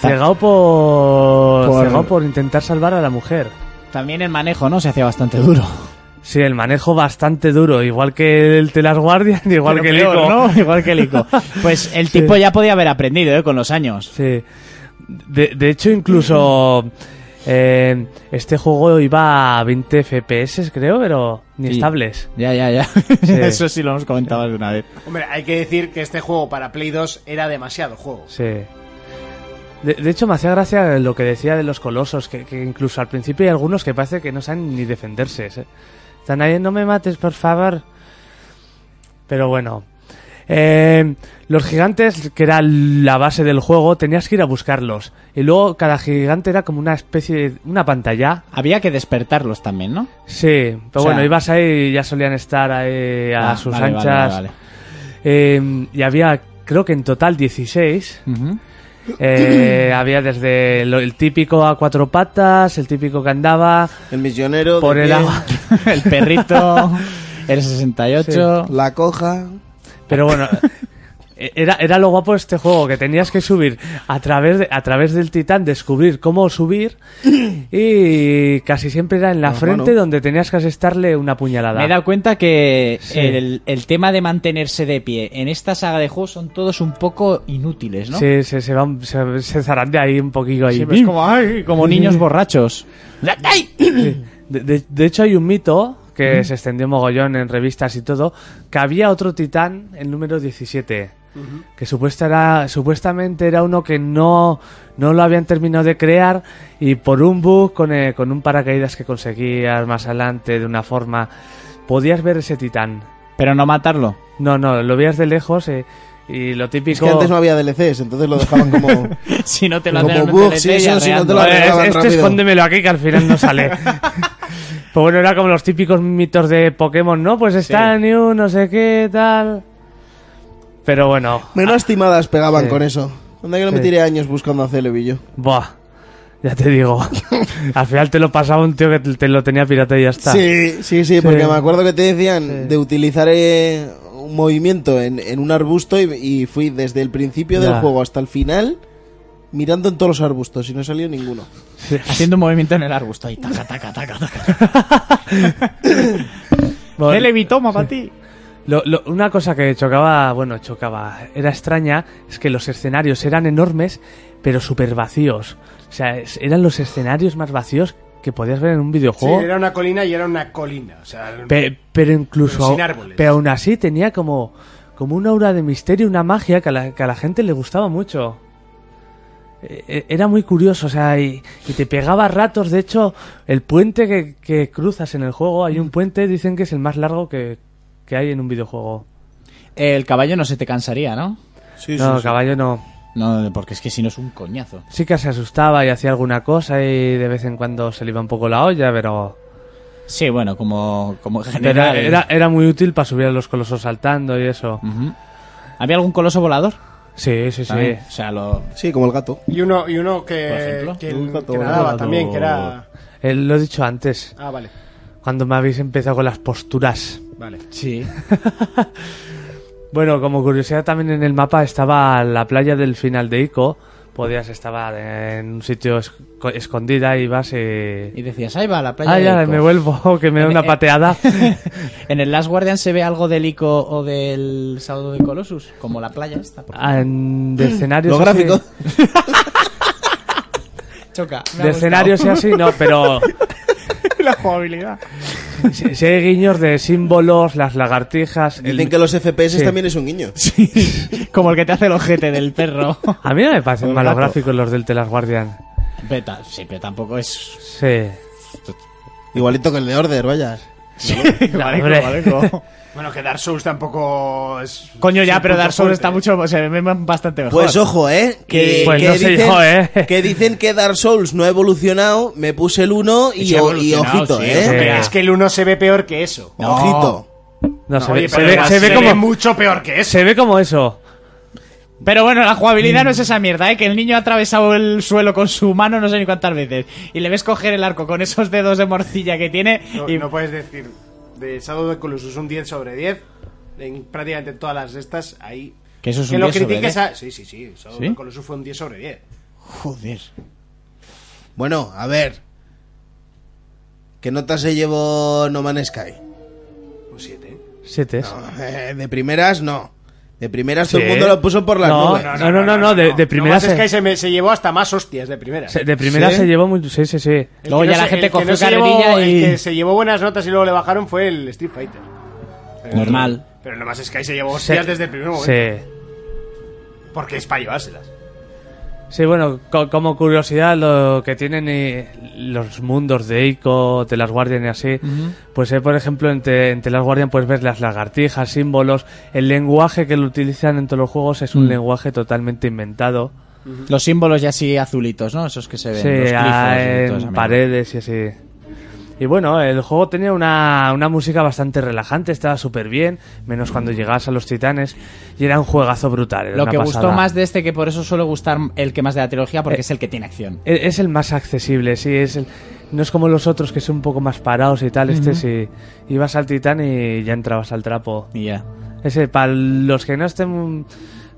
Cegado por,
Por-
Cegado por intentar salvar a la mujer.
También el manejo, ¿no? Se hacía bastante duro.
Sí, el manejo bastante duro, igual que el Telas Guardian, igual
Pero
que el
peor,
Ico.
¿no? Igual que el Ico. Pues el tipo ya podía haber aprendido, ¿eh? Con los años.
Sí. De, de hecho, incluso eh, este juego iba a 20 FPS, creo, pero ni
Sí.
estables.
Ya, ya, ya.
Eso sí lo hemos comentado más de una vez.
Hombre, hay que decir que este juego para Play 2 era demasiado juego.
Sí. De, de hecho, me hacía gracia lo que decía de los colosos, que, que incluso al principio hay algunos que parece que no saben ni defenderse. se- Están ahí, no me mates, por favor. Pero bueno. Eh, los gigantes, que era la base del juego, tenías que ir a buscarlos. Y luego cada gigante era como una especie de... una pantalla.
Había que despertarlos también, ¿no?
Sí, pero
O sea-
bueno, ibas ahí y ya solían estar ahí a
Ah,
sus
vale, vale,
anchas.
vale,
Eh, y había, creo que en total 16.
vale. Ujú.
Eh, había desde lo- el típico a cuatro patas, el típico que andaba
El misionero. de
por el
pie,
agua.
El perrito, el 68.
La coja.
Pero bueno, eh, era, era lo guapo de este juego, que tenías que subir a través, de- a través del titán, descubrir cómo subir y casi siempre era en la
Las
frente
manos.
donde tenías que asestarle una puñalada.
Me he dado cuenta que
Sí.
el, el tema de mantenerse de pie en esta saga de juegos son todos un poco inútiles, ¿no?
Sí, se, se, va, un- se, se zarandea ahí un poquillo ahí.
Siempre es como, "Ay", como niños borrachos. ¡Ay!
De, de- de hecho, hay un mito que se extendió mogollón en revistas y todo, que había otro titán, el número 17, que supuesta era- supuestamente era uno que no, no lo habían terminado de crear y por un bug con, eh, con un paracaídas que conseguías más adelante de una forma, podías ver ese titán.
Pero no matarlo.
No, no, lo veías de lejos eh, y lo típico...
Es que antes no había DLCs, entonces lo dejaban como.
Si no te lo
Como
hacen en
bug,
un DLC,
sí, eso,
ya
si no
reando.
te lo
Joder,
arreglaban
este
rápido.
escóndemelo aquí que al final no sale. Pues bueno, era como los típicos mitos de Pokémon, ¿no? Pues está New, no sé qué, tal. Pero bueno,
Menos timadas pegaban
Ah. Sí.
con eso. Anda que no me
Sí.
tiré años buscando a Celebillo.
buah. Ya te digo. al final te lo pasaba un tío que te te lo tenía pirata y ya está.
Sí, sí, sí,
Sí.
porque me acuerdo que te decían
Sí.
de utilizar eh, un movimiento en, en un arbusto y, y fui desde el principio del
Ya.
juego hasta el final mirando en todos los arbustos y no salió ninguno.
Haciendo un movimiento en el arbusto. Ahí, taca, taca, taca, taca.
Bueno,
Celebi, toma para ti.
lo- lo- una cosa que chocaba, bueno, chocaba, era extraña, es que los escenarios eran enormes, pero súper vacíos. O sea, es- eran los escenarios más vacíos que podías ver en un
Sí,
videojuego.
era una colina y era una colina. O sea,
Pe- pero incluso.
Pero sin árboles.
pero aún así tenía como, como una aura de misterio, una magia que a la, que a la gente le gustaba mucho. E- e- Era muy curioso, o sea, y, y te pegaba a ratos. De hecho, el puente que, que cruzas en el juego, hay un puente, dicen que es el más largo que, que hay en un videojuego.
El caballo no se te cansaría, ¿no?
Sí,
no, caballo no.
No, porque es que si no es un coñazo.
Sí que se asustaba y hacía alguna cosa y de vez en cuando se le iba un poco la olla, pero...
Sí, bueno, como, como en
pero
general.
era, era muy útil para subir a los colosos saltando y eso.
Ujú. ¿Había algún coloso volador?
Sí, sí, sí.
También, O sea, lo...
Sí, como el gato.
Y uno, y uno
Por
que,
ejemplo.
que,
Un gato
que
dorado.
nadaba también, que era...
Eh, lo he dicho antes,
Ah, vale,
cuando me habéis empezado con las posturas.
vale.
Sí.
Bueno, como curiosidad también en el mapa estaba la playa del final de Ico. Podías estar en un sitio esco- escondida y vas y...
Y decías, ahí va, la playa
Ah,
de
ya,
Ico".
me vuelvo, que me da
En-
una
eh,
pateada.
¿En el Last Guardian se ve algo del Ico o del Sábado de Colossus? Como la playa esta. por
Ah, en- de escenarios
Lo
así-
gráfico.
Ah,
ejemplo. Choca. me ha
De
gustado.
escenarios y así, no, pero...
La jugabilidad.
Si si hay guiños de símbolos, las lagartijas. el-
Dicen que los FPS
Sí.
también es un guiño.
Como el que te hace el ojete del perro.
A mí no me parecen
El
malos
gato.
gráficos los del Telas Guardian.
Beta, sí, pero tampoco es...
Sí.
Igualito que el de Order, vaya.
Hombre.
Bueno, que Dark Souls tampoco es...
Coño, ya,
es un
pero
punto
Dark Souls
fuerte.
está mucho, o sea, me- me- bastante mejor.
Pues ojo, ¿eh? Que,
Y- Pues
que
no sé yo, ¿eh?
que dicen que Dark Souls no ha evolucionado, me puse el 1 y,
se ha
o- y
evolucionado,
ojito,
sí,
¿eh?
hombre.
Pero es que el uno se ve peor que eso.
Ojito.
No, se,
Oye,
ve, se,
pero
ve,
igual
se ve como,
mucho peor que eso.
se ve como eso.
Pero bueno, la jugabilidad
Mm.
no es esa mierda, ¿eh? Que el niño ha atravesado el suelo con su mano no sé ni cuántas veces. Y le ves coger el arco con esos dedos de morcilla que tiene
No,
y...
no puedes decir de Shadow of the Colossus un 10 sobre 10 en prácticamente todas las de estas ahí
Que eso es
que
un
lo
10 sobre
critiques
10.
a sí sí sí Shadow of
¿Sí?
the Colossus fue un 10 sobre 10
Joder.
Bueno, a ver. ¿Qué nota se llevó No Man's Sky?
un 7
Siete.
Eh, de primeras, no. De primeras todo el
Sí.
mundo lo puso por las
No,
nubes.
no, no, no, de- de primera
es
se-
que se, me- se llevó hasta más hostias de primera
Se- De primera
¿Sí?
se llevó muy... Sí, sí, sí.
El
Luego
que
ya la
se-
gente
el que
cogió
se llevó-
carrerilla y-
el que se llevó buenas notas y luego le bajaron fue el Street Fighter Pero-
Normal.
pero nomás Sky se llevó hostias desde el primer momento
Sí.
porque es para llevárselas
Sí, bueno, co- como curiosidad, lo que tienen eh, los mundos de Ico, Telas Guardian y así, pues eh, por ejemplo en, Te- en Telas Guardian puedes ver las lagartijas, símbolos, el lenguaje que lo utilizan en todos los juegos es
Mm.
un lenguaje totalmente inventado.
Los símbolos ya así azulitos, ¿no? Esos que se ven.
Sí,
los glifos y
ah,
toda esa
en
mierda.
paredes y así. Y bueno, el juego tenía una, una música bastante relajante, estaba súper bien, menos cuando llegabas a los titanes, y era un juegazo brutal. era
Lo
una
que
pasada.
gustó más de este, que por eso suele gustar el que más de la trilogía, porque
Eh,
es el que tiene acción.
E- Es el más accesible, sí, es el- no es como los otros que son un poco más parados y tal, este sí, ibas al titán y ya entrabas al trapo.
Y ya.
Ese, para los que no estén...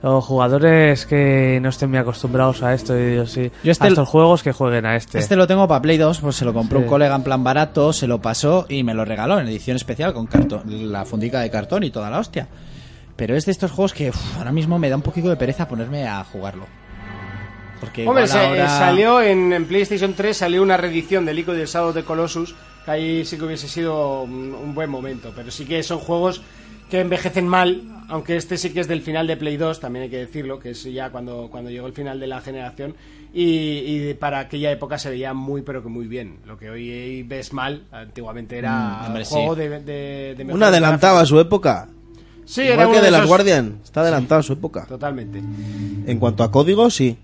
O jugadores que no estén muy acostumbrados a esto y o sí,
Yo este
a
l-
estos juegos que jueguen a este.
Este lo tengo para Play 2, pues se lo compró un
Sí.
colega en plan barato, se lo pasó y me lo regaló en edición especial con cartón, la fundica de cartón y toda la hostia. Pero es de estos juegos que uf, ahora mismo me da un poquito de pereza ponerme a jugarlo. Porque
Hombre,
igual
sa-
ahora-
eh, salió en, en PlayStation 3 salió una reedición del Ico y del Shadow de Colossus, que ahí sí que hubiese sido un, un buen momento, pero sí que son juegos que envejecen mal, aunque este sí que es del final de Play 2, también hay que decirlo, que es ya cuando, cuando llegó el final de la generación, y, y para aquella época se veía muy pero que muy bien. Lo que hoy ves mal, antiguamente era
Mm, hombre,
juego
sí.
de, de- de
Un adelantado a su época.
gráficos. Sí, era
Igual
uno
que de
esos-
las Guardian. Está adelantado a su época.
Totalmente.
En cuanto a código, sí.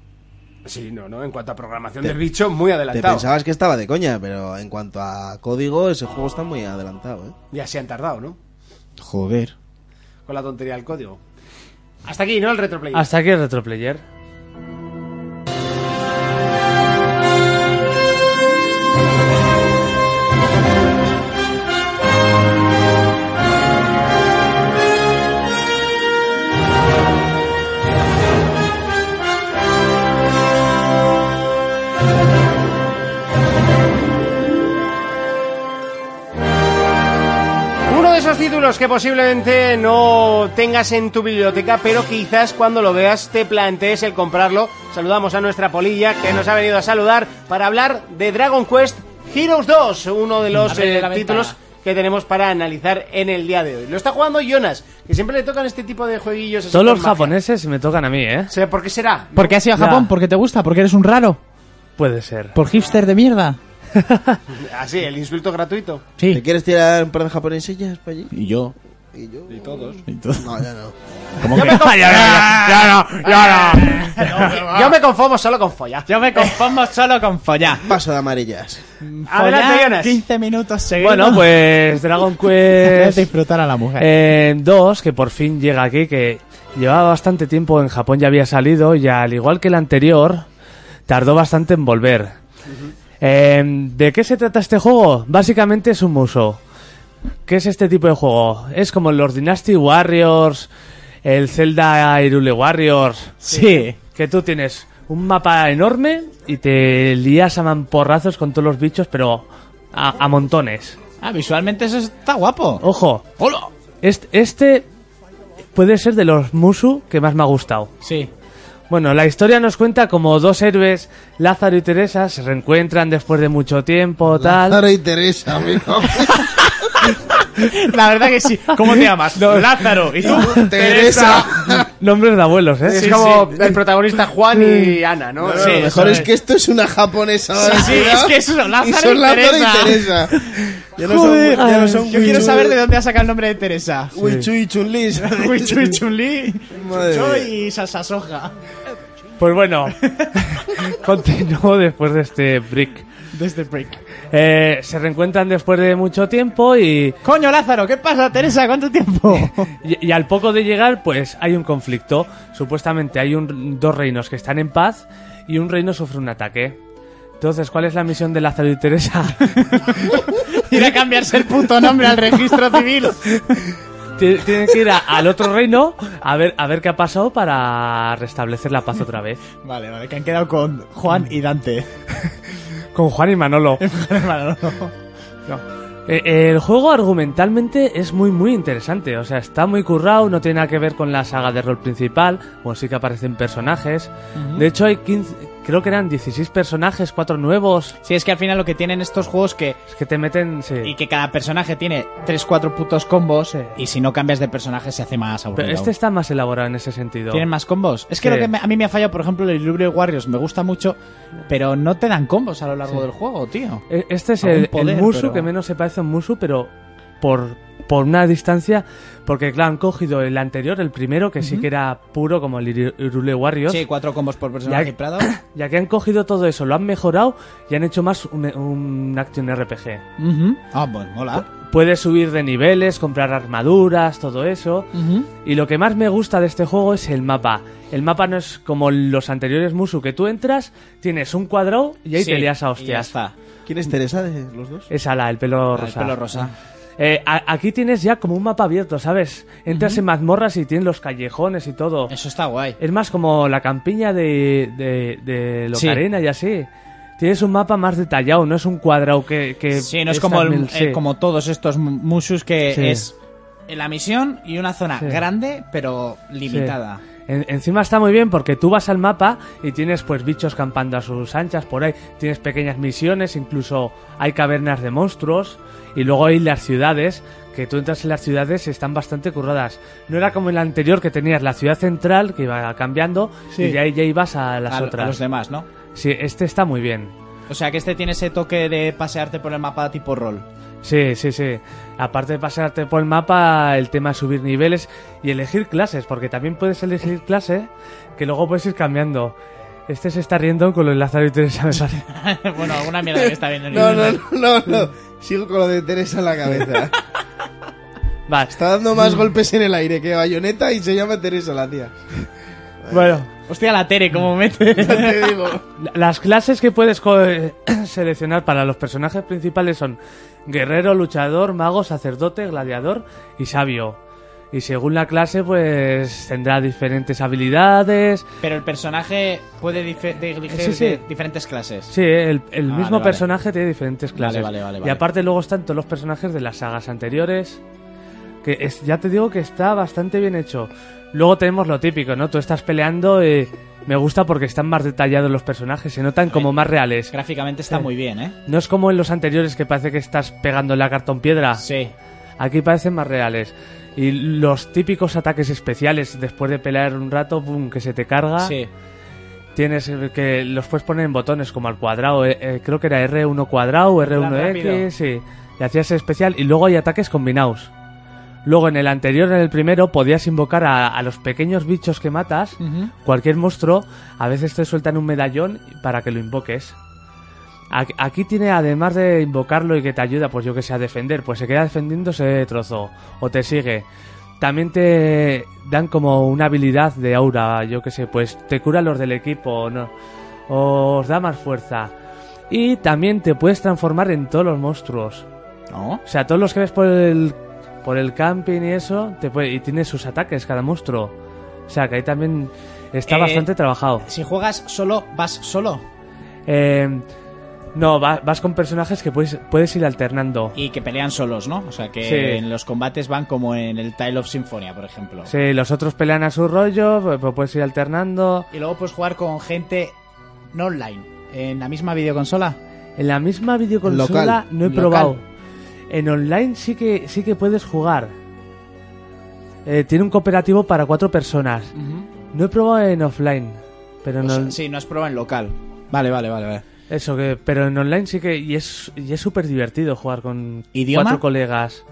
Sí, no, no, en cuanto a programación del bicho, muy
Te
adelantado.
pensabas que estaba de coña, pero en cuanto a código, ese juego está muy adelantado, ¿eh?
Ya se han tardado, ¿no?
Joder.
con la tontería del código. Hasta aquí, ¿no? El retroplay.
Hasta aquí el retroplayer.
Uno de esos títulos que posiblemente no tengas en tu biblioteca, pero quizás cuando lo veas te plantees el comprarlo. Saludamos a nuestra polilla que nos ha venido a saludar para hablar de Dragon Quest Heroes 2, uno de los
Ábrele
eh,
la ventana.
títulos que tenemos para analizar en el día de hoy. Lo está jugando Jonas, que siempre le tocan este tipo de jueguillos. así
Todos
con
los
magia.
japoneses me tocan a mí, ¿eh?
O sea, ¿Por qué será?
¿Por qué has ido a
Ya.
Japón? ¿Porque te gusta? ¿Porque eres un raro?
Puede ser.
¿Por hipster de mierda?
Así, el insulto gratuito.
¿Te
Sí.
quieres tirar un par de japonesillas para allí?
Y yo.
Y yo...
Y todos.
No, ya no.
Yo me, conf- Ah, yo me conformo solo con follar.
Yo me conformo solo con follar.
Paso de amarillas.
Adelante,
Follar
Jonas.
15 minutos seguidos.
Bueno, pues Dragon Quest
disfrutar a la mujer.
eh, 2, que por fin llega aquí, que llevaba bastante tiempo en Japón, ya había salido y al igual que el anterior, tardó bastante en volver. Eh, ¿De qué se trata este juego? Básicamente es un muso. ¿Qué es este tipo de juego? Es como los Dynasty Warriors, el Zelda Irule Warriors,
sí.
que tú tienes un mapa enorme y te lías a mamporrazos con todos los bichos, pero a- a montones.
Ah, visualmente eso está guapo.
Ojo,
¡Hola!
este, este puede ser de los Musu que más me ha gustado.
Sí.
Bueno, la historia nos cuenta como dos héroes, Lázaro y Teresa, se reencuentran después de mucho tiempo, tal.
Lázaro y Teresa, amigo.
La verdad que sí. ¿Cómo te llamas? Lázaro. ¿Y tú?
Nombres de abuelos, ¿eh?
es como el protagonista Juan y Ana, ¿no?
Sí,
lo mejor
eso
es
es.
que esto es una japonesa.
Sí, sí,
¿verdad?
es que eso son Lázaro
y
y
son Lázaro
Teresa.
y Teresa. Ya no son-
Joder,
ya no son
Yo
Wichu-
quiero saber de dónde ha sacado el nombre de Teresa.
Wichu y Chun-Li. ¿sabes?
Wichu y Chun-Li,
Madre
Cho
mía.
y Sasasoja.
Pues bueno, continúo después de este brick.
Desde Break.
Eh, se reencuentran después de mucho tiempo y,
Coño, Lázaro, ¿qué pasa, Teresa? ¿Cuánto tiempo?
y, y al poco de llegar, pues hay un conflicto. Supuestamente hay un, dos reinos que están en paz y un reino sufre un ataque. Entonces, ¿cuál es la misión de Lázaro y Teresa?
Ir a cambiarse el puto nombre al registro civil.
Ti- Tienen que ir a- al otro reino a ver, a ver qué ha pasado para restablecer la paz otra vez.
Vale, vale, que han quedado con Juan y Dante.
Con Juan y Manolo.
Hermano,
Eh, eh, el juego argumentalmente es muy muy interesante, o sea, está muy currado, no tiene nada que ver con la saga de rol principal, bueno, sí que aparecen personajes. De hecho hay 15, creo que eran 16 personajes, cuatro nuevos,
Sí, es que al final lo que tienen estos juegos que
es que te meten... sí.
y que cada personaje tiene 3 4 putos combos y si no cambias de personaje se hace más aburrido.
Pero este está más elaborado en ese sentido.
¿Tienen más combos? Es que
Sí.
lo que me- a mí me ha fallado, por ejemplo, el Libre Warriors me gusta mucho, pero no te dan combos a lo largo del juego, tío.
E- Este es
Algún
el, el
poder,
Musu
pero-
que menos se parece a un Musu, pero por, por una distancia, porque claro, han cogido el anterior, el primero, que sí que era puro como el Iru- Irule Warriors.
Sí, cuatro combos por personaje
Ya-
Prado.
Ya que han cogido todo eso, lo han mejorado y han hecho más un, un Action RPG.
Ujú. Ah, bueno, mola.
Puedes subir de niveles, comprar armaduras, todo eso.
Ujú.
Y lo que más me gusta de este juego es el mapa. El mapa no es como los anteriores Musu, que tú entras, tienes un cuadrado y ahí
Sí,
te lías a
y ya
hostias.
está. Ah,
¿Quién es Teresa de los dos?
Es ala, el pelo
El
rosa.
pelo rosa.
Eh, a- aquí tienes ya como un mapa abierto, ¿sabes? Entras en mazmorras y tienes los callejones y todo.
Eso está guay.
Es más como la campiña de, de, de
Sí.
Locarena y así. Tienes un mapa más detallado, no es un cuadrado que... que
Sí, no es
estas
como, el-
mil-
eh,
sí.
como todos estos mu- musus que
Sí.
es la misión y una zona
Sí.
grande pero limitada.
En- encima está muy bien porque tú vas al mapa y tienes pues bichos campando a sus anchas por ahí, tienes pequeñas misiones, incluso hay cavernas de monstruos y luego hay las ciudades, que tú entras en las ciudades y están bastante curradas. No era como en la anterior que tenías la ciudad central que iba cambiando y de ahí ya ibas a las
a, a
otras.
los demás, ¿no?
Sí, este está muy bien.
O sea que este tiene ese toque de pasearte por el mapa tipo rol.
Sí, sí, sí. Aparte de pasarte por el mapa, el tema de subir niveles y elegir clases, porque también puedes elegir clases que luego puedes ir cambiando. Este se está riendo con lo de Lázaro y Teresa, me parece.
bueno, alguna mierda que está viendo. en
No, no,
internet.
no, no, no. Sigo con lo de Teresa en la cabeza.
Va,
Está dando más golpes en el aire que bayoneta y se llama Teresa la tía.
bueno.
Hostia, la Tere, cómo mete.
Te digo.
La- Las clases que puedes co- eh, seleccionar para los personajes principales son guerrero, luchador, mago, sacerdote, gladiador y sabio. Y según la clase, pues tendrá diferentes habilidades,
Pero el personaje puede dife- de- elegir
Sí, sí.
de diferentes clases.
Sí, el, el
Ah,
mismo
vale,
personaje tiene diferentes clases.
vale, vale,
Y
vale.
aparte luego están todos los personajes de las sagas anteriores. Que es- ya te digo que está bastante bien hecho. Luego tenemos lo típico, ¿no? Tú estás peleando y me gusta porque están más detallados los personajes, se notan como más reales.
Gráficamente está
Sí.
muy bien, ¿eh?
No es como en los anteriores que parece que estás pegando la cartón piedra.
Sí.
Aquí parecen más reales. Y los típicos ataques especiales, después de pelear un rato, ¡pum!, que se te carga.
Sí.
Tienes eh, que los puedes poner en botones como al cuadrado, eh, eh, creo que era R1 cuadrado,
rápido.
R1X, sí. Y hacías especial y luego hay ataques combinados. Luego en el anterior, en el primero, podías invocar a, a los pequeños bichos que matas, cualquier monstruo, a veces te sueltan un medallón para que lo invoques. Ac- Aquí tiene, además de invocarlo y que te ayuda, pues yo que sé, a defender, pues se queda defendiendo ese trozo o te sigue. También te dan como una habilidad de aura, yo que sé, pues te cura los del equipo ¿no? o os da más fuerza. Y también te puedes transformar en todos los monstruos.
No.
O sea, todos los que ves por el, por el camping y eso, te puede- y tiene sus ataques cada monstruo. O sea, que ahí también está
Eh,
bastante trabajado.
Si juegas solo, vas solo.
Eh, no, va- vas con personajes que puedes, puedes ir alternando.
Y que pelean solos, ¿no? O sea, que
Sí.
en los combates van como en el Tile of Symphonia, por ejemplo.
Sí, los otros pelean a su rollo, pu- pu- puedes ir alternando.
Y luego puedes jugar con gente no online. En la misma videoconsola.
En la misma videoconsola
Local,
no he
local.
probado. En online sí que, sí que puedes jugar. Eh, tiene un cooperativo para cuatro personas. No he probado en offline. Pero en
O sea,
on-
sí, no has probado en local. Vale, vale, vale, vale.
Eso que, pero en online sí que y es y es súper divertido jugar con
¿Idioma?
cuatro colegas.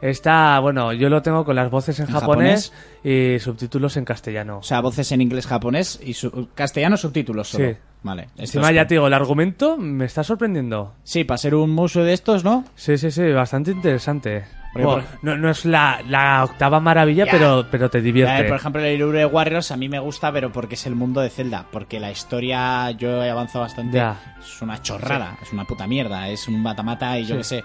Está, bueno, yo lo tengo con las voces en,
¿En
japonés, y subtítulos en castellano.
O sea, voces en inglés, japonés y su- castellano subtítulos solo.
Sí.
Vale. Esto
Encima
es-
ya te digo, el argumento me está sorprendiendo.
Sí, para ser un museo de estos, ¿no?
Sí, sí, sí, bastante interesante.
Porque,
Bueno,
por-
no, no es la, la octava maravilla,
Ya.
pero, pero te
A ver,
divierte.
eh, por ejemplo, el Irure Warriors a mí me gusta, pero porque es el mundo de Zelda. Porque la historia yo he avanzado bastante.
Ya.
Es una chorrada, es una puta mierda, es un matamata y yo
Sí.
qué sé.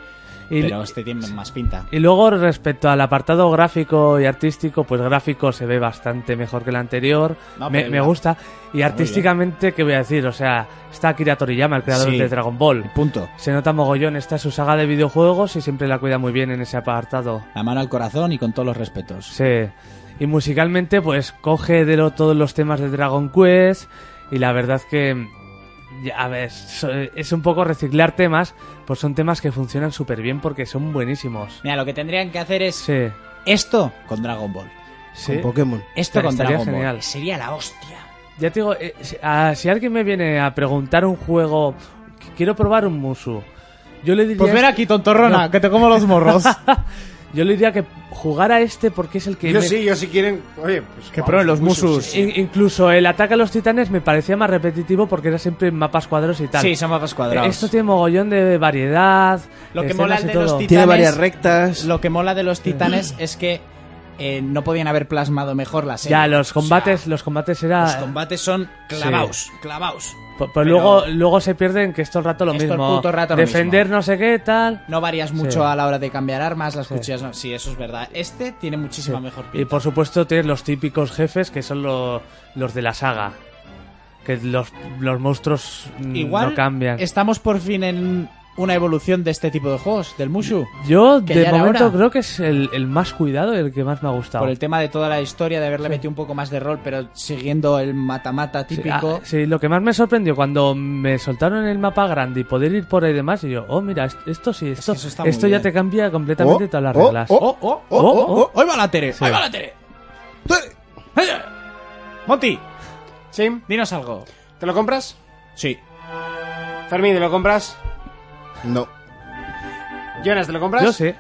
Y-
pero este tiene más pinta.
Y luego respecto al apartado gráfico y artístico, pues gráfico se ve bastante mejor que el anterior,
No,
me,
pero
me
la-
gusta. Y artísticamente, ¿qué voy a decir? O sea, está Akira Toriyama, el creador
Sí.
de Dragon Ball.
El punto.
Se nota mogollón, está su saga de videojuegos y siempre la cuida muy bien en ese apartado.
La mano al corazón y con todos los respetos.
Sí. Y musicalmente, pues coge de lo, todos los temas de Dragon Quest. Y la verdad que. ya, A ver, so- es un poco reciclar temas, pues son temas que funcionan súper bien porque son buenísimos.
Mira, lo que tendrían que hacer es
Sí,
esto con Dragon Ball.
sí.
Pokémon.
Esto
Estaría
con Dragon Ball.
genial.
Sería la hostia.
Ya te digo, eh, si, a- si alguien me viene a preguntar un juego, "Qu- quiero probar un Musu, yo le diría.
Pues aquí, tontorrona, que te como los morros.
Yo le diría que jugara este porque es el que.
Yo
me-
sí, yo sí quieren. Oye, pues.
Que
vamos,
prueben los musus.
sí.
In- incluso el ataque a los titanes me parecía más repetitivo porque era siempre en mapas cuadrados y tal. Eh,
sí, son mapas cuadrados.
Esto tiene mogollón de variedad.
Lo que
escenas
mola el
y
de los
todo.
titanes-
Tiene varias rectas.
Lo que mola de los titanes es que eh, no podían haber plasmado mejor la serie.
Ya, los combates,
O sea,
los combates era.
los combates son clavaos, clavaos.
Pues
Pero
luego, luego se pierden que es todo el rato lo
Es todo el
mismo.
puto rato lo
Defender
mismo.
no sé qué, tal.
No varías mucho
Sí.
a la hora de cambiar armas, las cuchillas no. Sí, eso es verdad. Este tiene muchísima mejor pinta.
Y por supuesto tienes los típicos jefes que son lo- los de la saga. Que los, los monstruos mm,
Igual
no cambian.
estamos por fin en una evolución de este tipo de juegos, del Mushu.
Yo
que
de
ya era
momento
hora.
creo que es el, el más cuidado y el que más me ha gustado.
Por el tema de toda la historia, de haberle metido un poco más de rol, pero siguiendo el matamata
Sí,
típico.
ah, sí, lo que más me sorprendió cuando me soltaron el mapa grande y poder ir por ahí demás, y yo, oh, mira, est- esto sí, esto,
que eso está muy
esto ya
bien.
te cambia completamente todas las reglas.
¡Oh, oh, oh,
Oh,
oh!
oh.
oh. ¡Ahí va la Tere! ¡Ahí va la Tere! ¡Eh! Monty,
Sí.
dinos algo.
¿Te lo compras?
Sí.
Fermín, ¿te lo compras?
No.
Jonas, ¿te lo compras?
Yo sé.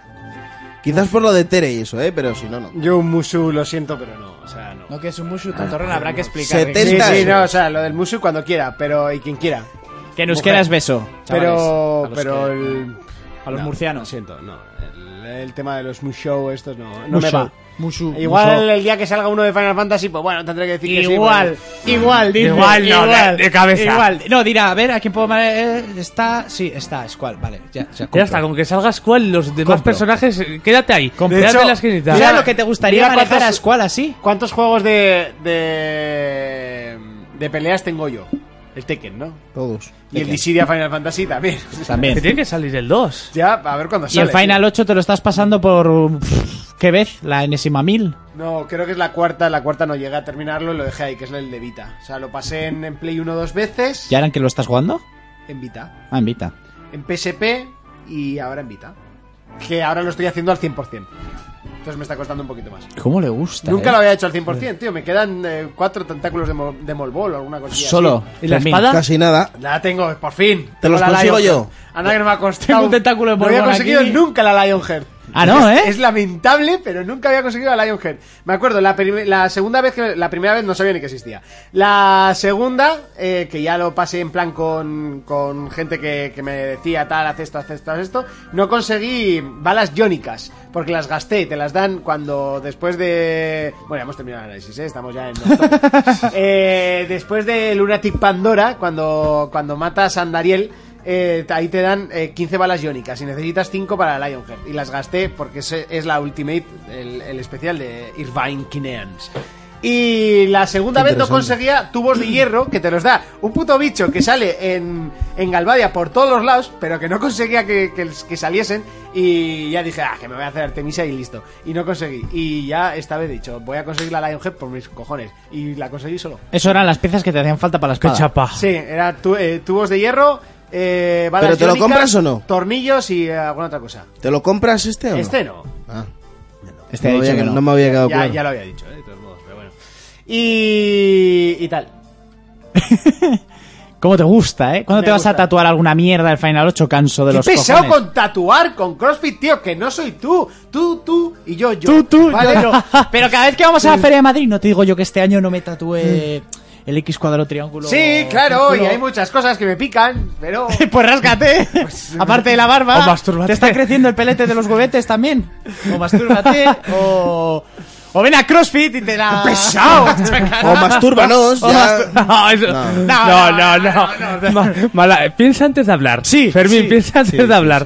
Quizás por lo de Tere y eso, ¿eh? Pero si no, no.
Yo un Musu lo siento, pero no. O sea, no.
No que es un Mushu
Ah,
tontorrón, habrá que explicar.
70
Sí, sí,
euros.
no, o sea, lo del Musu cuando quiera, pero y quien quiera.
Que nos
Mujer.
quedas beso.
Pero,
chavales, a los
pero
que-
el...
a los
no,
murcianos.
Lo siento, no. El, el tema de los Mushou estos no, no me
Mushu,
va.
Mushu,
Igual
Mushu.
el día que salga uno de Final Fantasy, pues bueno, tendré que decir que sí.
Igual, igual, dice,
Igual no, de- de cabeza.
Igual, no, dirá, a ver, ¿a quién puedo ma- eh, Está, sí, está, es cual, vale, ya, ya, compro.
Ya está, con que salgas cual, los demás
Compro.
personajes, eh, quédate ahí,
De
quédate
hecho,
en la esquinita.
Mira
Mira,
lo que te gustaría
mira
manejar
cuántos-
a Squall así.
pero- ¿Cuántos juegos de, de de peleas tengo yo? El Tekken, ¿no?
Todos.
Y el Dissidia Final Fantasy también.
Que
También.
tiene que salir el 2.
ya, a ver cuándo
Y
sale.
el Final 8 te lo estás pasando por. pff, ¿Qué vez? La enésima mil.
No, creo que es la cuarta. La cuarta no llegué a terminarlo y lo dejé ahí, que es el de Vita. O sea, lo pasé en, en Play 1 dos veces.
¿Y ahora en qué lo estás jugando?
En Vita.
Ah, en Vita.
En PSP y ahora en Vita. Que ahora lo estoy haciendo al 100%. Entonces me está costando un poquito más.
¿Cómo le gusta?
Nunca
eh?
lo había hecho al 100%, tío. Me quedan eh, cuatro tentáculos de, mol- de Molbol o alguna cosilla así.
Solo.
¿Y la
Fermín.
espada?
Casi nada.
La tengo, por fin.
Te los
Tengo la
consigo
Lionheart. Anda que no me ha costado.
Tengo un tentáculo de
No había
Molbol
conseguido
aquí.
nunca la Lionheart.
Ah, no, ¿eh?
Es lamentable, pero nunca había conseguido a Lionhead. Me acuerdo, la, prim- la segunda vez que la primera vez no sabía ni que existía. La segunda, eh, que ya lo pasé en plan con, con gente que, que me decía tal, haz esto, haz esto, haz esto, no conseguí balas iónicas, porque las gasté, te las dan cuando después de... Bueno, ya hemos terminado el análisis, ¿eh? estamos ya en... octubre. Eh, después de Lunatic Pandora, cuando, cuando matas a Andariel, eh, ahí te dan eh, 15 balas iónicas y necesitas 5 para Lionheart. Y las gasté porque es, es la Ultimate, el, el especial de Irvine Kineans. Y la segunda vez no conseguía tubos de hierro que te los da un puto bicho que sale en, en Galvadia por todos los lados, pero que no conseguía que, que- que saliesen. Y ya dije, ah, que me voy a hacer Artemisa y listo. Y no conseguí. Y ya esta vez he dicho, voy a conseguir la Lionheart por mis cojones. Y la conseguí solo.
Eso eran las piezas que te hacían falta para la
Qué
espada.
chapa.
Sí, era tu- eh, tubos de hierro, eh, balas
¿Pero te lo
iónicas,
compras o no?
Tornillos y alguna otra cosa.
¿Te lo compras este o no?
Este no.
Ah,
Este
no,
ha dicho
había-
que no.
no me había quedado
Ya,
claro.
ya lo había dicho, eh, de todos modos, pero bueno. Y, y tal.
¿Cómo te gusta, eh? ¿Cuándo
Me
te vas a
gusta.
tatuar alguna mierda del Final 8 canso de
Qué
los
pesado
cojones?
con tatuar, con CrossFit, tío, que no soy tú. Tú, tú y yo, yo.
Tú, tú,
Vale,
yo.
no.
Pero cada vez que vamos a la Feria de Madrid, no te digo yo que este año no me tatué el X cuadrado triángulo.
Sí, claro, y
círculo.
hay muchas cosas que me pican, pero...
Pues ráscate. Aparte de la barba.
O mastúrbate.
Te está creciendo el pelete de los huevetes también. O mastúrbate. o. O ven a CrossFit y te la.
¡Pesado!
O mastúrbanos,
O
ya.
mastur- No, eso-
No.
No, no, no. Ma- mala- Piensa antes de hablar. Sí. Fermín, piensa antes de hablar.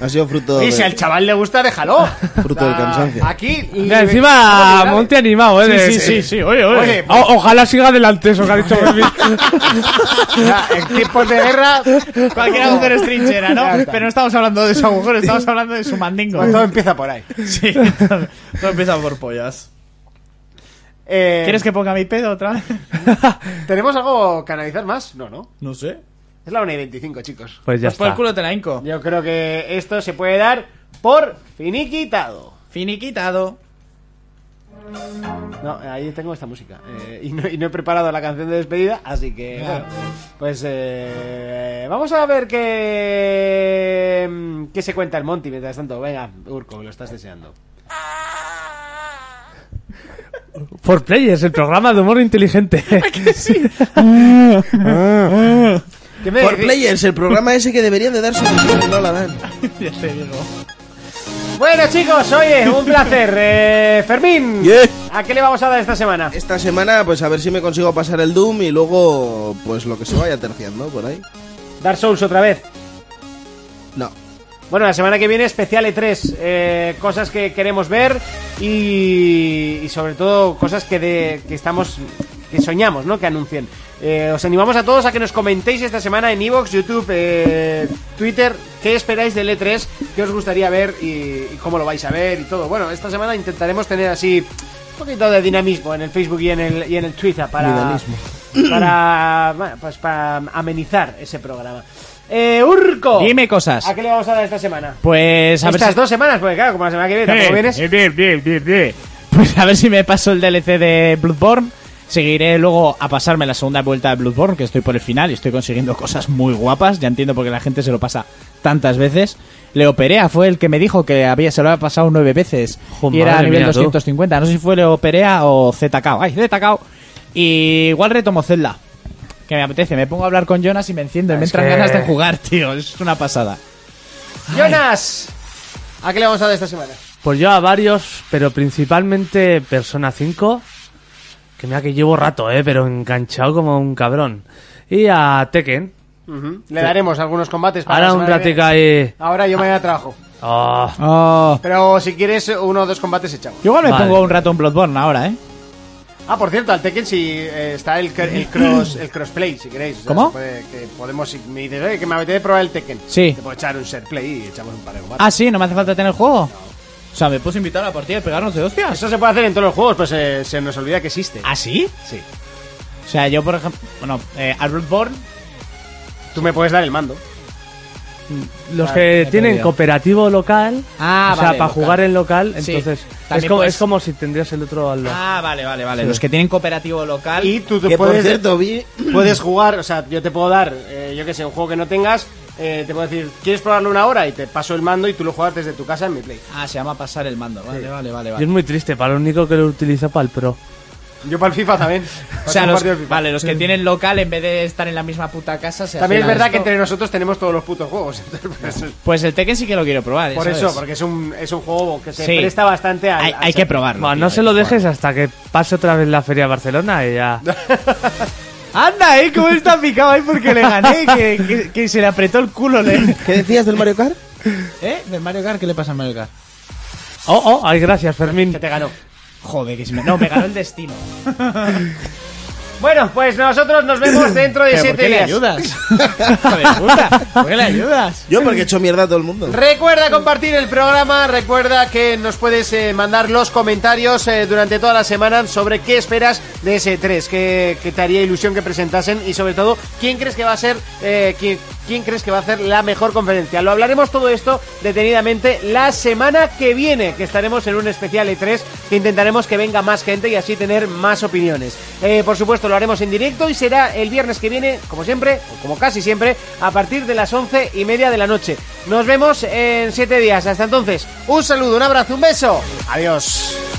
Ha sido fruto
Y si
de-
al chaval le gusta, déjalo.
¿eh?
Ah,
Fruto del cansancio.
Aquí...
Mira, encima,
liberales.
Monte animado, ¿eh?
Sí, sí, sí, sí, oye, oye.
Oye,
O- ojalá siga adelante eso que ha dicho Fermín.
O sea, en tiempos de guerra,
Cualquier agujero es trinchera,
Ya
¿no?
está. Pues
Pero no estamos hablando de su agujero, estamos hablando de su mandingo.
todo empieza por ahí.
Sí, todo, em- todo empieza por pollas.
Eh,
¿Quieres que ponga mi pedo otra vez?
¿Tenemos algo que analizar más? No, no.
No sé.
Es la 1 y 25, chicos.
Pues ya
Pues por el
está.
culo te la hinco.
Yo creo que esto se puede dar por finiquitado.
Finiquitado.
No, ahí tengo esta música. Eh, y, no, y no he preparado la canción de despedida, así que. bueno, pues eh, vamos a ver qué. qué se cuenta el Monty mientras tanto. Venga, Urco, me lo estás deseando.
For Players, el programa de humor inteligente.
¿Qué me
Por
decís?
Players, el programa ese que deberían de darse pero no la dan.
Bueno, chicos, oye, un placer. Eh, Fermín,
Yeah.
¿a qué le vamos a dar esta semana?
Esta semana, pues a ver si me consigo pasar el Doom y luego, pues lo que se vaya terciando por ahí.
Dark Souls otra vez.
No.
Bueno, la semana que viene especial E3, eh, cosas que queremos ver y, y sobre todo cosas que, de- que estamos que soñamos, ¿no? Que anuncien. Eh, os animamos a todos a que nos comentéis esta semana en Evox, YouTube, eh, Twitter, qué esperáis del E3, qué os gustaría ver y, y cómo lo vais a ver y todo. Bueno, esta semana intentaremos tener así un poquito de dinamismo en el Facebook y en el, y en el Twitter para, para, bueno, pues para amenizar ese programa. Eh, Urco,
Dime cosas.
¿A qué le vamos a dar esta semana?
Pues a ver
Estas
si-
dos semanas, porque claro, como la semana que viene tampoco vienes.
Eh, bien, bien, bien, bien. Pues a ver si me paso el DLC de Bloodborne. Seguiré luego a pasarme la segunda vuelta de Bloodborne, que estoy por el final y estoy consiguiendo cosas muy guapas. Ya entiendo por qué la gente se lo pasa tantas veces. Leo Perea fue el que me dijo que había, se lo había pasado nueve veces.
Jo,
y era a
madre
nivel
mía, tú.
250. No sé si fue Leo Perea o ZK. Ay, ZK. Y igual retomo Zelda. Que me apetece. Me pongo a hablar con Jonas y me enciendo. y me
Ah, Es
entran
que-
ganas de jugar, tío. Es una pasada.
Jonas, ¿a qué le vamos a dar esta semana?
Pues yo a varios, pero principalmente Persona 5. Que mira que llevo rato, eh, pero enganchado como un cabrón. Y a Tekken.
Ah,
Le daremos algunos combates para
Ahora
la
un
semana que
ratico
viene.
ahí.
Ahora yo mañana trabajo.
Oh,
Pero si quieres, uno o dos combates echamos.
Yo igual me
Vale.
pongo un rato en Bloodborne ahora, ¿eh?
Ah, por cierto, al Tekken sí eh, está el, cr- el cross el crossplay, si queréis. O sea,
¿Cómo?
se puede- que podemos, si me dices, "Oye, que me apetece probar el Tekken.
Sí.
Te puedo echar un set play y echamos un par de combates.
Ah, sí, no me hace falta tener juego. O sea, me puedes invitar a la partida y pegarnos de hostias.
Eso se puede hacer en todos los juegos, pues eh, se nos olvida que existe.
¿Ah, sí?
Sí.
O sea, yo, por ejemplo. Bueno, eh, a Bloodborne.
Tú me puedes dar el mando.
los
Vale,
que
entendido.
tienen cooperativo local.
Ah,
o sea,
vale,
para
local.
jugar en local,
Sí.
entonces. Es
También
como,
puedes-
es como si tendrías el otro al lado.
Ah, vale, vale, vale. Los que tienen cooperativo local.
Y tú te
Que por
Pues puedes
cierto, vi
puedes jugar, o sea, yo te puedo dar, eh, yo que sé, un juego que no tengas eh, te puedo decir, ¿quieres probarlo una hora? Y te paso el mando y tú lo juegas desde tu casa en mi Play.
Ah, se llama pasar el mando. Vale, vale, vale,
Y es
vale.
muy triste para el único que lo utiliza para el pro.
Yo para el FIFA también.
O sea,
Para un
los,
partido de FIFA.
vale, los que tienen local en vez de estar en la misma puta casa se
También es
hacían
verdad que
esto.
entre nosotros tenemos todos los putos juegos. entonces, por eso-
Pues el Tekken sí que lo quiero probar.
por eso,
es.
porque es un, es un juego que se
Sí.
presta bastante a.
Hay,
a-
hay que probarlo.
Bueno,
tío,
no
hay
se
que
lo
probarlo.
dejes hasta que pase otra vez la feria a Barcelona y ya.
Anda, eh, cómo está picado ahí porque le gané, que, que- que se le apretó el culo. Le...
¿Qué decías del Mario Kart?
¿Eh? ¿Del Mario Kart? ¿Qué le pasa a Mario Kart?
Oh, oh, ay, gracias, Fermín.
Que te ganó.
Joder, que si me... No, me ganó el destino.
Bueno, pues nosotros nos vemos dentro de
¿Pero
7
por qué le
días.
ayudas? Joder, puta. ¿Por qué le ayudas?
Yo porque he hecho mierda a todo el mundo.
Recuerda compartir el programa, recuerda que nos puedes eh, mandar los comentarios eh, durante toda la semana sobre qué esperas de ese 3, qué, qué te haría ilusión que presentasen y sobre todo quién crees que va a ser eh, quién, quién crees que va a hacer la mejor conferencia. Lo hablaremos todo esto detenidamente la semana que viene, que estaremos en un especial E3 que intentaremos que venga más gente y así tener más opiniones. Eh, por supuesto lo haremos en directo y será el viernes que viene, como siempre, o como casi siempre, a partir de las once y media de la noche. Nos vemos en siete días. Hasta entonces, un saludo, un abrazo, un beso. Adiós.